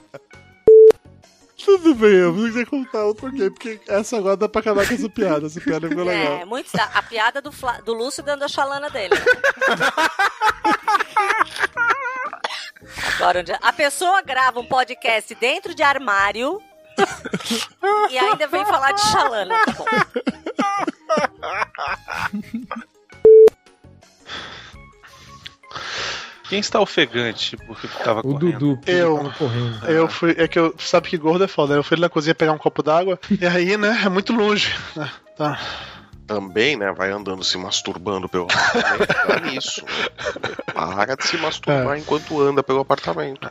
Tudo bem, eu não quiser contar outro game, porque essa agora dá pra acabar com essa piada. Essa piada (laughs) ficou legal. É, muito sa- A piada do, Fla- do Lúcio dando a chalana dele. Agora, onde- é? a pessoa grava um podcast dentro de armário (laughs) e ainda vem falar de chalana. Tá bom. Quem está ofegante porque tu tava O correndo? Dudu, porque Eu. correndo. Eu fui. É que eu. Sabe que gordo é foda, né? Eu fui na cozinha pegar um copo d'água. E aí, né? É muito longe. né? Tá. Também, né? Vai andando se masturbando pelo apartamento. (laughs) Dá nisso. Para de se É. masturbar enquanto anda pelo apartamento.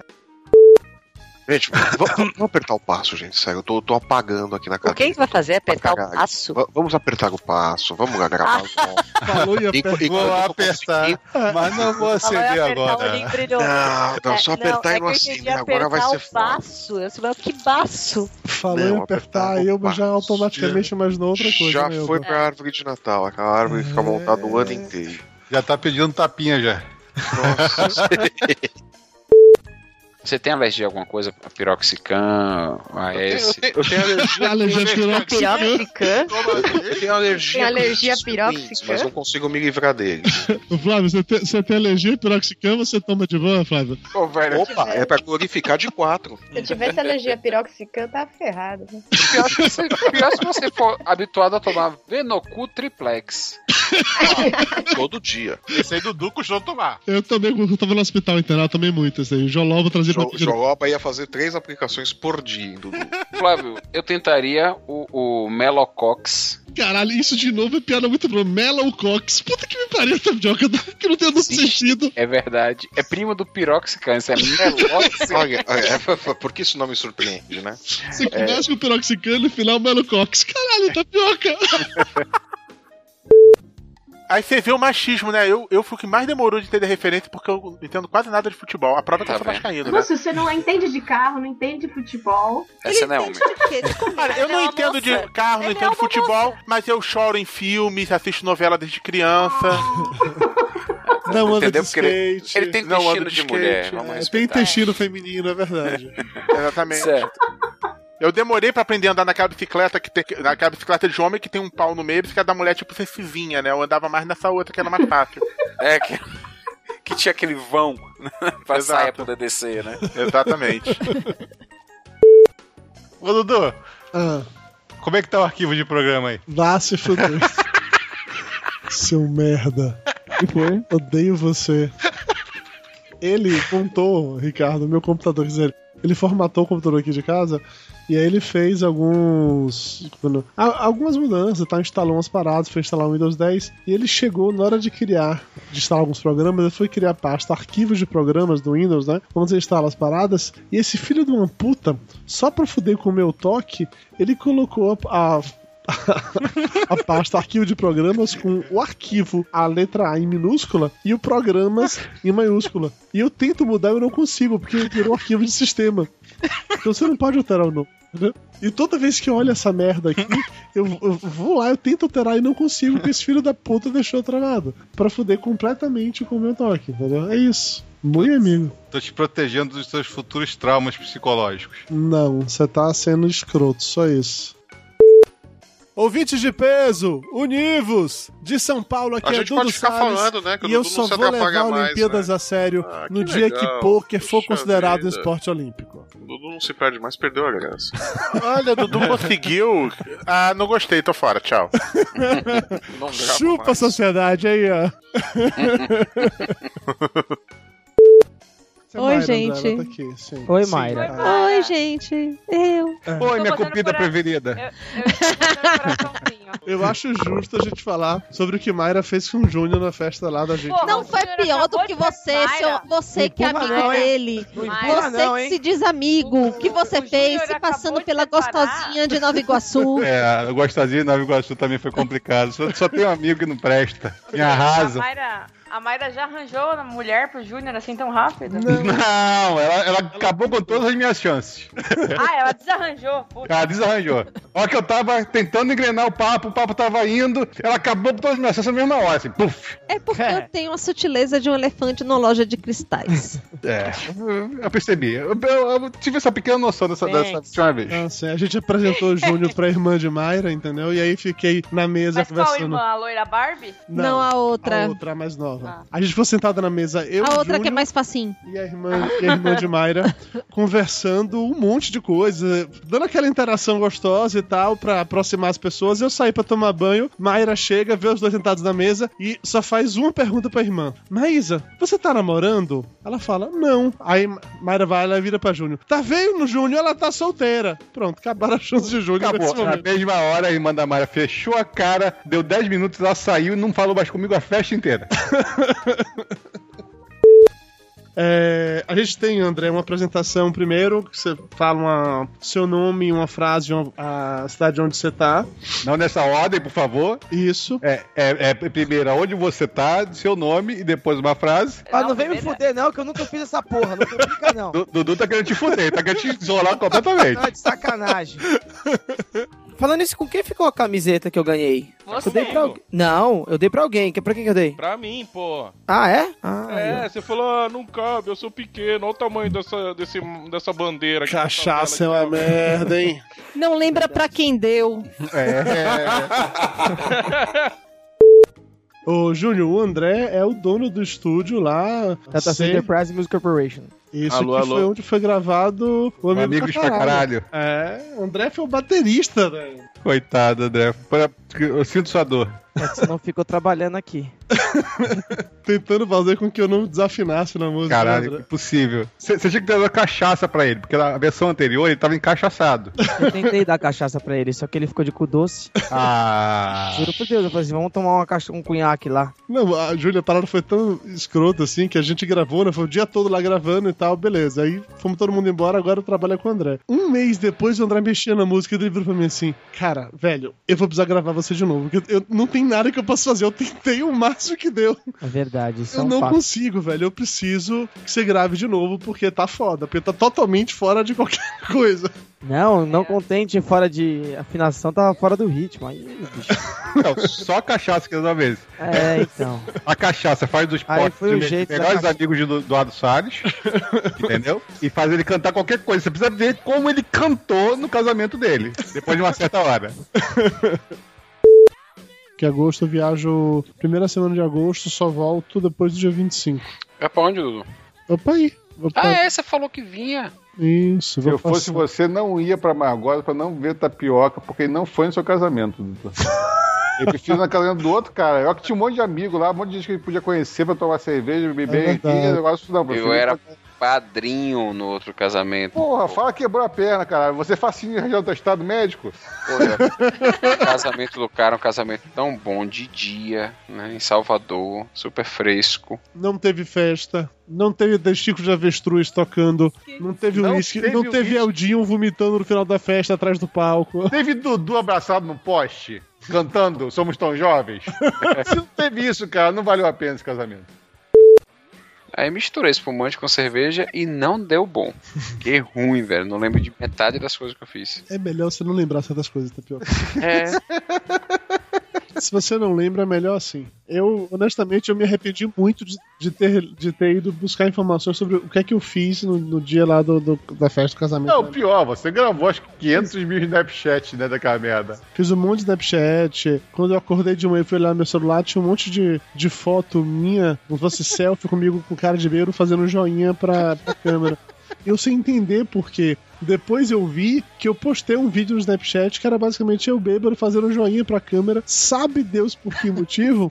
Gente, v- v- vamos apertar o passo, gente. Sério, eu tô, tô apagando aqui na O cadeira. que, que vai fazer? Apertar o Caralho. passo? Ah. Va- Vamos apertar o passo, vamos lá gravar o Falou e Enqu- apertou. enquanto eu Vou não apertar. Mas não vou acender agora. Não, não, só É, apertar é e não que eu entendi acender. Agora vai apertar ser o baço. Eu falei, que baço. Falou Não, em apertar, eu já automaticamente imaginou outra coisa. Já né, foi Elton? pra árvore de Natal, aquela árvore que fica montada o ano inteiro. É. Já tá pedindo tapinha já. (laughs) Nossa. (laughs) Você tem alergia a alguma coisa? A piroxicam, a S? Eu tenho alergia. Eu tenho alergia. Tem com alergia esses piroxicam? pintos, Mas não consigo me livrar dele. Ô, Flávio, você tem, você tem alergia a piroxicam, você toma de boa, Flávio? Opa, é pra glorificar de quatro. Se eu tivesse alergia a piroxicam, eu tava ferrado. né? Pior se você, pior se você for habituado a tomar Venocu Triplex. (laughs) Todo dia. Esse aí Dudu custou tomar. Eu também, quando eu tava no hospital internado, eu tomei muito assim. isso aí. O Joló eu vou trazer pra Jo- Joloba ia fazer três aplicações por dia, Dudu. Flávio, eu tentaria o, o Melocox. Caralho, isso de novo é piada muito boa. Mela ou Cox? Puta que me pariu essa joca que não tem nenhum sentido. É verdade. É primo do Piroxicam, isso é Melocox. Olha, olha, por que isso não me surpreende, né? Você É, começa com o piroxicano e no final Melo Cox. Caralho, tá tapioca! (laughs) Aí você vê o machismo, né? Eu, eu fui o que mais demorou de entender a referência porque eu não entendo quase nada de futebol. A prova é que eu sou vascaíno, né? Lúcio, você não entende de carro, não entende de futebol. Essa não é homem. (laughs) Cara, eu Ele é não uma entendo de moça. carro, não Ele é entendo de uma futebol, mas eu choro em filmes, assisto novela desde criança. (laughs) Não anda Entendeu? de Porque ele- skate. ele tem Não intestino anda de mulher, vamos É, tem respeitar. intestino feminino, é verdade. (laughs) Exatamente. Eu demorei pra aprender a andar naquela bicicleta que tem. Naquela bicicleta de homem que tem um pau no meio, a bicicleta da mulher tipo sensível, né? Eu andava mais nessa outra que era mais (laughs) fácil. É, que, que tinha aquele vão (laughs) né, pra Exato. saia poder descer, né? Exatamente. Ô Dudu, Ah, como é que tá o arquivo de programa aí? vá se fuder. Seu merda. Que foi? Odeio você. Ele montou, Ricardo, meu computador, quer dizer, ele formatou o computador aqui de casa e aí ele fez alguns. quando- a- algumas mudanças, tá? Instalou umas paradas, foi instalar o Windows 10 e ele chegou na hora de criar, de instalar alguns programas, ele foi criar a pasta arquivos de programas do Windows, né? Quando você instala as paradas, e esse filho de uma puta, só pra fuder com o meu toque, ele colocou a. a (laughs) a pasta arquivo de programas com o arquivo, a letra A em minúscula e o programas em maiúscula. E eu tento mudar e eu não consigo, porque virou um arquivo de sistema. Então você não pode alterar o nome. entendeu? E toda vez que eu olho essa merda aqui, eu, eu vou lá, eu tento alterar e não consigo, porque esse filho da puta deixou travado. Pra fuder completamente com o meu toque, entendeu? É isso. Muito amigo. (laughs) Tô te protegendo dos seus futuros traumas psicológicos. Não, você tá sendo escroto, só isso. Ouvintes de peso, univos! De São Paulo, aqui A é gente Dudu pode ficar Salles, falando, né, que o e eu Dudu só não se vou levar atrapalha mais, né? Ah, Olimpíadas a sério no que dia legal. que pôquer for Puxa considerado um vida. esporte olímpico. Dudu não se perde mais, perdeu a graça. Olha, Dudu conseguiu. Ah, não gostei, tô fora, tchau. (laughs) Não Chupa a sociedade aí, (laughs) ó. Oi, gente. Ela tá aqui, É. sim. Oi, Sim. Mayra. Ah. Oi, gente. Eu. Oi, minha cupida preferida. Eu acho justo a gente falar sobre o que Mayra fez com o Júnior na festa lá da gente. (laughs) Não foi pior do que você, seu, você que é empurra amigo não, hein? dele. Não empurra você não, que se diz amigo, que você fez se passando pela gostosinha de Nova (laughs) Iguaçu. É, eu gostaria de Nova Iguaçu também foi complicado. Só, só tem um amigo que não presta. Me arrasa. A Mayra, a Mayra já arranjou a mulher pro Júnior assim tão rápido? Não, ela, ela acabou com todas as minhas chances. Ah, é? ela desarranjou. Puta. Ela desarranjou. A hora que eu tava tentando engrenar o papo, o papo tava indo, ela acabou com todas as minhas chances na mesma hora, assim, puf. É porque eu tenho a sutileza de um elefante numa loja de (laughs) cristais. É, Hum. eu- eu percebi. Eu, eu- eu tive essa pequena noção dessa, dessa última vez. Ah, sim. A gente apresentou (laughs) o Júnior pra irmã de Mayra, entendeu? E aí fiquei na mesa Qual conversando. irmã? A loira Barbie? Ah. Não, a outra. A outra, a mais nova. A gente ficou sentada na mesa, eu, a outra Júnior que é mais facinho. E a irmã, e a irmã (laughs) de Mayra, conversando um monte de coisa, dando aquela interação gostosa e tal, pra aproximar as pessoas. Eu saí pra tomar banho, Mayra chega, vê os dois sentados na mesa e só faz uma pergunta pra irmã. Maísa, você tá namorando? Ela fala, não. Aí Mayra vai lá e vira pra Júnior. Tá vendo, Júnior? Ela tá solteira. Pronto, acabaram as chances de Júnior nesse Acabou. Tá né? Na momento. mesma hora, a irmã da Mara fechou a cara, deu 10 minutos, ela saiu e não falou mais comigo a (laughs) festa inteira. É, a gente tem, André, uma apresentação primeiro, que você fala uma- seu nome, uma frase, uma- a cidade onde você tá. Não nessa ordem, por favor. Isso. É, é, é primeiro onde você tá, seu nome e depois uma frase. Ah, não vem me fuder, não, que eu nunca fiz essa porra. Não complica, não. Du- Dudu tá querendo te fuder, tá querendo te isolar (laughs) completamente. Tá de sacanagem. Falando isso, com quem ficou a camiseta que eu ganhei? Você. Eu dei pra alguém- Não, eu dei pra alguém. Que- Pra quem que eu dei? Pra mim, pô. Ah, é? Ah, é, você falou, ah, não cabe, eu sou pequeno, olha o tamanho dessa, desse, dessa bandeira. aqui na Cachaça é uma merda, hein? Não lembra pra quem deu. (laughs) Ô, Júnior, o André é o dono do estúdio lá. Data C- Tá, Enterprise Music Corporation. Isso Alô, que alô. foi onde foi gravado o Amigos, Amigos pra Caralho. É, o André foi o baterista, né? velho. Coitado, André. Pra- Eu sinto sua dor. É Você não ficou trabalhando aqui. (laughs) Tentando fazer com que eu não desafinasse na música. né, Caralho, André? impossível. Você tinha que ter dado cachaça pra ele, porque na versão anterior ele (laughs) tava encachaçado. Eu tentei dar cachaça pra ele, só que ele ficou de cu doce. Ah. Juro por Deus, eu falei assim, vamos tomar uma cacha... um cunhaque lá. Não, a Júlia, a parada foi tão escrota assim que a gente gravou, né? Foi o dia todo lá gravando e tal, beleza. Aí fomos todo mundo embora, agora eu trabalho com o André. Um mês depois o André mexia na música e ele virou pra mim assim: Cara, velho, eu vou precisar gravar você de novo, porque eu, não tem nada que eu possa fazer, eu tentei o máximo que deu. É verdade, isso Eu é um não fato. consigo, velho. Eu preciso que você grave de novo, porque tá foda, porque tá totalmente fora de qualquer (laughs) coisa. Não, não contente, fora de afinação, tava fora do ritmo. Aí, bicho. Não, só cachaça que uma vez. É, (laughs) então. A cachaça faz dos Aí potes foi o dos jeito da melhores cachaça. amigos de Du- (laughs) Eduardo Salles, entendeu? E faz ele cantar qualquer coisa. Você precisa ver como ele cantou no casamento dele, depois de uma certa hora. Que agosto eu viajo, primeira semana de agosto, só volto depois do dia 25. É pra onde, Dudu? Opa aí. Opa. Ah, é, você falou que vinha. Isso, Se vou eu passar. fosse você, não ia pra Margosa pra não ver tapioca, porque não foi no seu casamento, Dudu. Eu prefiro na casamento do outro cara. Eu que É tinha um monte de amigo lá, um monte de gente que ele podia conhecer pra tomar cerveja, beber, verdade. e negócio não. Eu era padrinho no outro casamento. Porra, fala que quebrou a perna, cara. Você facinho arranjar um testado médico? O casamento do cara é um casamento tão bom de dia, né? Em Salvador, super fresco. Não teve festa. Não teve testículos de avestruz tocando. Não teve Não uísque. teve um Não teve uísque. Eldinho vomitando no final da festa atrás do palco. Teve Dudu abraçado no poste, cantando Somos Tão Jovens. Se não teve isso, cara, não valeu a pena esse casamento. Aí misturei espumante com cerveja e não deu bom. Que ruim, velho. Não lembro de metade das coisas que eu fiz. É melhor você não lembrar certas coisas, Tapioca. É. Se você não lembra, é melhor assim. Eu, honestamente, eu me arrependi muito de, de ter, de ter ido buscar informações sobre o que é que eu fiz no, no dia lá do, do- da festa do casamento. Não, pior, você gravou acho que 500 mil Snapchat, né, daquela merda. Fiz um monte de Snapchat. Quando eu acordei de manhã e fui olhar meu celular, tinha um monte de, de foto minha, como se fosse selfie comigo com cara de beiro fazendo um joinha pra, pra câmera. Eu sem entender porque depois eu vi que eu postei um vídeo no Snapchat que era basicamente eu bêbado fazendo um joinha pra câmera, sabe Deus por que motivo.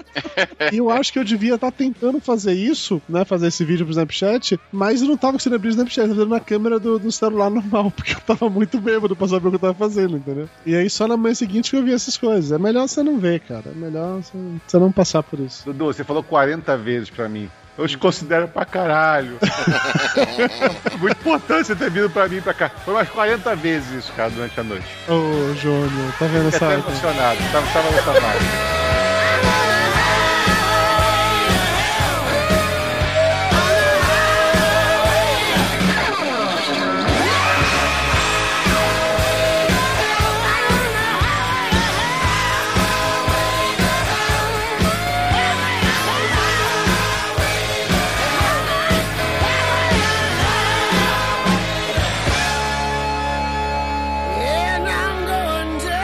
e eu acho que eu devia estar tentando fazer isso, né? Fazer esse vídeo pro Snapchat, mas eu não tava conseguindo abrir o Snapchat, eu tava fazendo na câmera do, do celular normal, (laughs) porque eu tava muito bêbado pra saber o que eu tava fazendo, entendeu? E aí só na manhã seguinte que eu vi essas coisas. É melhor você não ver, cara. É melhor você- você não passar por isso. Dudu, você falou 40 vezes pra mim. Eu te considero pra caralho. Muito importante você ter vindo pra mim e pra cá. Foi umas 40 vezes isso, cara, durante a noite. Ô, Jônio, tá vendo essa Fiquei até arte? emocionado. Tava, tava nessa vibe. And I'm going down.